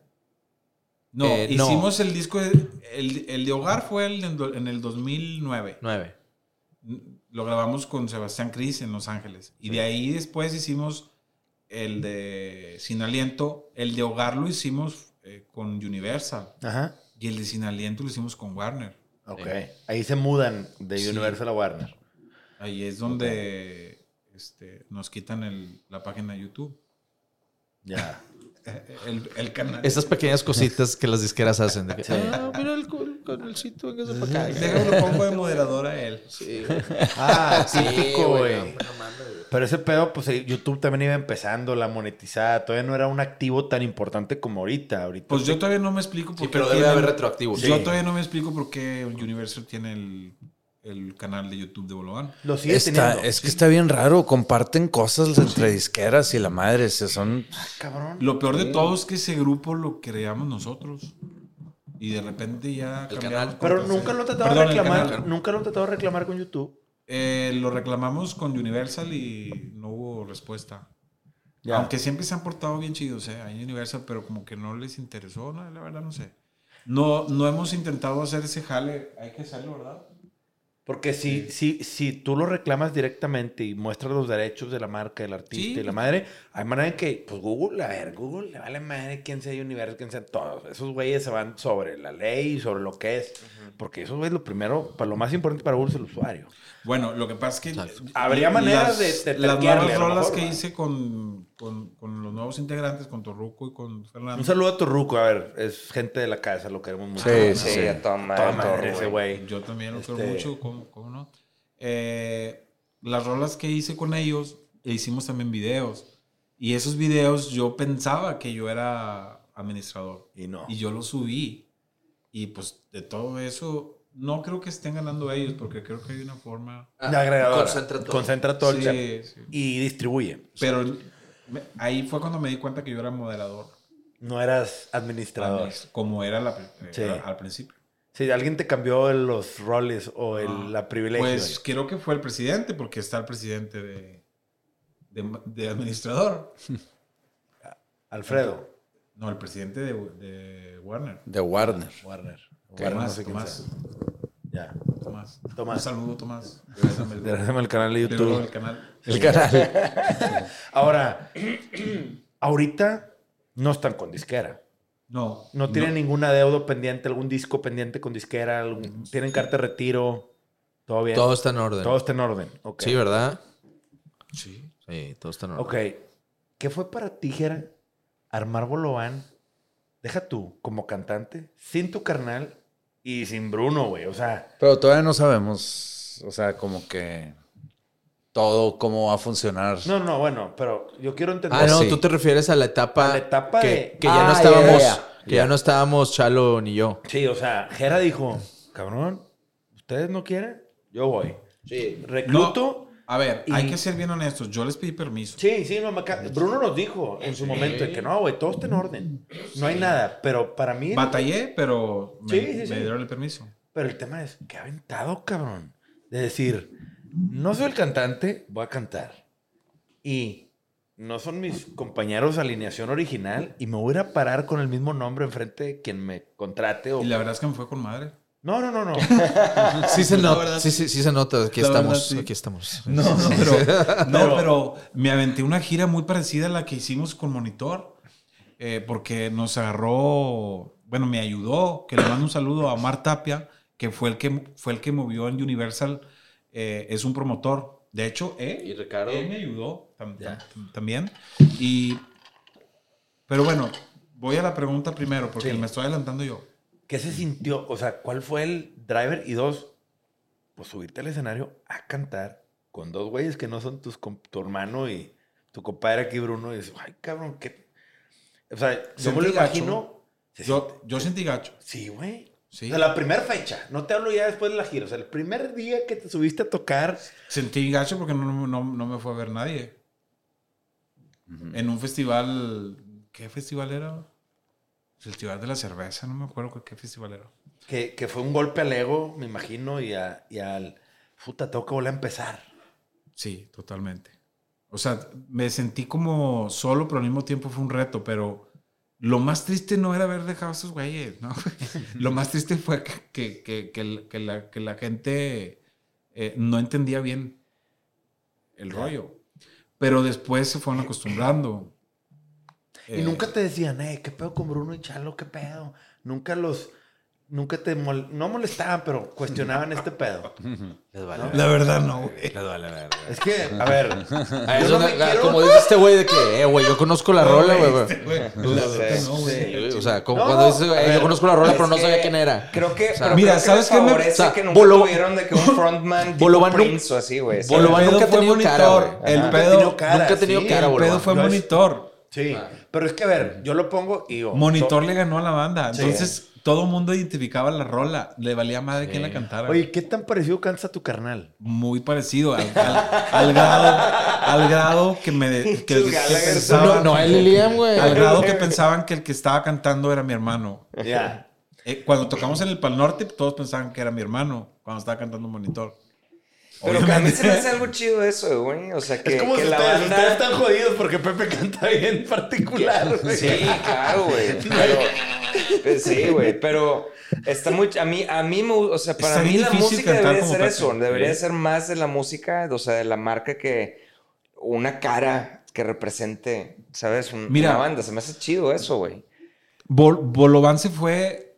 C: No,
F: Eh, no.
C: hicimos el disco. de- El, el de hogar fue el en, do- en el 2009.
F: Nueve.
C: Lo grabamos con Sebastián Cris en Los Ángeles. Y de ahí después hicimos el de Sin Aliento. El de hogar lo hicimos eh, con Universal.
D: Ajá.
C: Y el de Sin Aliento lo hicimos con Warner.
D: Ok. Ahí se mudan de
C: Sí.
D: Universal a Warner.
C: Ahí es donde este, nos quitan el- la página de YouTube.
D: Ya.
B: Eh,
C: El, el canal.
F: Esas pequeñas cositas que las disqueras hacen. de que, ah, mira el cul- con el sitio, venga para acá.
C: Déjame lo pongo de moderador a él.
B: Sí, güey.
D: Ah,
B: Sí,
D: típico,
B: güey.
D: güey.
B: no, no mames, güey.
D: Pero ese pedo, pues eh, YouTube también iba empezando, la monetizada. Todavía no era un activo tan importante como ahorita. Ahorita.
C: Pues yo todavía no me explico por
B: Sí,
C: qué.
B: pero debe
C: tienen-
B: haber retroactivo.
C: Yo todavía no me explico por qué Universal tiene el, el canal de YouTube de Bolovan.
D: Lo sigue
H: Está-
D: teniendo.
H: es que está bien raro. Comparten cosas entre disqueras y la madre. Se son.
D: Cabrón.
C: Lo peor de todo es que ese grupo lo creamos nosotros. Y de repente ya
B: El
C: cambiamos
B: canal.
D: Pero
C: cosas.
D: nunca lo he tratado de
C: Perdón, el
D: reclamar.
C: canal.
D: Nunca lo he tratado de reclamar con YouTube.
C: Eh, lo reclamamos con Universal y no hubo respuesta.
D: Ya.
C: Aunque siempre se han portado bien chidos, ¿eh? Ahí en Universal, pero como que no les interesó, no, la verdad no sé. No, no hemos intentado hacer ese jale. Hay que hacerlo, ¿verdad?
D: Porque si, si, si tú lo reclamas directamente y muestras los derechos de la marca, del artista
C: Sí.
D: y la madre, hay manera en que, pues Google, a ver, Google le vale madre quién sea Universal, quién sea todos. Esos güeyes se van sobre la ley, y sobre lo que es. Porque eso es lo primero, para lo más importante para Google es el usuario.
C: Bueno, lo que pasa es que
D: Habría maneras de- de
C: las
D: tanquearle,
C: nuevas
D: a lo
C: rolas
D: mejor,
C: que
D: ¿verdad?
C: hice con, con, con los nuevos integrantes, con Torruco y con Fernando.
D: Un saludo a Torruco, a ver, es gente de la casa, lo queremos mucho.
H: Sí,
D: ¿no?
E: Sí,
H: Sí.
E: a toda madre,
D: Toda
E: todo,
D: madre ese
E: güey.
D: güey.
C: Yo también lo quiero
D: Este-
C: mucho, ¿cómo, cómo no? Eh, las rolas que hice con ellos, e hicimos también videos. Y esos videos yo pensaba que yo era administrador.
D: Y no.
C: Y yo los subí. Y pues de todo eso, no creo que estén ganando ellos, porque creo que hay una forma...
E: Ah,
D: De agregadora.
B: Concentra todo.
D: Concentra todo el
C: Sí,
D: chat
C: sí.
D: y distribuye.
C: Pero me- ahí fue cuando me di cuenta que yo era moderador.
D: No eras administrador.
C: Como era la pri-
D: Sí.
C: era al principio.
D: Si alguien te cambió los roles o el,
C: Ah,
D: la privilegio.
C: Pues creo que fue el presidente, porque está el presidente de, de, de administrador.
D: Alfredo.
C: No, el presidente de, de Warner.
H: De Warner.
D: Warner. Warner, no
C: Tomás,
D: sé quién
C: Tomás,
D: sea. Ya.
C: Tomás.
D: Tomás.
C: Un saludo, Tomás.
D: Regresame al canal de
C: YouTube. El
D: YouTube.
C: canal.
H: El canal.
D: Ahora, ahorita no están con disquera.
C: No.
D: No tienen ningún adeudo pendiente, algún disco pendiente con disquera. algún- tienen carta de retiro. Todo bien.
F: Todo está en orden.
D: Todo está en orden. Ok.
F: Sí, ¿verdad? Sí. Sí, todo está en orden.
D: Ok. ¿Qué fue para ti, Jera, armar Bolovan? Deja tú, como cantante, sin tu carnal y sin Bruno, güey. O sea,
H: Pero todavía no sabemos, o sea, como que todo, cómo va a funcionar.
D: no, no, bueno, pero yo quiero entender.
F: Ah, no,
H: Sí.
F: tú te refieres a la etapa.
D: A la etapa
F: que,
D: de-
F: que ya no
H: Ah, ya,
F: estábamos.
H: ya,
F: Que ya no estábamos Chalo ni yo.
D: Sí, o sea, Jera dijo, cabrón, ¿ustedes no quieren? Yo voy.
B: Sí.
D: Recluto.
C: A ver,
D: Y-
C: hay que ser bien honestos. Yo les pedí permiso.
D: Sí, sí, no, me ca- Bruno nos dijo en su momento de que no, güey, todo está en orden. No hay nada, pero para mí...
C: Batallé, pero me,
D: Sí, sí, sí.
C: me dieron el permiso.
D: Pero el tema es, qué aventado, cabrón. De decir, no soy el cantante, voy a cantar. Y no son mis compañeros de alineación original y me voy a ir a parar con el mismo nombre enfrente de quien me contrate. O...
C: Y la verdad es que me fue con madre.
D: No, no, no, no.
F: Sí se nota. Sí, sí, sí se nota. Aquí
C: La verdad,
F: estamos.
C: sí.
F: Aquí estamos.
C: No, no, pero, no, pero me aventé una gira muy parecida a la que hicimos con Monitor, eh, porque nos agarró, bueno, me ayudó, que le mando un saludo a Omar Tapia, que fue el que, fue el que movió en Universal, eh, es un promotor. De hecho, él,
B: Y Ricardo.
C: él me ayudó tam- tam- también. Y, pero bueno, voy a la pregunta primero, porque
D: Sí.
C: me estoy adelantando yo.
D: ¿Qué se sintió? O sea, ¿cuál fue el driver? Y dos, pues subirte al escenario a cantar con dos güeyes que no son tus, com- tu hermano y tu compadre aquí, Bruno. Y dices, ay, cabrón, qué... O sea, yo me
C: Sentí
D: lo
C: gacho.
D: imagino... se
C: Yo, yo sentí gacho.
D: Sí, güey.
C: Sí.
D: O sea, la primera fecha. No te hablo ya después de la gira. O sea, el primer día que te subiste a tocar.
C: Sentí gacho porque no, no- no me fue a ver nadie. En un festival. ¿Qué festival era? Festival de la cerveza, no me acuerdo cuál- qué festival era.
D: Que, que fue un golpe al ego, me imagino, y, a- y al. Puta, tengo que volver a empezar.
C: Sí, totalmente. O sea, me sentí como solo, pero al mismo tiempo fue un reto. Pero lo más triste no era haber dejado a esos güeyes, ¿no? lo más triste fue que, que, que- que la- que la, que la gente eh, no entendía bien el rollo. Pero después se fueron acostumbrando.
D: Y
C: Eh,
D: nunca te decían, eh, ¿qué pedo con Bruno y Chalo? ¿Qué pedo? Nunca los. Nunca te. mol- no molestaban, pero cuestionaban este pedo.
C: La verdad, no, güey.
D: Es que, a ver.
B: Ah,
D: yo
B: es
D: no
B: una-
D: me quiero-
B: Como dice este güey de que, eh, güey, yo conozco la rola, güey, güey.
C: Este, güey, la verdad que no, güey.
D: este,
B: Sí, güey, O sea, como
D: No,
B: cuando
D: no.
B: dices,
D: A
B: güey,
D: ver,
B: yo conozco la rola, pero no
E: Es
B: sabía
E: que
B: quién era.
E: Creo que.
B: sea,
E: pero
C: mira,
E: creo que
C: ¿sabes
E: les
C: qué me-
E: favorece
B: o sea,
E: que nunca
B: Bolovan-
E: tuvieron de que un frontman tipo
B: Bolovan nu-
E: Prince o así, güey. O sea,
B: Bolovan
C: pedo
B: nunca ha
C: fue
B: tenido cara,
C: monitor.
B: güey.
C: El
D: Ajá.
C: pedo,
D: Tenía cara,
B: Nunca ha tenido
D: sí.
B: cara,
C: el
B: güey.
C: pedo fue
D: Yo es-
C: monitor.
D: Sí,
E: Ah.
D: pero es que a ver, yo lo pongo y
B: Oh,
D: digo.
C: Monitor
D: to-
C: le ganó a la banda.
D: Sí.
C: Entonces todo el mundo identificaba la rola. Le valía madre quién la cantara.
D: Oye, ¿qué tan parecido cansa tu carnal?
C: Muy parecido al, al- al grado al grado que me que, que
E: Gallagher son-
C: pensaban,
B: No, el Liam, güey.
C: al grado que pensaban que el que estaba cantando era mi hermano.
D: Ya.
C: Eh, cuando tocamos en el Pal Norte, todos pensaban que era mi hermano cuando estaba cantando monitor.
E: Pero que a mí se me hace algo chido eso, güey. O sea, que,
D: es como
E: que
D: si
E: la
D: ustedes,
E: banda.
D: ustedes están jodidos porque Pepe canta bien particular. güey.
E: Sí, claro, güey. Pero, pues, sí, güey. Pero está muy. A mí, a mí me, gu- o sea, para
C: Está
E: mí
C: bien
E: la
C: difícil
E: música
C: cantar
E: debería
C: como
E: ser
C: Pepe.
E: eso.
B: ¿eh?
E: Debería ser más de la música, o sea, de la marca que una cara que represente, ¿sabes? Un-
C: Mira.
E: una banda. Se me hace chido eso, güey.
C: Bol- Bolovan se fue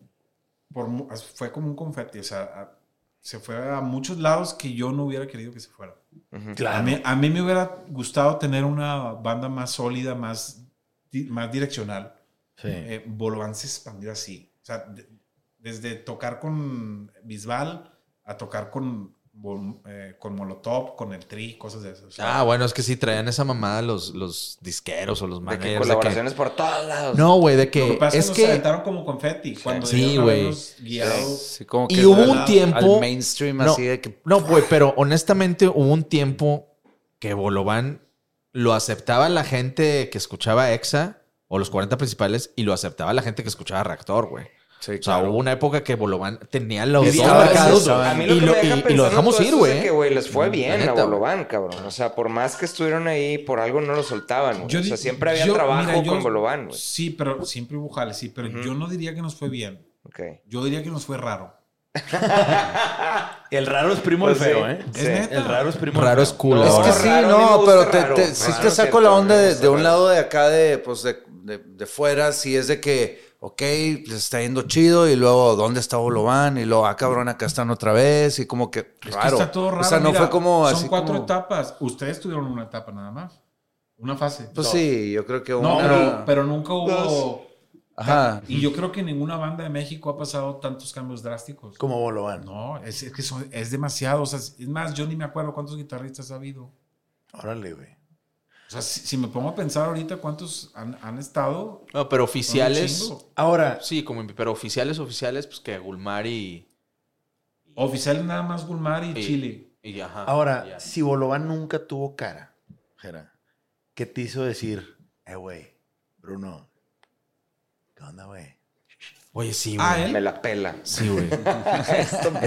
C: por mu- fue como un confeti, o sea, a- se fue a muchos lados que yo no hubiera querido que se fuera.
E: Ujú.
C: A mí, a mí me hubiera gustado tener una banda más sólida, más, di- más direccional.
D: Sí.
C: Eh, Bolovan se expandió así. O sea, de- desde tocar con Bisbal a tocar con, Bol- eh, con Molotov, con el Tri, cosas de esas. O sea,
B: Ah, bueno, es que sí traían esa mamada los, los disqueros o los
E: De
B: managers.
E: que
B: de que-
E: colaboraciones por todos lados.
B: No, güey, de
C: lo
B: que
C: que pasa
B: es
C: es que nos
B: que
C: aventaron como confeti. Cuando
B: Sí,
C: debieron
B: güey.
C: habernos guiado.
K: Sí, como
B: Y hubo un
K: al-
B: tiempo-
K: Al mainstream,
B: No.
K: así de que.
B: No, güey, pero honestamente hubo un tiempo que Bolovan lo aceptaba la gente que escuchaba EXA o los 40 principales y lo aceptaba la gente que escuchaba Reactor, güey.
K: Sí,
B: O sea,
K: claro.
B: hubo una época que Bolovan tenía los dos
E: Estaba-
B: mercados
E: A mí lo
B: y,
E: que
B: lo,
E: me
B: y-
E: deja
B: y lo
E: pensando
B: dejamos
E: todo
B: ir,
E: eso es de
B: güey. Mm,
E: Que, güey, les fue
B: La
E: bien
B: neta,
E: a
B: güey.
E: Bolobán, cabrón. O sea, por más que estuvieron ahí, por algo no lo soltaban, güey.
C: Yo
E: O sea,
C: di-
E: siempre había
C: yo-
E: trabajo
C: mira, yo-
E: con Bolobán, güey.
C: Sí, pero siempre hubo jales, sí. Pero yo no diría que nos fue bien.
E: Ok.
C: Yo diría que nos fue raro.
D: El raro es primo del
E: Pues
D: feo,
E: sí.
D: ¿eh?
C: Es neta.
D: El raro es primo del
B: Raro es
D: feo.
B: cool.
E: No,
B: Es que
E: raro,
B: sí,
E: a mí me
F: no,
E: gusta
F: pero te,
E: raro,
F: te-
E: güey.
F: sí
E: Raro,
F: te saco
E: cierto,
F: la onda
E: me
F: de,
E: gusta
F: de un
E: raro.
F: lado de acá, de, pues de, de, de fuera, si es de que, ok, les está yendo chido y luego, ¿dónde está Bolovan? Y luego, ah, cabrón, acá están otra vez y como que
C: Es que
F: raro.
C: está todo raro.
F: O sea, no
C: mira,
F: fue como
C: Son
F: así
C: cuatro
F: como-
C: etapas. Ustedes tuvieron una etapa nada más. Una fase.
F: Pues
C: Dos.
F: sí, yo creo que
C: No,
F: una-
C: pero, pero nunca hubo.
F: Ajá.
C: Y yo creo que ninguna banda de México ha pasado tantos cambios drásticos.
D: Como Bolovan.
C: No, es, es que son- es demasiado. O sea, es más, yo ni me acuerdo cuántos guitarristas ha habido. O
D: Órale, güey.
C: sea, si, si me pongo a pensar ahorita cuántos han, han estado.
B: No, pero
C: son un
B: oficiales.
C: chingo.
D: Ahora,
B: Sí, como pero oficiales, oficiales, pues que Gulmar y.
C: Oficiales nada más Gulmar y
B: Sí.
C: Chile.
B: y ajá,
D: ahora,
B: ya.
D: si Bolovan nunca tuvo cara, Jera, ¿qué te hizo decir, eh, güey, Bruno? ¿Qué onda, güey?
B: Oye, sí,
C: Ah,
B: güey.
C: él.
E: Me la pela.
B: Sí, güey.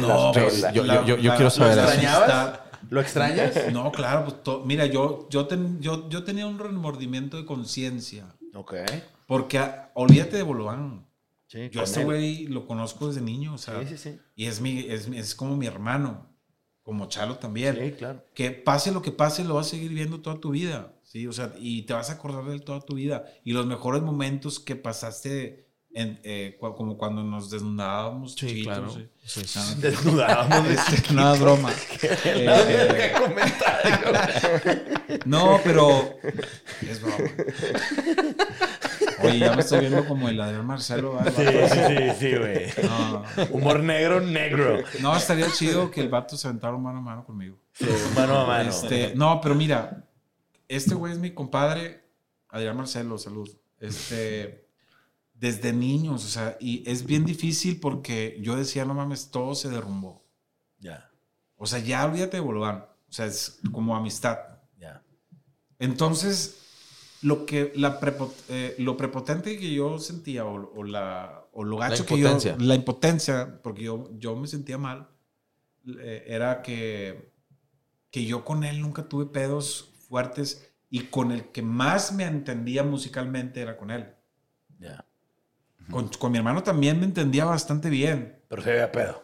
C: No,
B: pues,
C: la-
B: yo-
C: la-
B: yo- yo
C: la-
B: quiero saber
C: la
B: eso.
C: amistad-
D: ¿Lo extrañas?
C: No, claro, pues to- mira, yo, yo, ten- yo, yo tenía un remordimiento de conciencia.
D: ok.
C: Porque ah, olvídate de Bolobán.
D: Sí,
C: Yo
D: con
C: a este
D: él.
C: güey lo conozco desde niño, o sea,
D: Sí, sí, sí.
C: y es, mi, es, mi- es como mi hermano, como Chalo también.
D: Sí, claro.
C: Que pase lo que pase, lo vas a seguir viendo toda tu vida, ¿sí? O sea, y te vas a acordar de él toda tu vida. Y los mejores momentos que pasaste, en, eh, cu- como cuando nos desnudábamos
B: Sí,
C: chiquitos,
B: claro.
C: sí.
B: Sí, sí.
C: Nada.
D: Desnudábamos.
C: Este, nada, broma. Eh, no, pero es broma. Oye, ya me estoy viendo como el Adrián Marcelo. ¿verdad?
D: sí, sí, güey.
C: No,
D: Humor negro, negro.
C: no, estaría chido que el vato se aventara mano a mano conmigo.
D: Sí, mano a mano.
C: Este, no, pero mira, este güey es mi compadre, Adrián Marcelo, salud. Este, desde niños, o sea, y es bien difícil porque yo decía, no mames, todo se derrumbó.
D: Ya,
C: O sea, ya olvídate de Bolobán. O sea, es como amistad.
D: ya.
C: Entonces, lo que la prepo- eh, lo prepotente que yo sentía o, o la o lo gacho que yo
F: impotencia.
C: la impotencia, porque yo yo me sentía mal eh, era que que yo con él nunca tuve pedos fuertes y con el que más me entendía musicalmente era con él.
D: Ya.
C: Con, con mi hermano también me entendía bastante bien.
D: Pero se veía pedo.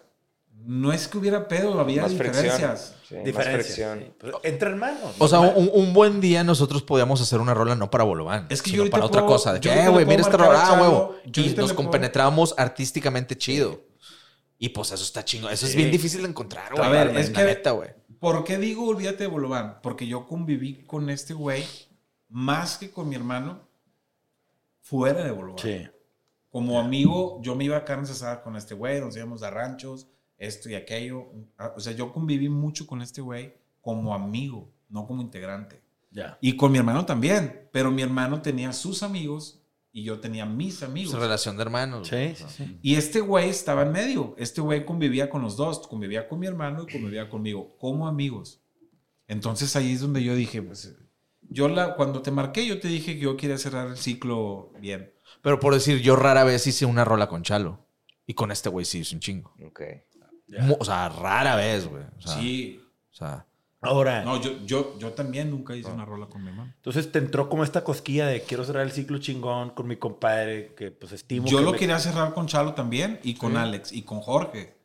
C: No es que hubiera pedo, había
E: Más fricción.
C: diferencias.
E: Sí, más
D: Diferencia.
E: fricción.
D: sí. Pero Entre hermanos.
F: O sea,
D: normal.
F: un, un buen día nosotros podíamos hacer una rola no para Bolobán,
C: Es que yo
F: sino
C: ahorita
F: para otra
C: puedo-
F: cosa. De
C: yo
F: que,
C: ahorita
F: eh,
C: le
F: güey,
C: puedo
F: mira esta
C: marcar a
F: rola, ah,
C: Chavo,
F: huevo.
C: yo
F: Y
C: ahorita
F: nos
C: le puedo-
F: compenetramos artísticamente chido. Y pues eso está chingo. Eso es bien difícil de encontrar, güey.
C: ver,
F: la-
C: es
F: la
C: que-
F: neta, güey.
C: ¿Por qué digo olvídate de Bolobán? Porque yo conviví con este güey más que con mi hermano fuera de Bolobán.
D: Sí.
C: Como amigo, yo me iba a carnes asadas con este güey, nos íbamos a ranchos, esto y aquello. Ah, O sea, yo conviví mucho con este güey como amigo, no como integrante.
D: Ya.
C: Y con mi hermano también, pero mi hermano tenía sus amigos y yo tenía mis
F: Es
C: amigos.
F: relación de hermanos.
D: Sí, sí, sí.
C: Y este güey estaba en medio. Este güey convivía con los dos. Convivía con mi hermano y convivía conmigo. Como amigos. Entonces ahí es donde yo dije, pues... Yo la, cuando te marqué, yo te dije que yo quería cerrar el ciclo bien.
F: Pero por decir, yo rara vez hice una rola con Chalo. Y con este güey sí hice un chingo.
E: Ok.
F: Mu- O sea, rara vez, güey. O sea,
C: sí.
F: o sea,
D: Ahora,
C: No, yo, yo, yo también nunca hice una rola con mi hermano.
D: entonces te entró como esta cosquilla de quiero cerrar el ciclo chingón con mi compadre, que pues estimo.
C: Yo
D: que
C: lo
D: me-
C: quería cerrar con Chalo también y con Alex y con Jorge.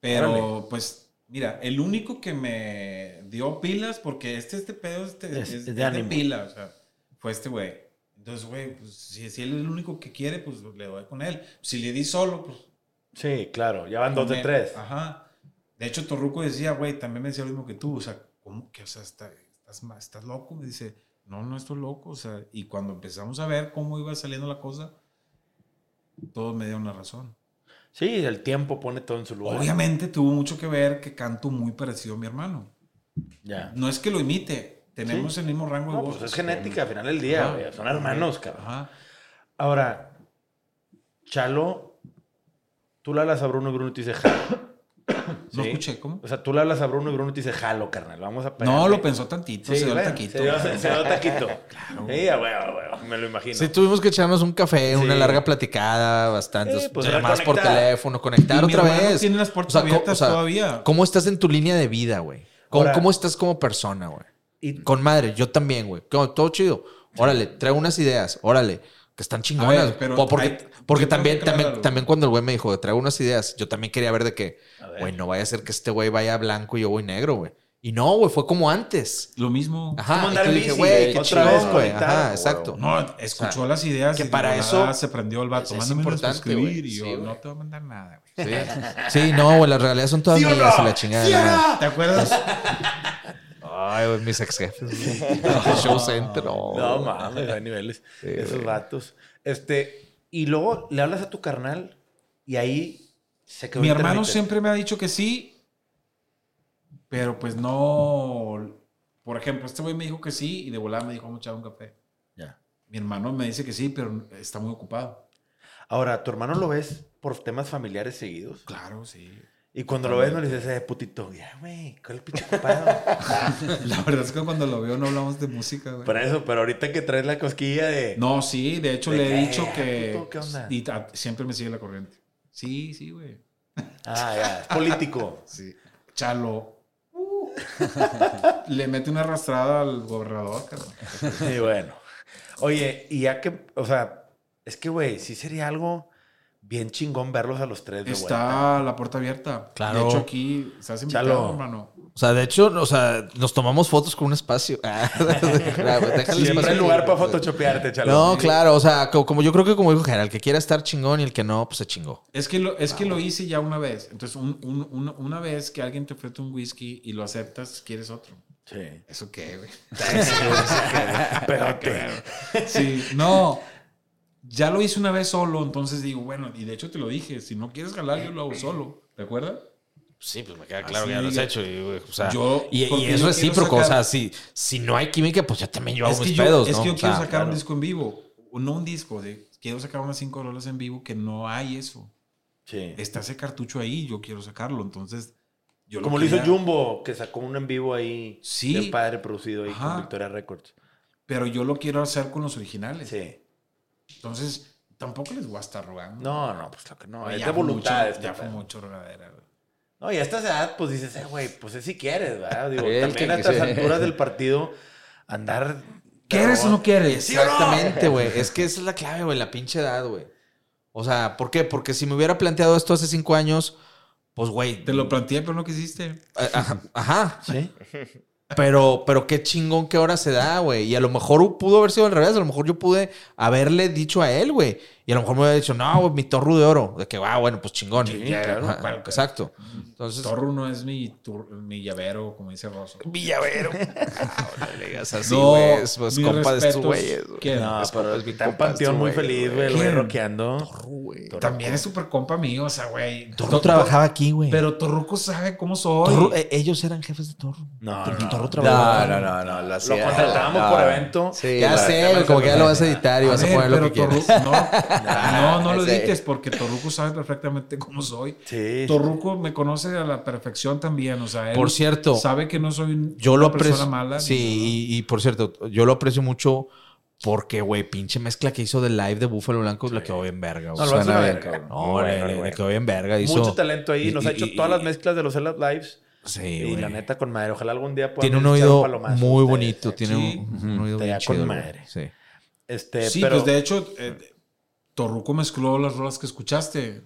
C: Pero
D: Órale.
C: pues, mira, el único que me dio pilas, porque este, este pedo este,
D: Es-
C: es,
D: es de
C: es de
D: ánimo.
C: pila, o sea, fue este güey. Entonces, güey, pues si, si él es el único que quiere, pues le doy con él. Si le di solo, pues...
D: Sí, claro, ya van dos
C: con
D: de
C: él.
D: tres.
C: Ajá. De hecho, Torruco decía, güey, también me decía lo mismo que tú, o sea, ¿cómo que, o sea, está- estás, ma- estás loco? Me dice, no, no estoy loco, o sea, y cuando empezamos a ver cómo iba saliendo la cosa, todos me dieron la razón.
D: Sí, el tiempo pone todo en su lugar.
C: Obviamente tuvo mucho que ver que canto muy parecido a mi hermano.
D: Ya.
C: No es que lo imite, tenemos el mismo rango
D: No,
C: de voz.
D: pues es genética al final del día,
C: Ajá.
D: güey. Son hermanos, cabrón.
C: Ajá.
D: Ahora, Chalo, tú le hablas a Bruno y Bruno te dice jalo.
C: No
D: ¿Sí?
C: escuché, ¿cómo?
D: O sea, tú le hablas a Bruno y Bruno te dice jalo, carnal. Vamos a pegarle".
C: No, lo pensó tantito,
D: Sí,
C: se dio el
D: bueno,
C: taquito.
D: Se dio, se dio el taquito. Sí, a huevo, a huevo, me lo imagino.
F: sí, tuvimos que echarnos un café, una
D: Sí.
F: larga platicada, bastantes
D: Sí, pues,
F: llamadas por
D: reconectar.
F: teléfono, conectar
C: Y mi
F: otra
C: hermano
F: vez.
C: tiene las puertas
F: co-
C: abiertas todavía.
F: ¿Cómo estás en tu línea de vida, güey? ¿Cómo,
D: Ahora-
F: cómo estás como persona, güey?
D: Y-
F: Con madre, yo también, güey. Co- Todo chido. Órale, traigo unas ideas, órale, que están
C: A
F: chingonas.
C: ver, pero
F: Po- porque
C: hay-
F: porque
C: yo tengo
F: también,
C: que aclarar
F: también,
C: algo.
F: también cuando el güey me dijo, traigo unas ideas, yo también quería ver de que,
D: A ver.
F: güey, no vaya a ser que este güey vaya blanco y yo voy negro, güey. Y no, güey, fue como antes.
C: Lo mismo.
B: Ah.
D: ¿Cómo
F: Ajá, y
D: andar
F: yo
D: en
F: dije,
D: bici,
F: güey,
D: güey?
F: qué
D: Otra
F: chido,
D: vez
F: güey.
D: conectar,
F: Ajá,
D: güey.
F: exacto.
C: No, escuchó
F: O sea,
C: las ideas.
F: que
C: y de
F: para
C: la
F: eso-
C: nada se prendió el vato.
F: es
C: Mándame menos para
F: importante, güey.
C: escribir y yo,
F: Sí, güey.
C: no te voy a mandar nada, güey.
F: Sí. Sí, no, güey, las realidades son todas
D: ¿Sí o
F: mías
D: no?
F: y la chingada.
D: ¿Sí o
F: ¿no?
B: Ah.
D: no?
C: ¿Te acuerdas?
F: Ay, güey, mis ex jefes. güey. Show Center. No,
C: Oh,
D: No mames, hay niveles. esos
C: Eh,
D: vatos. Este, y luego le hablas a tu carnal y ahí se quedó
C: Mi hermano
D: intermitente.
C: siempre me ha dicho que sí, pero pues no. Por ejemplo, este güey me dijo que sí y de volada me dijo, vamos a echar un café.
D: Ya.
C: Mi hermano me dice que sí, pero está muy ocupado.
D: Ahora, tu hermano lo ves por temas familiares seguidos.
C: Claro, sí.
D: Y cuando lo ves, no le dices, eh, putito, ya, güey, ¿cuál es el pinche ocupado?
C: La verdad es que cuando lo veo no hablamos de música, güey.
D: Por eso, pero ahorita que traes la cosquilla de.
C: No, sí, de hecho
D: ¿De
C: le he
D: qué?
C: dicho que.
D: Puto, ¿qué onda?
C: Y ta- siempre me sigue la corriente. Sí, sí, güey.
D: Ah, ya, es político.
C: Sí. Chalo. Le mete una arrastrada al gobernador, cabrón.
D: Sí, bueno. Oye, y ya que, o sea, es que, güey, sí sería algo bien chingón verlos a los tres de vuelta.
C: Está la puerta abierta.
F: Claro.
C: De hecho, aquí estás invitado,
D: Chalo.
C: hermano.
F: O sea, de hecho, o sea, nos tomamos fotos con un espacio. Ah, claro, güey, deja el
D: Siempre
F: espacio
D: hay lugar
F: libre,
D: para
F: güey.
D: photoshopearte, chalo.
F: No, claro, o sea, co- como yo creo que como dijo Gerald, el que quiera estar chingón y el que no, pues se chingó.
C: Es que lo, es que lo hice ya una vez. Entonces, un- un- una- una vez que alguien te ofrece un whisky y lo aceptas, quieres otro.
D: Sí.
C: ¿Eso qué, güey?
D: Pero
C: Sí, no. Ya lo hice una vez solo, entonces digo, bueno, y de hecho te lo dije, si no quieres jalar, yo lo hago solo. ¿Te acuerdas?
F: Sí, pues me queda
C: claro que ya lo has hecho
F: Y, o
C: sea,
F: y,
C: y- y
F: es
C: es
F: recíproco.
C: recíproco,
F: O sea,
C: o sea,
F: si, si no hay química, pues yo también yo hago
C: es que
F: mis
C: yo,
F: pedos,
C: es
F: ¿no?
C: que yo quiero sacar un disco en vivo, o no un disco, de quiero sacar unas 5 rolas en vivo, que no hay eso.
D: Sí.
C: Está ese cartucho ahí, yo quiero sacarlo. Entonces, yo
D: Como lo hizo
C: quería-
D: Jumbo, que sacó un en vivo ahí.
C: Sí.
D: Bien padre producido ahí
C: Ajá.
D: con Victoria Records.
C: Pero yo lo quiero hacer con los originales.
D: Sí.
C: Entonces, tampoco les voy a estar rogando.
D: No, no, pues claro que no.
C: Oye,
D: es
C: ya
D: de
C: fue
D: voluntad.
C: mucho-
D: este
C: ya fue
D: pedo.
C: mucho rogadera, güey.
D: No, y a esta edad, pues dices, eh, güey, pues es si quieres, ¿verdad? Digo,
F: El
D: también
F: que
D: a estas
F: quise.
D: alturas del partido, andar.
C: ¿Quieres o no quieres?
B: Exactamente, güey. Es que esa es la clave, güey, la pinche edad, güey. O sea, ¿por qué? Porque si me hubiera planteado esto hace cinco años, pues, güey.
C: Te lo planteé, pero no quisiste.
B: eh, Ajá. ajá.
D: Sí.
B: Pero, pero qué chingón que ahora se da, güey. Y a lo mejor pudo haber sido al revés. A lo mejor yo pude haberle dicho a él, güey. Y a lo mejor me hubiera dicho, no, güey, mi torru de oro. De que, ah, bueno, pues chingón.
C: ya,
B: Ajá,
C: claro, claro.
B: Exacto. Entonces,
C: Torru no es mi, tur- mi llavero, como dice Rosso.
B: Villavero. Ah, órale, o sea, sí,
C: No,
B: güey. es pues,
C: mis
B: compa de estos
C: respetos.
B: güeyes, güey.
C: ¿Quién?
D: No,
B: Es
D: pero
B: compas, bien
D: está en
B: compas,
D: Panteón
B: tú,
D: muy
B: güey,
D: feliz, güey,
B: güey.
D: lo voy
C: ¿Quién?
D: rockeando.
B: güey.
C: También es súper compa mío, o sea, güey.
B: Torru trabajaba aquí, güey.
C: Pero Torruco sabe cómo soy.
B: Torru- eh, ellos eran jefes de Torru.
D: No,
B: Torru,
D: no.
B: Torru trabajaba.
F: No, no, no, no. La
D: Lo
F: hacía-
D: contratábamos
F: no.
D: por evento.
F: Sí,
B: ya
F: la-
B: sé, güey, como que ya lo vas a editar y vas a
C: ver,
B: poner lo que
C: pero
B: quieras.
C: Torruco- No, no, no lo
F: Sí.
C: edites porque Torruco sabe perfectamente cómo soy.
D: Sí.
C: Torruco me conoce a la perfección también, o sea, él
B: Por cierto,
C: sabe que no soy un-
B: yo lo
C: una persona
B: aprecio.
C: mala.
B: Sí, y, y por cierto, yo lo aprecio mucho porque, güey, pinche mezcla que hizo del live de Búfalo Blanco la quedó bien verga, güey.
D: No, lo vas a
F: Suena
D: ver,
F: bien, cabrón.
B: No, le- le, le quedó bien verga. Hizo,
D: Mucho talento ahí.
B: y-
D: Nos ha
B: y-
D: hecho
B: y-
D: todas las mezclas de los Elas Lives.
B: Sí,
D: Y,
B: güey.
D: la neta, con madre. Ojalá algún día pueda.
B: Tiene un oído muy bonito.
D: Este,
B: Tiene
C: Sí.
B: un, un oído
D: Te
B: bien
D: da con
B: chido. güey.
D: madre.
B: Sí.
D: este,
C: sí
D: pero,
C: pues de hecho, eh, Torruco mezcló las rolas que escuchaste.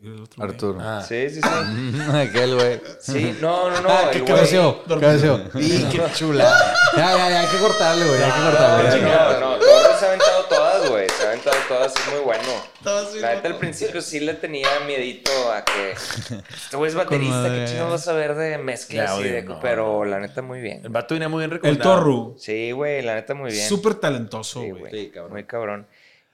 C: Y el otro, güey.
F: Arturo.
D: Ah,
E: Sí, sí, sí.
F: Aquel, güey.
E: Sí, no, no, no.
B: Ah,
E: el
B: qué
E: güey-
B: cabeceo. Cabeceo. Y qué chula. Ya, ya, ya, hay que cortarle, güey. Hay que
E: No,
B: cortarle.
E: no, no, Torres se ha aventado todas, güey. Se ha aventado todas, es muy bueno. La neta al principio sí le tenía miedito a que este güey es baterista, qué chino vas a ver de mezclas
D: De
E: y de.
D: audio, no.
E: Pero la neta muy
D: el
E: bien.
D: vato venía muy bien
C: El
D: recomendado.
C: Torru,
E: Sí, güey, la neta muy bien.
C: súper talentoso,
E: Sí,
C: güey.
E: güey.
L: Sí, cabrón.
E: Muy cabrón.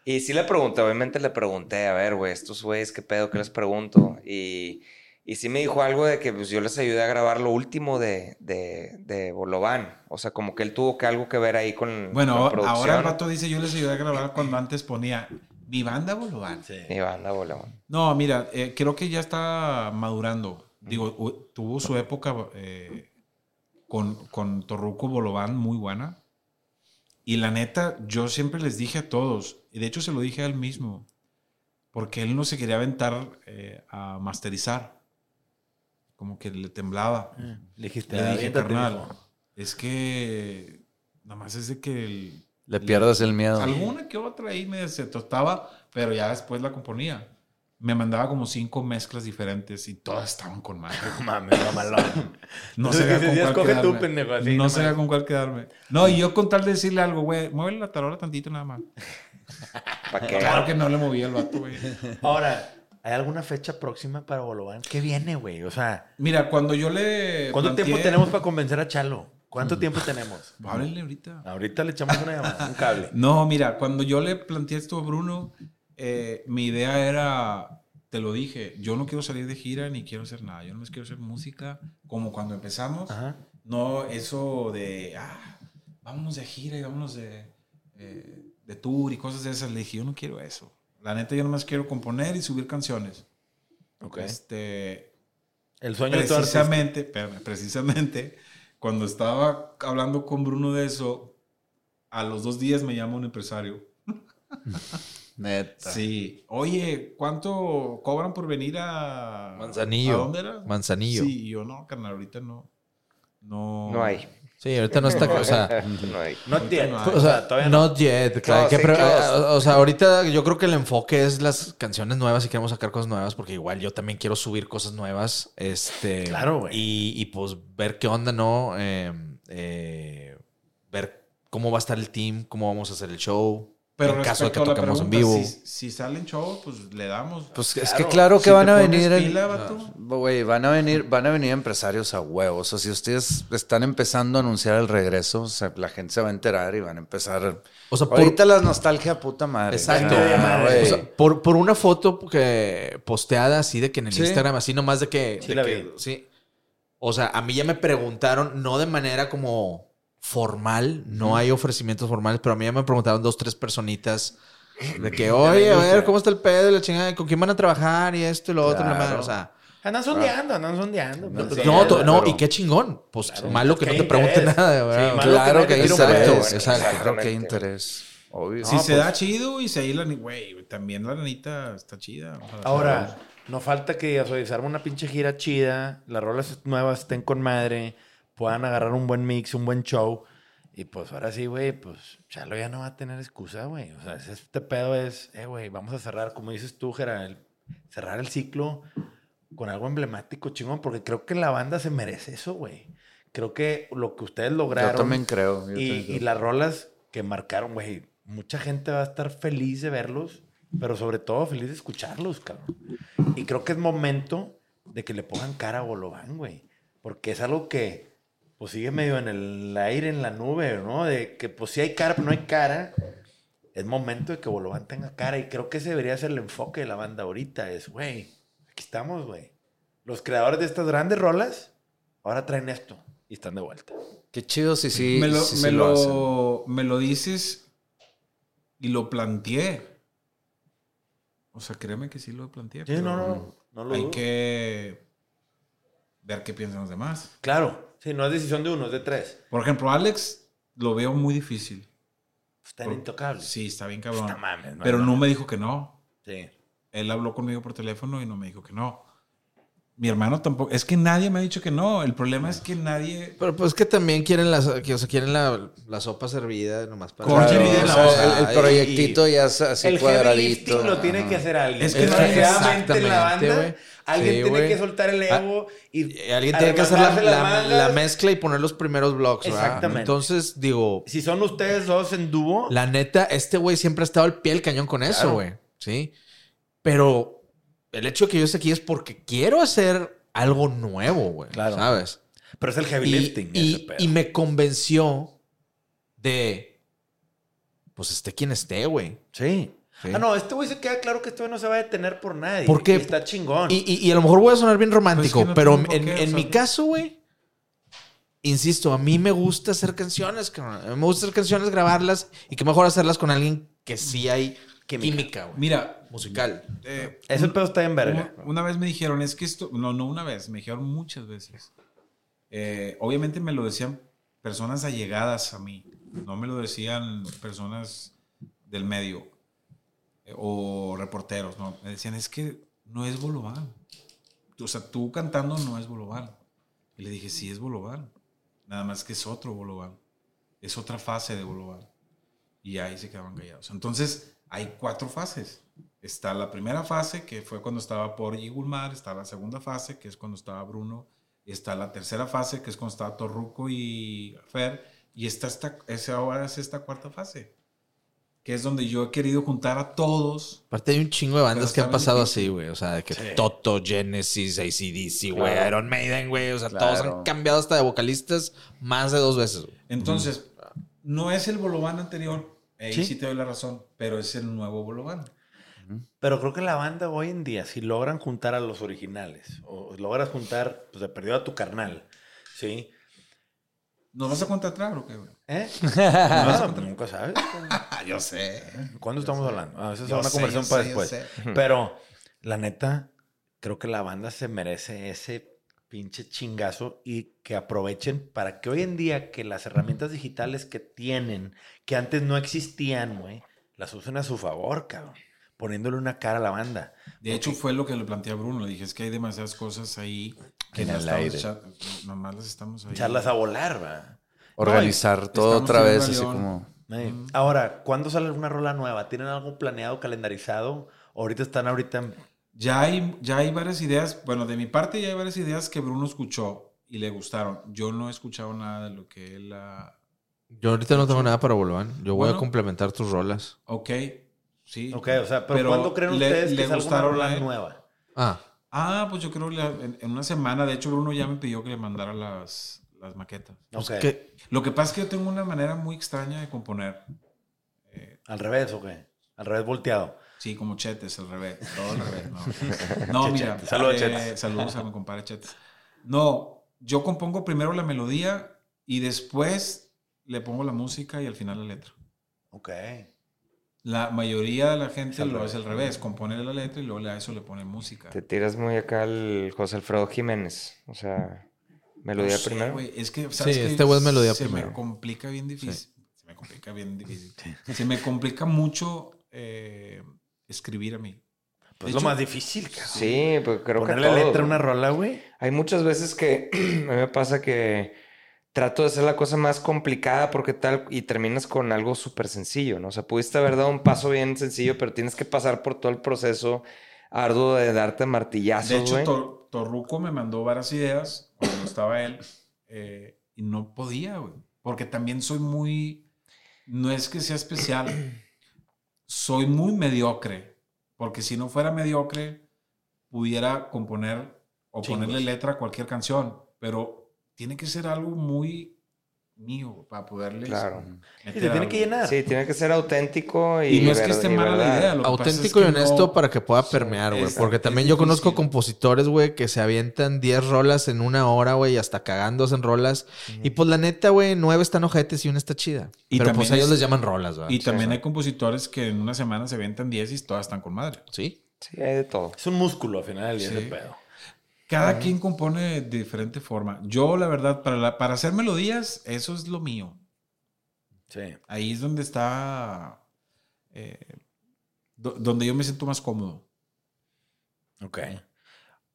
E: Y sí le pregunté, obviamente le pregunté, a ver, güey, estos güeyes, ¿qué pedo? ¿Qué les pregunto? Y, y sí me dijo algo de que pues, yo les ayudé a grabar lo último de, de, de Bolobán. O sea, como que él tuvo que algo que ver ahí con
C: Bueno,
E: la
C: ahora- ahora el
E: producción.
C: vato dice, yo les ayudé a grabar cuando antes ponía mi banda Bolobán.
E: Mi banda Bolobán.
C: No, mira, eh, creo que ya está madurando. Digo, u- tuvo su época eh, con, con Torruco Bolobán muy buena. Y la neta, yo siempre les dije a todos, y de hecho se lo dije a él mismo, porque él no se quería aventar eh, a masterizar. Como que le temblaba.
D: Le dijiste,
C: Le dije,
D: Mm. "Aviéntate,
C: carnal,
D: mijo".
C: es que nada más es de que el-
F: Le pierdas el miedo.
C: alguna que otra ahí me se tostaba, pero ya después la componía. Me mandaba como cinco mezclas diferentes y todas estaban con madre.
D: No mames, mamalón.
C: No
D: Entonces,
C: sabía
D: ¿qué
C: con
D: decías?
C: cuál
D: Coge tú,
C: quedarme.
D: pendejo, así,
C: no
D: no
C: sabía
D: mames.
C: con cuál quedarme. No, y yo con tal de decirle algo, güey, mueve la tarola tantito nada más.
E: ¿Para qué?
C: Claro que no le movía el vato, güey.
D: Ahora, ¿hay alguna fecha próxima para Bolobán? ¿Qué viene, güey? O sea,
C: Mira, cuando yo le
D: ¿cuánto
C: planteé-
D: tiempo tenemos para convencer a Chalo? ¿Cuánto tiempo tenemos?
C: Ábrele ahorita.
D: Ahorita le echamos una llamada, un cable.
C: No, mira, cuando yo le planteé esto a Bruno, eh, mi idea era, te lo dije, yo no quiero salir de gira ni quiero hacer nada, yo no más quiero hacer música como cuando empezamos,
D: Ajá.
C: no eso de, ah, vámonos de gira y vámonos de, eh, de tour y cosas de esas, le dije, yo no quiero eso, la neta yo nomás quiero componer y subir canciones.
D: Ok.
C: Este,
D: El sueño de todo artista.
C: precisamente, espérame, precisamente, cuando estaba hablando con Bruno de eso, a los dos días me llama un empresario.
F: Neta.
C: Sí. Oye, ¿cuánto cobran por venir a
B: Manzanillo.
C: ¿A dónde era?
B: Manzanillo. Sí.
C: Sí, yo no, carnal, ahorita no. No.
E: No hay.
B: ahorita no está. O sea,
E: No hay.
D: No tiene.
C: no hay.
B: o sea
D: todavía no.
B: not yet. claro, hay
E: sí,
B: que pre-
E: claro.
B: o- o sea, ahorita yo creo que el enfoque es las canciones nuevas y queremos sacar cosas nuevas porque igual yo también quiero subir cosas nuevas. Este.
D: Claro, güey.
B: Y, y, pues ver qué onda, ¿no? Eh, eh, ver cómo va a estar el team, cómo vamos a hacer el show.
C: Pero
B: en caso de que
C: respecto a la
B: toquemos en
C: pregunta,
B: vivo.
C: Si, si salen show, pues le damos.
F: Pues es que claro que
C: Si
F: van
C: te
F: a
C: pones
F: venir. el-
C: pila, vato,
F: Güey, van a venir, van a venir empresarios a huevos. O sea, si ustedes están empezando a anunciar el regreso, o sea, la gente se va a enterar y van a empezar.
B: O sea, por-
F: Ahorita la nostalgia, puta madre.
B: Exacto.
F: Ah, güey.
B: O sea, por, por una foto que posteada así de que en el
F: Sí.
B: Instagram, así nomás de que.
D: Sí
B: de
D: la
B: que-
D: vi.
B: sí. O sea, a mí ya me preguntaron, no de manera como formal, no hay ofrecimientos formales, pero a mí ya me preguntaron dos, tres personitas De que, oye, a ver, ¿cómo está el pedo? Y la chingada, ¿con quién van a trabajar? Y esto y lo otro, la madre. O sea,
D: Andan sondeando, andan sondeando. pues, sí,
B: no, to-
D: claro.
B: no, y qué chingón. Pues malo que no
D: qué
B: te pregunte
D: interés.
B: nada, ¿verdad?
D: Sí, malo
F: Claro
D: que
F: que
D: no
F: hay
B: Exacto,
D: te
F: interés.
B: güey.
F: güey.
E: Exacto.
F: Claro que hay interés. Obvio. pues,
C: Si se da chido y si ahí la ni- güey, también la lanita está chida. o sea,
D: Ahora, no falta que Azuizarme una pinche gira chida, las rolas nuevas estén con madre, puedan agarrar un buen mix, un buen show. Y pues ahora sí, güey, pues Chalo ya no va a tener excusa, güey. O sea, es- este pedo es, eh, güey, vamos a cerrar, como dices tú, Gerald, cerrar el ciclo con algo emblemático, chingón, porque creo que la banda se merece eso, güey. Creo que lo que ustedes lograron.
F: Yo también creo. yo
D: Y,
F: también creo.
D: y las rolas que marcaron, güey. Mucha gente va a estar feliz de verlos, pero sobre todo feliz de escucharlos, cabrón. Y creo que es momento de que le pongan cara a Bolobán, güey. Porque es algo que pues sigue medio en el aire, en la nube, ¿no? De que pues sí hay cara, pero no hay cara. Es momento de que Bolobán tenga cara. Y creo que ese debería ser el enfoque de la banda ahorita. Es, güey, aquí estamos, güey. Los creadores de estas grandes rolas ahora traen esto y están de vuelta.
F: Qué chido si sí,
C: me lo,
F: si sí
C: me
F: lo hacen.
C: lo- me lo dices y lo planteé. O sea, créeme que sí lo planteé.
D: Sí,
C: pero
D: no, no, no lo
C: Hay
D: dudo.
C: que ver qué piensan los demás.
D: Claro, sí, no es decisión de uno, es de tres.
C: Por ejemplo, Alex lo veo muy difícil.
B: Oh,
D: Están intocables.
C: Sí, está bien cabrón.
D: No mames, Pues, no
C: pero
D: hay
C: no
D: manera.
C: me dijo que no.
D: Sí.
C: Él habló conmigo por teléfono y no me dijo que no. Mi hermano tampoco. Es que nadie me ha dicho que no. El problema es que nadie.
B: Pero pues que también quieren las, que, o sea, quieren la, la sopa servida nomás para.
C: Con
F: Claro,
C: Jerry de
F: o
C: la
F: sea,
C: Voz.
F: el, el proyectito ya es así
D: el heavy
F: cuadradito.
D: lifting lo tiene que hacer alguien.
C: Es
D: Es
C: que
D: que
C: no-
D: en la
B: exactamente,
D: banda,
B: güey.
D: alguien
B: Sí,
D: tiene
B: güey.
D: que soltar el ego y,
B: Y alguien tiene que hacer la,
D: arremangarse las
B: la- la
D: mangas.
B: mezcla y poner los primeros blogs, ¿verdad?
D: Exactamente.
B: Entonces, digo,
D: Si son ustedes dos en dúo,
B: la neta, este güey siempre ha estado al pie del cañón con eso,
D: Claro.
B: güey. Sí. Pero el hecho de que yo esté aquí es porque quiero hacer algo nuevo, güey.
D: Claro.
B: ¿Sabes?
D: pero es el heavy
B: y,
D: lifting.
B: y-
D: ese pedo.
B: y me convenció de. Pues esté quien esté, güey.
D: sí.
B: Sí.
D: Ah, no, este güey se queda claro que este güey no se va a detener por nadie.
B: ¿Por qué?
D: Y está chingón.
B: Y, y- y a lo mejor voy a sonar bien romántico,
C: Pues es que no
B: pero
C: tiene por
B: en,
C: qué, o
B: en
C: sea,
B: mi
C: no.
B: caso, güey. Insisto, a mí me gusta hacer canciones, cabrón. A mí Me gusta hacer canciones, grabarlas y que mejor hacerlas con alguien que sí hay química, güey.
C: Mira,
B: Musical.
C: eh,
D: Ese pedo está en verga.
C: Una, una vez me dijeron, es que esto, no, no una vez, me dijeron muchas veces. Eh, obviamente me lo decían personas allegadas a mí, no me lo decían personas del medio eh, o reporteros, no, me decían, es que no es Bolobán. O sea, tú cantando no es Bolobán. Y le dije, sí es Bolobán, nada más que es otro Bolobán, es otra fase de Bolobán. Y ahí se quedaban callados. Entonces, hay cuatro fases. Está la primera fase, que fue cuando estaba por Gulmar, está la segunda fase, que es cuando estaba Bruno, está la tercera fase, que es cuando estaba Torruco y Fer, y está esta, esa ahora es esta cuarta fase, que es donde yo he querido juntar a todos.
B: Aparte hay un chingo de bandas
C: Pero
B: que
C: está
B: han
C: bien
B: pasado
C: difícil.
B: así, güey. O sea, de que Toto, Genesis, ACDC, güey, Iron Maiden, güey. O sea, todos
F: Claro.
B: han cambiado hasta de vocalistas más de dos veces, güey.
C: Entonces, no es el Bolobán anterior, ahí
D: Sí.
C: sí te doy la razón, pero es el nuevo Bolobán.
D: Pero creo que la banda hoy en día, si logran juntar a los originales, o logras juntar, pues de perdido a tu carnal, ¿sí?
C: ¿Nos vas a contratar o qué, güey?
D: ¿Eh? No, pues, nunca sabes.
C: Ah, yo sé.
D: ¿Cuándo estamos hablando? Ah, esa es
C: Yo
D: una
C: sé,
D: conversación
C: yo
D: para
C: sé, yo
D: después.
C: sé.
D: Pero, la neta, creo que la banda se merece ese pinche chingazo y que aprovechen para que hoy en día que las herramientas digitales que tienen, que antes no existían, güey, las usen a su favor, cabrón. Poniéndole una cara a la banda.
C: De hecho, fue lo que le planteé a Bruno. Le dije, es que hay demasiadas cosas ahí que
D: En
C: no
D: el
C: estamos
D: aire.
C: echa- nomás las estamos ahí.
D: Echarlas a volar, va.
F: Organizar todo
C: estamos
F: otra
C: en un
F: vez, así
C: avión.
F: como.
D: Ey,
C: Mm.
D: Ahora, ¿cuándo sale alguna rola nueva? ¿Tienen algo planeado, calendarizado? Ahorita están ahorita en...
C: Ya hay, ya hay varias ideas. Bueno, de mi parte ya hay varias ideas que Bruno escuchó y le gustaron. Yo no he escuchado nada de lo que él ha...
B: Yo ahorita no tengo nada para Bolván. Yo voy
C: Bueno.
B: a complementar tus rolas.
C: Ok, sí.
D: Ok, o sea, ¿pero, cuándo creen
C: le-
D: ustedes
C: le
D: que salga una
C: gustaron a
D: rola
C: él?
D: nueva?
B: Ah,
C: Ah, pues yo creo que la- en, en una semana. De hecho, Bruno ya me pidió que le mandara las, las maquetas.
D: Ok.
B: que
C: Lo Pues que pasa es que yo tengo una manera muy extraña de componer.
D: ¿Al revés o qué? Al revés volteado.
C: Sí, como Chetes, al revés. Todo al revés. No, no mira.
D: Chetes. Saludos,
C: eh,
D: Chetes.
C: Saludos a mi compadre Chetes. No, yo compongo primero la melodía
D: Pues
C: y después le pongo la música y al final la letra.
D: Ok.
C: La mayoría de la gente lo hace al revés, compone la letra y luego le- a eso le pone música.
E: Te tiras muy acá al José Alfredo Jiménez. O sea, melodía
C: No sé,
E: primero.
C: güey, Es que, ¿sabes
B: Sí,
C: qué?
B: este güey es melodía
C: se
B: primero.
C: me complica bien difícil. Se me complica bien difícil. Se me complica mucho eh, escribir a mí.
D: Pues
C: De
D: lo
C: hecho,
D: más difícil, cabrón.
E: Sí, pues creo
D: Ponerle
E: que todo,
D: letra a
E: güey.
D: una rola, güey.
E: Hay muchas veces que a mí me pasa que trato de hacer la cosa más complicada porque tal y terminas con algo súper sencillo, ¿no? O sea, pudiste haber dado un paso bien sencillo, pero tienes que pasar por todo el proceso arduo de darte martillazos,
C: De hecho,
E: güey.
C: Tor- Torruco me mandó varias ideas cuando estaba él eh, y no podía, güey. Porque también soy muy. No es que sea especial, soy muy mediocre. Porque si no fuera mediocre, pudiera componer o ponerle letra a cualquier canción. Pero tiene que ser algo muy mío para poderle.
E: Claro.
D: Y te tiene que llenar.
E: Sí, tiene que ser auténtico y,
C: Y no es que
E: ver-
C: esté
E: y
C: mala la
E: verdad.
C: idea. lo que pasa es
B: Auténtico y
C: que no-
B: honesto para que pueda permear, güey.
C: es-
B: Porque
C: es
B: también yo conozco
C: difícil.
B: compositores, güey, que se avientan 10 rolas en una hora, güey, y hasta cagando hacen rolas. Y pues la neta, güey, nueve están ojetes y una está chida.
C: Mm. Y
B: Pero
C: también
B: pues a ellos
C: es-
B: les llaman rolas, güey.
C: Y también hay compositores que en una semana se avientan 10 y todas están con madre.
B: Sí.
E: Sí, hay de todo.
D: Es un músculo al final del día
C: Sí.
D: ese pedo.
C: Cada quien compone de diferente forma. Yo, la verdad, para, la- para hacer melodías, eso es lo mío.
D: Sí.
C: Ahí es donde está. eh, do- donde yo me siento más cómodo.
D: Ok.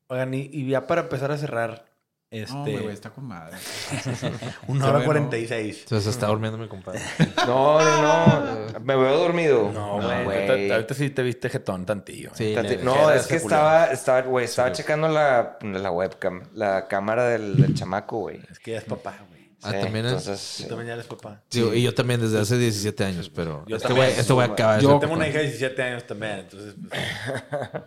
D: Oigan, y, y ya para empezar a cerrar, este.
C: No, hombre, güey, está con madre.
D: una
C: Se
D: hora
C: ve,
D: cuarenta y seis.
B: Entonces está durmiendo mi compadre.
E: No, no, no. Me veo dormido.
D: No, güey. ahorita- ahorita sí te viste jetón tantillo.
B: Sí,
D: eh.
E: Tati-
B: le-
E: no,
D: ligera
E: es que
D: esa culera.
E: estaba, estaba, güey, estaba checando la, la webcam, la cámara del, del chamaco, güey.
D: Es que ya es papá, güey.
B: Ah,
E: Sí,
B: también es-
E: entonces, eh,
D: Tú
E: sí.
D: también ya eres papá.
B: Digo, Y yo también desde hace 17 años, pero
D: Yo
B: este
D: también.
B: güey este güey acaba de
C: Yo
B: ser
D: Tengo una
B: papá.
D: hija de 17 años también, entonces. pues,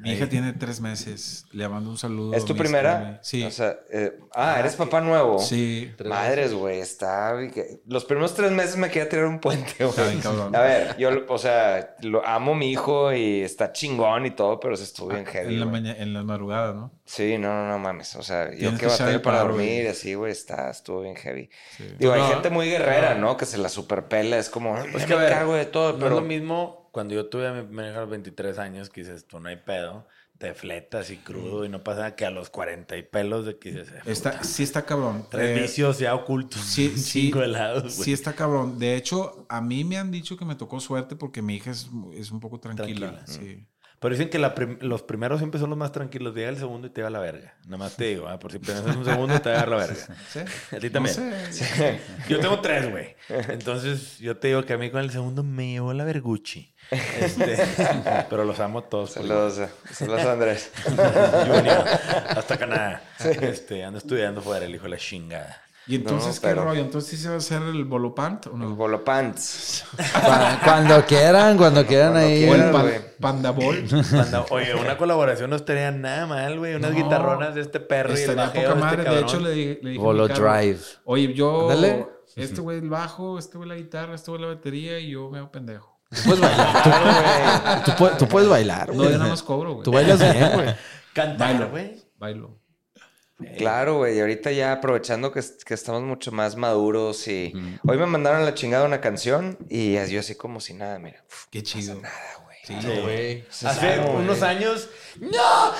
C: Mi hija tiene tres meses. Le mando un saludo.
E: ¿Es tu
C: mi
E: primera?
C: estimada. Sí.
E: O sea, eh, ah, eres papá nuevo.
C: sí.
E: Madres, güey, está. que- Los primeros tres meses me quería tirar un puente,
C: Está
E: güey.
C: bien, cabrón.
E: A ver, yo, lo- o sea, lo amo a mi hijo y está chingón y todo, pero se estuvo bien heavy.
C: Ah, en, la
E: güey.
C: maña- en las madrugadas, ¿no?
E: Sí, no, no, no mames. O sea, yo
C: Tienes
E: que
C: que echar
E: batalla
C: el
E: para
C: paro,
E: dormir,
C: güey.
E: así, güey, está, estuvo bien heavy.
C: Sí.
E: Digo, hay
B: No.
E: gente muy guerrera, ¿no? Que se la superpela, es como,
D: Es
E: es
D: que,
E: que
D: a ver,
E: cago de todo,
D: no es
E: pero.
D: lo mismo cuando yo tuve a mi primer hija a los 23 años, que dices, tú no hay pedo, te fletas y crudo y no pasa nada que a los 40 y pelos de que dices, eh,
C: Está, sí está cabrón.
D: tres
C: Eh,
D: vicios ya ocultos,
C: sí,
D: sí,
C: sí,
D: cinco helados, güey.
C: Sí, está cabrón. De hecho, a mí me han dicho que me tocó suerte porque mi hija es, es un poco tranquila.
D: Tranquila.
C: Sí.
E: mm.
D: Pero dicen que la prim- los primeros siempre son los más tranquilos, llega el segundo y te va a la verga. Nada más te digo, ah, por si piensas un segundo te va a dar la verga.
C: Sí.
D: A ti también.
C: No sé.
D: Yo tengo tres, güey. Entonces, yo te digo que a mí con el segundo me llevó la verguchi. Este, pero los amo todos. por igual.
E: Saludos, eh, saludos, Andrés.
D: Junior, hasta Canadá. Este, ando estudiando fuera, el hijo de la chingada.
C: Y entonces,
E: No,
C: ¿qué
E: pero-
C: rollo? ¿Entonces sí se va a hacer el bolopant o no?
E: Bolo Pants.
F: Cuando, quieran, cuando quieran
E: Cuando
F: ahí.
C: ¿O el
E: quieran.
C: pan-
E: güey.
C: pandabol?
D: Manda- oye, una colaboración no estaría nada mal, güey. Unas
C: No.
D: guitarronas de este perro y el
C: Estaría
D: bajeo
C: poca
D: de este
C: madre. de
D: cabrón.
C: hecho, le, dije- le dije... a
F: Bolo
C: mi carro,
F: Drive.
C: Oye, yo...
B: Ándale.
C: Este güey el bajo, este güey la guitarra, este güey la batería y yo me hago pendejo.
B: Tú puedes bailar. Tú, tú pu- tú puedes bailar,
C: No,
B: güey.
C: yo nada más cobro, güey.
B: Tú bailas bien, güey.
D: Cantar,
C: Bailo.
D: güey.
C: Bailo.
E: Claro, güey. Y ahorita ya aprovechando que, es- que estamos mucho más maduros y hoy me mandaron a la chingada una canción y as- yo así como si nada, mira. Uf,
C: Qué chido.
E: nada, güey.
C: Sí,
B: güey.
D: Hace unos años.
E: No,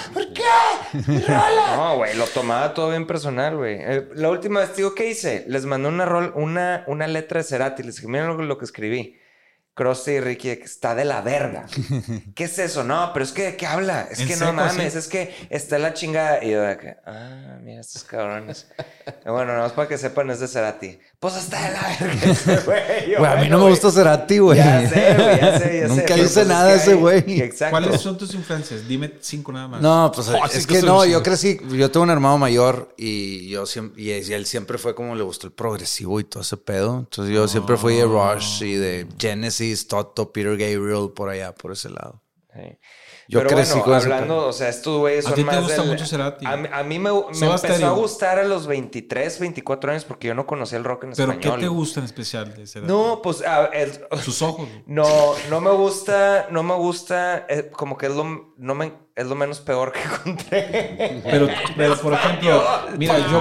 E: güey, lo tomaba todo bien personal, güey. Eh, la última vez, te digo, ¿qué hice? Les mandé una, rol, una, una letra de Cerati. Les dije, miren lo, lo que escribí. Krusty y Ricky, de que está de la verga. ¿Qué es eso? No, pero es que, ¿de qué habla? Es
C: En
E: que no
C: seco,
E: mames,
C: sí.
E: es que está la chingada. Y yo de que, ah, mira estos cabrones. Eh, bueno, nada más para que sepan, es de Cerati. Pues está de la verga ese güey. Yo,
F: Güey, a mí no
E: bueno,
F: me gusta Cerati, güey.
E: Ya sé, güey, ya sé, ya sé.
F: Nunca
E: Pero,
F: hice
E: pues, es
F: nada
E: que
F: ese
E: hay-
F: güey.
E: Exacto.
C: ¿Cuáles son tus influencias? Dime cinco nada más.
F: No, pues
B: Oh,
F: es,
B: sí, es
F: que
B: que
F: no,
B: soy-
F: yo crecí, yo tengo un hermano mayor y yo siempre, y él siempre fue como le gustó el progresivo y todo ese pedo. Entonces yo siempre fui de
C: Ah.
F: Rush y de Genesis, Toto, Peter Gabriel, por allá, por ese lado.
E: Sí.
F: Yo
E: Pero
F: crecí
E: bueno,
F: con ese
E: hablando,
F: pedo.
E: o sea, estos güeyes
C: ¿A
E: son
C: ti te
E: más
C: gusta
E: del-
C: mucho Cerati?
E: A, mí- a mí me, me
C: Soda
E: empezó a
C: Stereo.
E: gustar a los 23, 24 años porque yo no conocía el rock en
C: ¿Pero
E: español.
C: qué te gusta en especial de ese
E: No, pues a- el-
C: Sus ojos. güey.
E: no, no me gusta, no me gusta, eh, como que es lo, no me, es lo menos peor que encontré.
C: Pero, pero por ejemplo, mira, yo...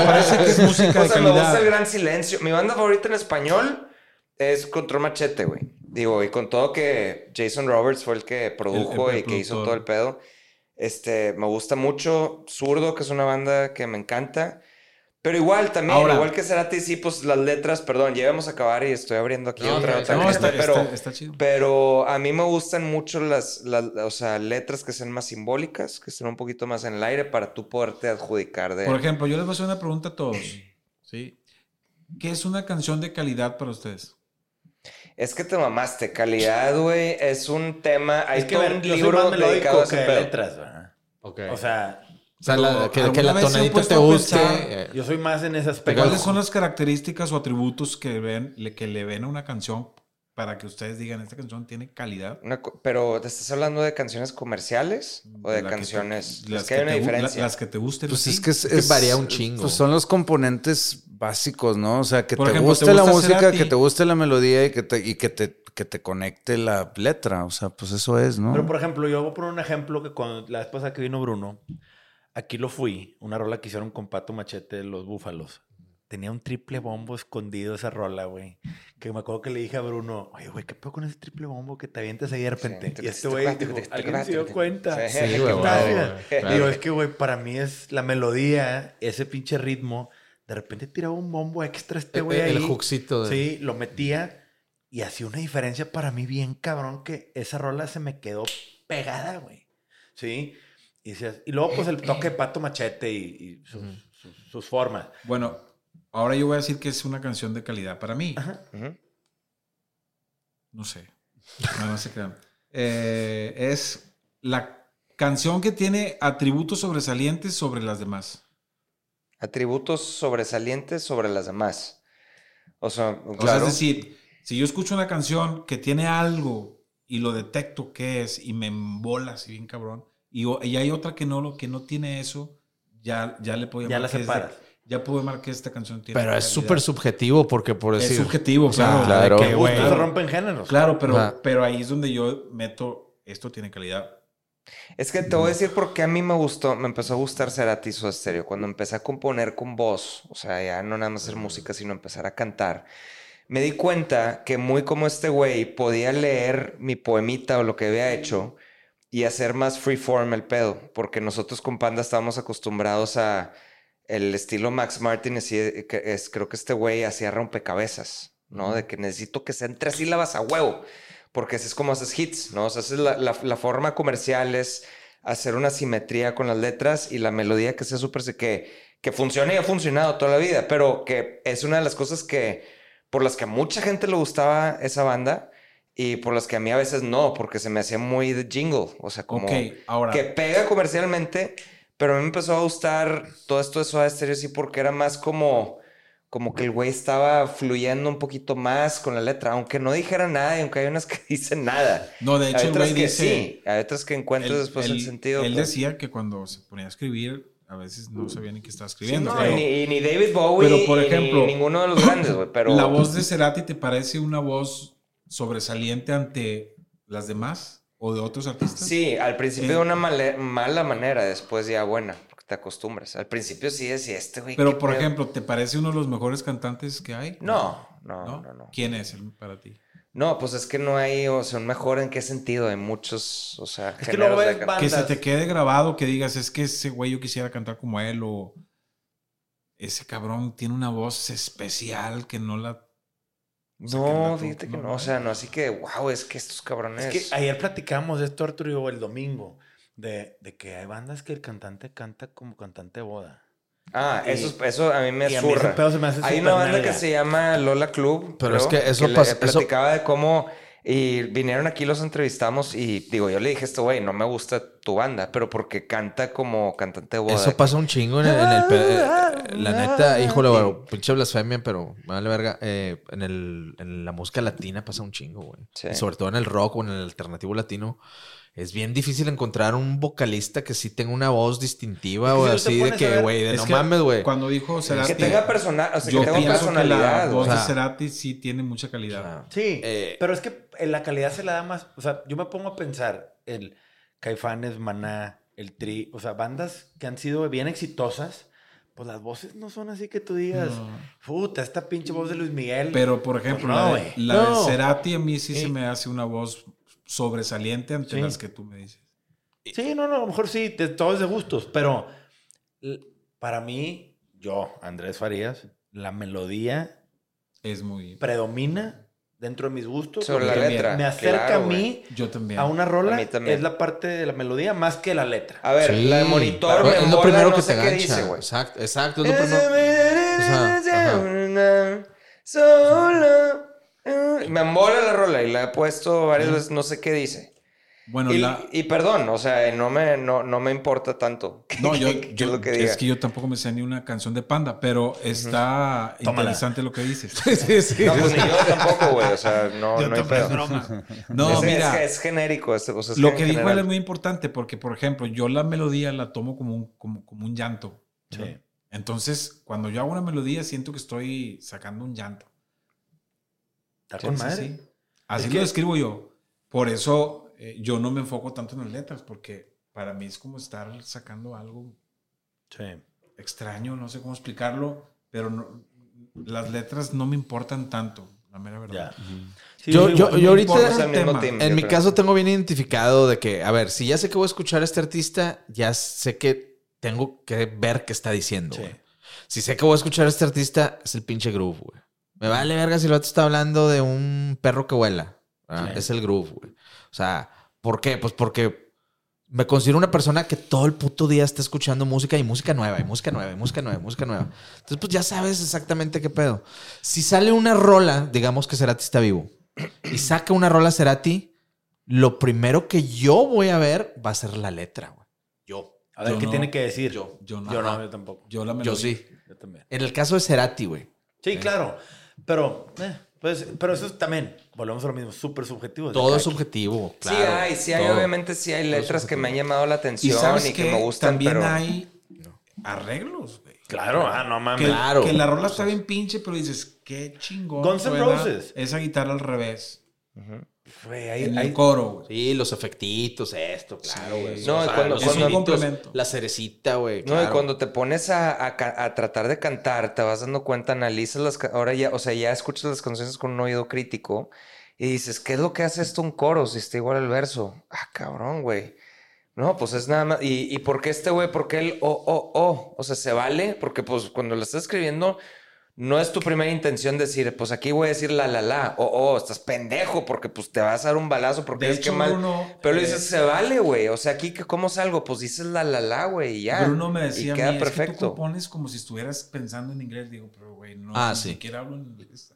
C: Me parece que es música
E: O
C: de
E: sea, me gusta el
C: Pues calidad.
E: gran silencio. Mi banda favorita en español es Control Machete, güey. Digo, y con todo que Jason Roberts fue el que produjo
C: el
E: y que hizo
C: productor.
E: todo el pedo. Este, me gusta mucho. Zurdo, que es una banda que me encanta. Pero igual también,
C: Ahora-
E: igual que Cerati, sí, pues las letras, perdón, ya íbamos a acabar y estoy abriendo aquí
M: No,
E: otra,
M: no,
E: otra
C: No,
E: lista,
C: está,
E: pero,
C: está- está chido.
E: pero a mí me gustan mucho las, las o sea, letras que sean más simbólicas, que estén un poquito más en el aire para tú poderte adjudicar de...
C: Por ejemplo, yo les voy a hacer una pregunta a todos. ¿sí? ¿Qué es una canción de calidad para ustedes?
E: Es que te mamaste, calidad, güey, es un tema... Hay
D: Es que
E: todo
D: ver,
E: un
D: yo soy
E: libro
D: más
E: dedicado
D: melódico
E: a
D: que
E: ese
D: de
E: pedo.
D: letras, ¿verdad?
B: Ok.
D: O sea,
B: O sea, la- que,
C: ¿Alguna
B: que la
C: vez se han
B: tonadita
C: puesto
B: te
C: a
B: guste.
C: pensar
B: eh,
D: yo soy más en ese aspecto.
C: ¿Cuáles son las características o atributos que, ven, le, que le ven a una canción para que ustedes digan, esta canción tiene calidad?
E: Una co- pero ¿te estás hablando de canciones comerciales o
C: La
E: de
C: que te-
E: canciones?
C: las
E: es que hay una
C: te gu- la-
E: diferencia.
C: las que te gusten.
F: Pues
C: a
F: es
C: ti.
F: que, es,
B: es que
F: es-
B: varía un chingo.
F: Pues son los componentes básicos, ¿no? O sea, que
C: Por
F: te
C: ejemplo,
F: guste
C: ¿te
F: la
C: gusta
F: música,
C: Cerati?
F: que te guste la melodía y que te, y que te, que te conecte la letra. O sea, pues eso es, ¿no?
D: Pero, por ejemplo, yo voy a poner un ejemplo que cuando la vez pasada que vino Bruno, aquí lo fui, una rola que hicieron con Pato Machete de los Búfalos. Tenía un triple bombo escondido esa rola, güey. Que me acuerdo que le dije a Bruno, oye, güey, ¿qué pedo con ese triple bombo que te avientas ahí de repente?
E: Sí.
D: y este güey, dijo, alguien se dio cuenta.
E: Sí,
B: eh, Sí,
E: qué
B: güey,
D: Qué
B: wow,
D: padre.
B: güey,
C: este
B: claro.
D: Digo, es que, güey, para mí es la melodía, ese pinche ritmo. De repente tiraba un bombo extra este
B: El,
D: güey ahí.
B: Eh, el hookcito. de-
D: Sí, lo metía y hacía una diferencia para mí bien cabrón que esa rola se me quedó pegada, güey. Sí. Y, decías- y luego pues el toque de Pato Machete y, y sus, sus- sus formas.
C: Bueno, ahora yo voy a decir que es una canción de calidad para mí.
E: Ujú.
C: No sé. No, no se crean. Eh, es la canción que tiene atributos sobresalientes sobre las demás.
E: Atributos sobresalientes sobre las demás. O sea,
C: O sea,
E: claro.
C: es decir, si yo escucho una canción que tiene algo y lo detecto que es y me embola así bien cabrón, y, o- y hay otra que no, lo que no tiene eso, ya, ya le puedo
D: Ya
C: llamar
D: la
C: que es de-
D: separas.
C: ya puedo llamar que esta canción tiene
B: Pero es
C: calidad.
B: súper subjetivo porque por
C: Es
B: decir.
C: subjetivo,
B: Ah,
C: claro.
B: claro.
C: de que,
B: Qué
C: güey,
D: Gustos se rompen géneros.
C: Claro, pero,
B: Ajá.
C: pero ahí es donde yo meto, esto tiene calidad.
E: Es que te voy a decir por qué a mí me gustó, me empezó a gustar Cerati y Soda Stereo. Cuando empecé a componer con voz, o sea, ya no nada más hacer música, sino empezar a cantar, me di cuenta que muy como este güey podía leer mi poemita o lo que había hecho y hacer más freeform el pedo, porque nosotros con Panda estábamos acostumbrados a el estilo Max Martin, así de- que es, creo que este güey hacía rompecabezas, ¿no? De que necesito que sean tres sílabas a huevo, porque así es como haces hits, ¿no? O sea, esa es la, la- la forma comercial es hacer una simetría con las letras y la melodía que sea súper que, que funcione y ha funcionado toda la vida, pero que es una de las cosas que por las que a mucha gente le gustaba esa banda y por las que a mí a veces no, porque se me hacía muy de jingle, o sea, como
C: Ok, ahora.
E: que pega comercialmente, pero a mí me empezó a gustar todo esto de Soda Stereo sí porque era más como como que el güey estaba fluyendo un poquito más con la letra, aunque no dijera nada y aunque hay unas que dicen nada.
C: No, de hecho,
E: hay
C: el
E: otras
C: güey
E: que
C: dice.
E: sí, hay otras que encuentras
C: él-
E: después el
C: él-
E: sentido.
C: Él
E: pues.
C: decía que cuando se ponía a escribir, a veces no sabía ni qué estaba
E: Sí,
C: escribiendo.
E: no,
C: pero-
E: y, ni, y ni David Bowie,
C: pero, por
E: y ni
C: ejemplo,
E: ninguno de los grandes, güey, pero pues
C: ¿La voz de Cerati te parece una voz sobresaliente ante las demás o de otros artistas?
E: Sí, al principio
C: Eh,
E: de una male- mala manera, después ya buena, porque te acostumbras. Al principio sí decía este güey.
C: Pero,
E: qué
C: por
E: pedo".
C: ejemplo, ¿te parece uno de los mejores cantantes que hay?
E: No, no, no, no. no.
C: ¿Quién es el- para ti?
E: pues es que no hay, o sea, un mejor en qué sentido. Hay muchos, o sea,
D: Es que luego
E: géneros de
D: ves
E: can-
D: bandas-
C: Que se te quede grabado, que digas, es que ese güey yo quisiera cantar como él o ese cabrón tiene una voz especial que no la... o sea, que
E: No,
C: la-
E: fíjate que
C: no,
E: no,
C: no
E: o
C: hay.
E: sea, no, así que, wow, es que estos cabrones.
D: Es que ayer platicamos de esto, Arturo, y yo, el domingo, de, de que hay bandas que el cantante canta como cantante de boda.
E: Ah,
D: y-
E: eso, eso a mí me
D: y a mí ese
E: zurra.
D: pedo se me hace
E: Hay una
D: supernerga.
E: banda que se llama Lola Club.
B: Pero es
E: creo,
B: que eso
E: le-
B: pas- eso-
E: platicaba de cómo y vinieron aquí los entrevistamos y digo, yo le dije esto, güey, no me gusta tu banda, pero porque canta como cantante de boda.
B: Eso pasa un chingo en el, en el pe- eh, la neta, híjole, güey, pinche blasfemia, pero me vale verga. eh, en, el, en la música latina pasa un chingo, güey.
E: Sí.
B: Y sobre todo en el rock o en el alternativo latino. Es bien difícil encontrar un vocalista que sí tenga una voz distintiva
D: Es que
B: o
D: si tú te
B: así de
D: pones a
B: que,
D: ver-
B: güey, de
C: Es
B: no
C: que
B: mames, güey.
C: Cuando dijo Cerati...
E: que tenga persona, o sea, que
C: yo
E: tenga
C: pienso que la
E: personalidad.
C: voz
E: güey.
C: de
B: sea.
C: Cerati sí tiene mucha calidad.
D: Sí,
B: Eh,
D: pero es que en la calidad se la da más. O sea, yo me pongo a pensar, el Caifanes, Maná, el Tri, o sea, bandas que han sido bien exitosas, pues las voces no son así que tú digas, puta, esta pinche voz de Luis Miguel.
C: Pero, por ejemplo,
D: No,
C: la, de,
D: güey.
C: la de
B: No.
C: Cerati a mí sí se me hace una voz sobresaliente ante
D: Sí.
C: las que tú me dices.
D: Sí, no, no, a lo mejor sí, de, todo es de gustos, pero l- para mí, yo, Andrés Farías, la melodía
C: Es muy...
D: predomina dentro de mis gustos.
E: Sobre la
D: porque
E: letra,
D: Me acerca
E: claro,
D: a mí
C: Yo también.
D: a una rola,
E: A mí también.
D: es la parte de la melodía más que la letra.
E: A ver,
B: Sí,
E: la de monitor,
B: claro,
E: me
B: es lo
E: embola,
B: primero
E: no
B: que
E: sé
B: te
E: qué
B: gancha.
E: dice, güey.
B: exacto, exacto, es lo primero. sea,
E: Solo. Me embola la rola y la he puesto varias veces, no sé qué dice.
C: Bueno,
E: Y,
C: la...
E: y perdón, o sea, eh, no me, no, no me importa tanto.
C: No,
E: qué-
C: yo,
E: qué
C: yo-
E: es lo que
C: es,
E: diga.
C: que yo tampoco me sé ni una canción de Panda, pero está interesante lo que dices.
E: No, pues ni yo tampoco, güey. O sea, no, no hay pedo.
C: No,
E: es, es
C: mira,
E: que es genérico. Es, o sea, es
C: lo
E: en
C: que dijo él
E: general.
C: es muy importante porque, por ejemplo, yo la melodía la tomo como un, como, como un llanto. ¿no? Entonces, cuando yo hago una melodía, siento que estoy sacando un llanto.
D: Está
C: Sí,
D: con
C: sí,
D: madre.
C: sí. Así
D: Es
C: lo
D: que-
C: describo yo. Por eso eh, yo no me enfoco tanto en las letras, porque para mí es como estar sacando algo
D: Sí.
C: extraño, no sé cómo explicarlo, pero no- las letras no me importan tanto, la mera verdad.
D: Sí,
B: Yo-
D: sí,
B: yo-
D: güey.
B: yo
C: No importa
B: ahorita-
E: Es el mismo
C: tema.
E: team,
B: En
E: yo
B: mi
E: creo.
B: caso tengo bien identificado de que, a ver, si ya sé que voy a escuchar a este artista, ya sé que tengo que ver qué está diciendo.
D: Sí.
B: güey. Si sé que voy a escuchar a este artista, es el pinche groove, güey. Me vale verga si el vato está hablando de un perro que vuela. ¿verdad? Es el groove, güey. O sea, ¿por qué? Pues porque me considero una persona que todo el puto día está escuchando música y música nueva, y música nueva, y música nueva, y música nueva. Entonces, pues ya sabes exactamente qué pedo. Si sale una rola, digamos que Cerati está vivo, y saca una rola Cerati, lo primero que yo voy a ver va a ser la letra, güey. Yo.
D: A ver,
C: Yo
D: ¿qué
C: no,
D: tiene que decir?
B: yo,
C: yo no.
D: Yo
C: Ajá.
D: no, yo tampoco.
C: Yo la melodía.
B: Yo sí.
D: Yo también.
B: En el caso de Cerati, güey.
D: Sí, claro. Pero, eh, pues, pero eso es también, volvemos a lo mismo, súper
F: Pues
D: subjetivo.
B: Todo es
D: subjetivo.
B: subjetivo.
E: Sí
B: claro,
E: hay, sí hay,
B: todo.
E: obviamente sí hay letras que me han llamado la
C: Y
E: atención
C: sabes
E: y, que
C: qué?
E: me gustan,
C: también
E: pero...
C: hay arreglos, güey.
D: Claro, ah, no mames.
C: Que,
B: Claro.
C: que la rola está bien pinche, pero dices, qué chingón.
D: Guns N'
C: suena
D: Roses.
C: Esa guitarra al revés.
D: Güey, hay-
C: en
D: hay-
C: el coro, güey.
B: Sí, los efectitos, esto, claro, güey.
E: No,
B: O
E: y
B: sea,
E: cuando-
B: los
E: cuando-
B: efectitos,
C: complemento.
B: La cerecita, güey.
E: No, y
B: claro.
E: cuando te pones a, a ca- a tratar de cantar, te vas dando cuenta, analizas las... ca- Ahora ya, o sea, ya escuchas las canciones con un oído crítico y dices, ¿qué es lo que hace esto un coro si está igual al verso? Ah, cabrón, güey. No, pues es nada más... ¿Y, y por qué este güey? ¿Por qué el oh, oh, oh? O sea, ¿se vale? Porque pues cuando lo estás escribiendo... No es tu primera intención decir, pues aquí voy a decir la la la, oh, oh, estás pendejo porque pues te vas a dar un balazo porque
C: De
E: es que
C: hecho,
E: mal.
C: Bruno,
E: Pero le
C: eh,
E: dices, se vale, güey. O sea, aquí, que- ¿cómo salgo? Pues dices la la la, güey, y ya.
C: Bruno me decía,
E: Y
C: a
E: queda
C: mí, perfecto. es que tú
E: perfecto.
C: compones como si estuvieras pensando en inglés. Digo, pero güey, no,
B: Ah,
C: ni
B: sí.
C: siquiera hablo en inglés.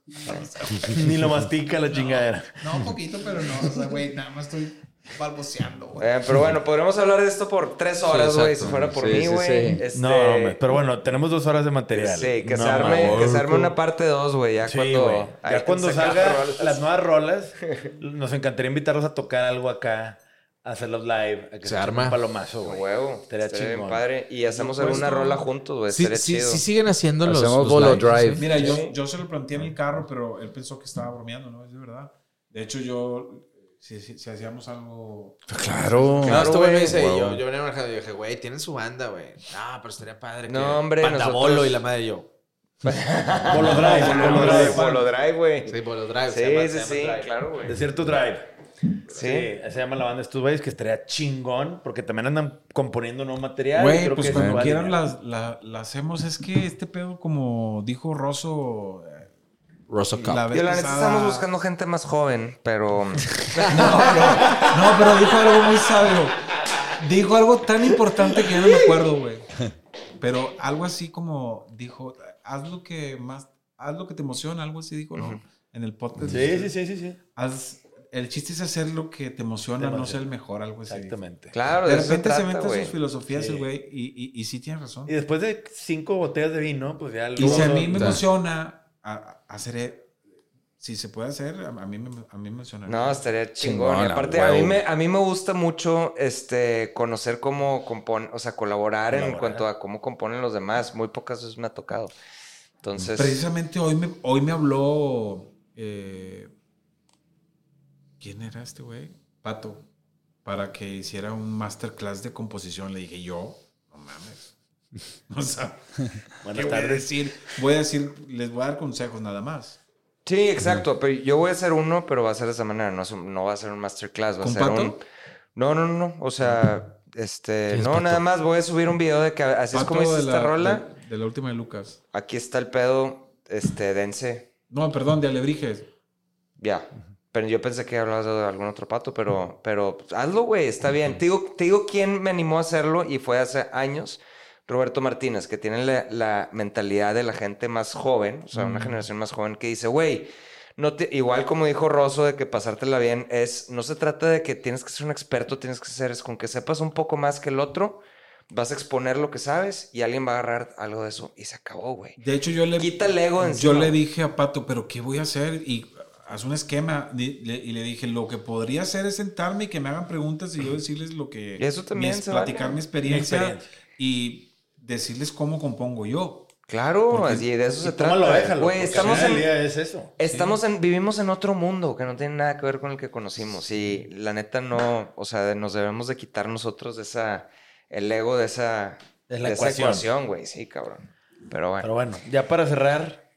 D: Ni lo mastica la chingadera.
C: No, un poquito, pero no, o sea, güey, nada más estoy balbuceando, güey.
E: Eh, pero bueno, podríamos hablar de esto por tres horas, güey, si fuera por mí, güey. Este,
D: No, hombre, pero bueno, tenemos dos horas de material.
E: Sí, que,
D: No,
E: se arme,
D: mames.
E: que se arme una parte dos, güey, ya
D: Sí, güey.
E: cuando... ahí
D: Ya cuando
E: saca
D: salga
E: rolas.
D: las nuevas rolas, nos encantaría invitarlos a tocar algo acá, a hacerlos live, a que
B: Se
D: echen
B: arma.
D: un palomazo, güey.
E: Huevo,
D: Estaría
E: estaría bien
D: chingón.
E: padre. Y hacemos alguna rola juntos, güey,
B: Sí,
E: estaría
B: sí,
E: chido.
B: sí siguen haciendo los.
F: Hacemos
B: los
F: bolo
B: lives.
E: Eh,
F: drive.
C: Mira, yo, yo se lo planteé
E: Ah.
C: en el carro, pero él pensó que estaba bromeando, ¿no? Es de verdad. De hecho, yo, si, si- si hacíamos algo...
F: Pues Claro.
B: No, este güey me
E: güey.
B: dice,
F: Wow.
B: yo, yo venía manejando y dije, güey, tienen su banda, güey. No, pero estaría padre.
E: No,
B: que
E: hombre,
B: Pandabolo
E: nosotros-
B: y la madre yo.
D: Polo drive, polo drive.
E: Polo Drive, güey.
B: Sí, bolo drive. se llama-
E: Sí, sí,
B: se
E: sí,
B: llama drive.
E: claro, güey.
D: Desierto Drive.
E: Sí.
D: Sí, se llama la banda Estos Güeyes, que estaría chingón, porque también andan componiendo nuevo material. y
C: Güey,
D: creo
C: pues
D: que
C: cuando
D: vale,
C: quieran
D: ya.
C: las, la, la hacemos. Es que este pedo, como dijo Rosso... eh,
B: Rosso Cup.
C: la vez
E: Yo la neta
C: pasada-
E: estamos buscando gente más joven, pero...
C: No, pero dijo algo muy sabio. Dijo algo tan importante que ya no me acuerdo, güey. Pero algo así como dijo, haz lo que más, haz lo que te emociona, algo así dijo, ¿no? En el podcast.
D: Sí, sí, sí, sí, sí.
C: Haz, el chiste es hacer lo que te emociona,
D: Te
C: no ser
D: emociona.
C: el mejor, algo así. dijo.
D: Exactamente.
E: Claro, de,
C: De
E: eso se
C: repente se
E: trata,
C: meten
E: güey.
C: sus filosofías,
D: Sí.
C: el güey, y, y, y sí tiene razón.
D: Y después de cinco botellas de vino, pues ya
C: Y
D: luego-
C: si a mí me emociona, a- a- hacer, eh, si se puede hacer, a, a mí me, a mí me emociona.
E: No, estaría chingón.
F: Chingón,
E: Y aparte,
F: a
E: a mí,
F: huevo.
E: me, a mí me gusta mucho este, conocer cómo componen, o sea, colaborar, en
D: Colaborar.
E: cuanto a cómo componen los demás. Muy pocas veces me ha tocado. Entonces,
C: Precisamente hoy me, hoy me habló. eh, ¿Quién era este güey? Pato. Para que hiciera un masterclass de composición. Le dije, yo, no mames. O sea,
N: Buenas
C: ¿qué voy a
N: tardes.
C: decir? Voy a decir, les voy a dar consejos nada más.
E: Sí, exacto. Pero yo voy a hacer uno, pero va a ser de esa manera. No, es un- no va a ser un masterclass, va a
C: ¿Con
E: ser
C: Pato?
E: un. No, no, no, no. O sea, este.
F: es
E: No,
F: Pato?
E: nada más voy a subir un video de que así es
C: Pato
E: como hice
C: de la-
E: esta rola.
C: De, de la última de Lucas.
E: Aquí está el pedo. Este, dense.
C: No, perdón, de Alebrijes.
E: Ya. Pero yo pensé que hablabas de algún otro pato, pero, pero pues, hazlo, güey, está bien. Te digo, te digo quién me animó a hacerlo y fue hace años. Roberto Martínez, que tiene la, la mentalidad de la gente más joven, o sea, una generación más joven que dice, güey, no te- igual como dijo Rosso de que pasártela bien es, no se trata de que tienes que ser un experto, tienes que ser, es con que sepas un poco más que el otro, vas a exponer lo que sabes y alguien va a agarrar algo de eso y se acabó, güey.
C: De hecho, yo le.
E: Quita el ego
C: Yo
E: encima.
C: le dije a Pato, ¿pero qué voy a hacer? Y haz un esquema. Y le, y le dije, lo que podría hacer es sentarme y que me hagan preguntas y yo decirles lo que.
E: Y eso también
C: mis-
E: se
C: Platicar
E: vale.
C: mi, experiencia
N: Mi experiencia.
C: y decirles cómo compongo yo.
E: Claro,
C: Porque-
E: así de eso se
N: ¿Cómo lo
E: trata.
N: déjalo?
E: Güey,
N: Porque
E: estamos
N: al final
E: en,
N: del día es eso.
E: Estamos en, vivimos en otro mundo que no tiene nada que ver con el que conocimos. Y la neta no, o sea, de- nos debemos de quitar nosotros de esa, el ego de esa,
N: De la
E: de esa
N: ecuación.
E: ecuación, güey. Sí, cabrón. Pero bueno.
N: Pero bueno, ya para cerrar,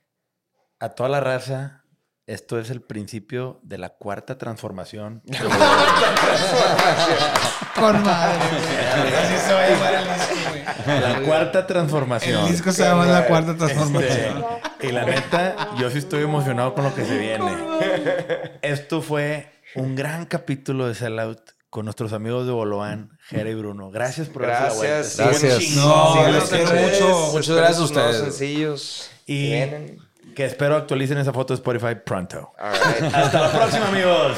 N: a toda la raza, esto es el principio de la cuarta transformación.
O: Con madre, güey.
C: Así se va a llamar el disco, güey.
N: La cuarta transformación.
C: El disco se llama La Cuarta Transformación.
N: Este, y la neta, yo sí estoy emocionado con lo que se viene. Esto fue un gran capítulo de Sellout con nuestros amigos de Boloán, Jera y Bruno. Gracias por darse la vuelta.
E: Gracias.
P: Gracias.
C: No,
E: Síganos
C: les
E: en
C: quiero
E: redes,
C: mucho.
P: Muchas gracias a
E: esperen sus
P: ustedes.
E: nuevos sencillos.
N: Y-
E: que vienen.
N: Que espero actualicen esa foto de Spotify pronto.
E: All right.
N: Hasta la próxima, amigos.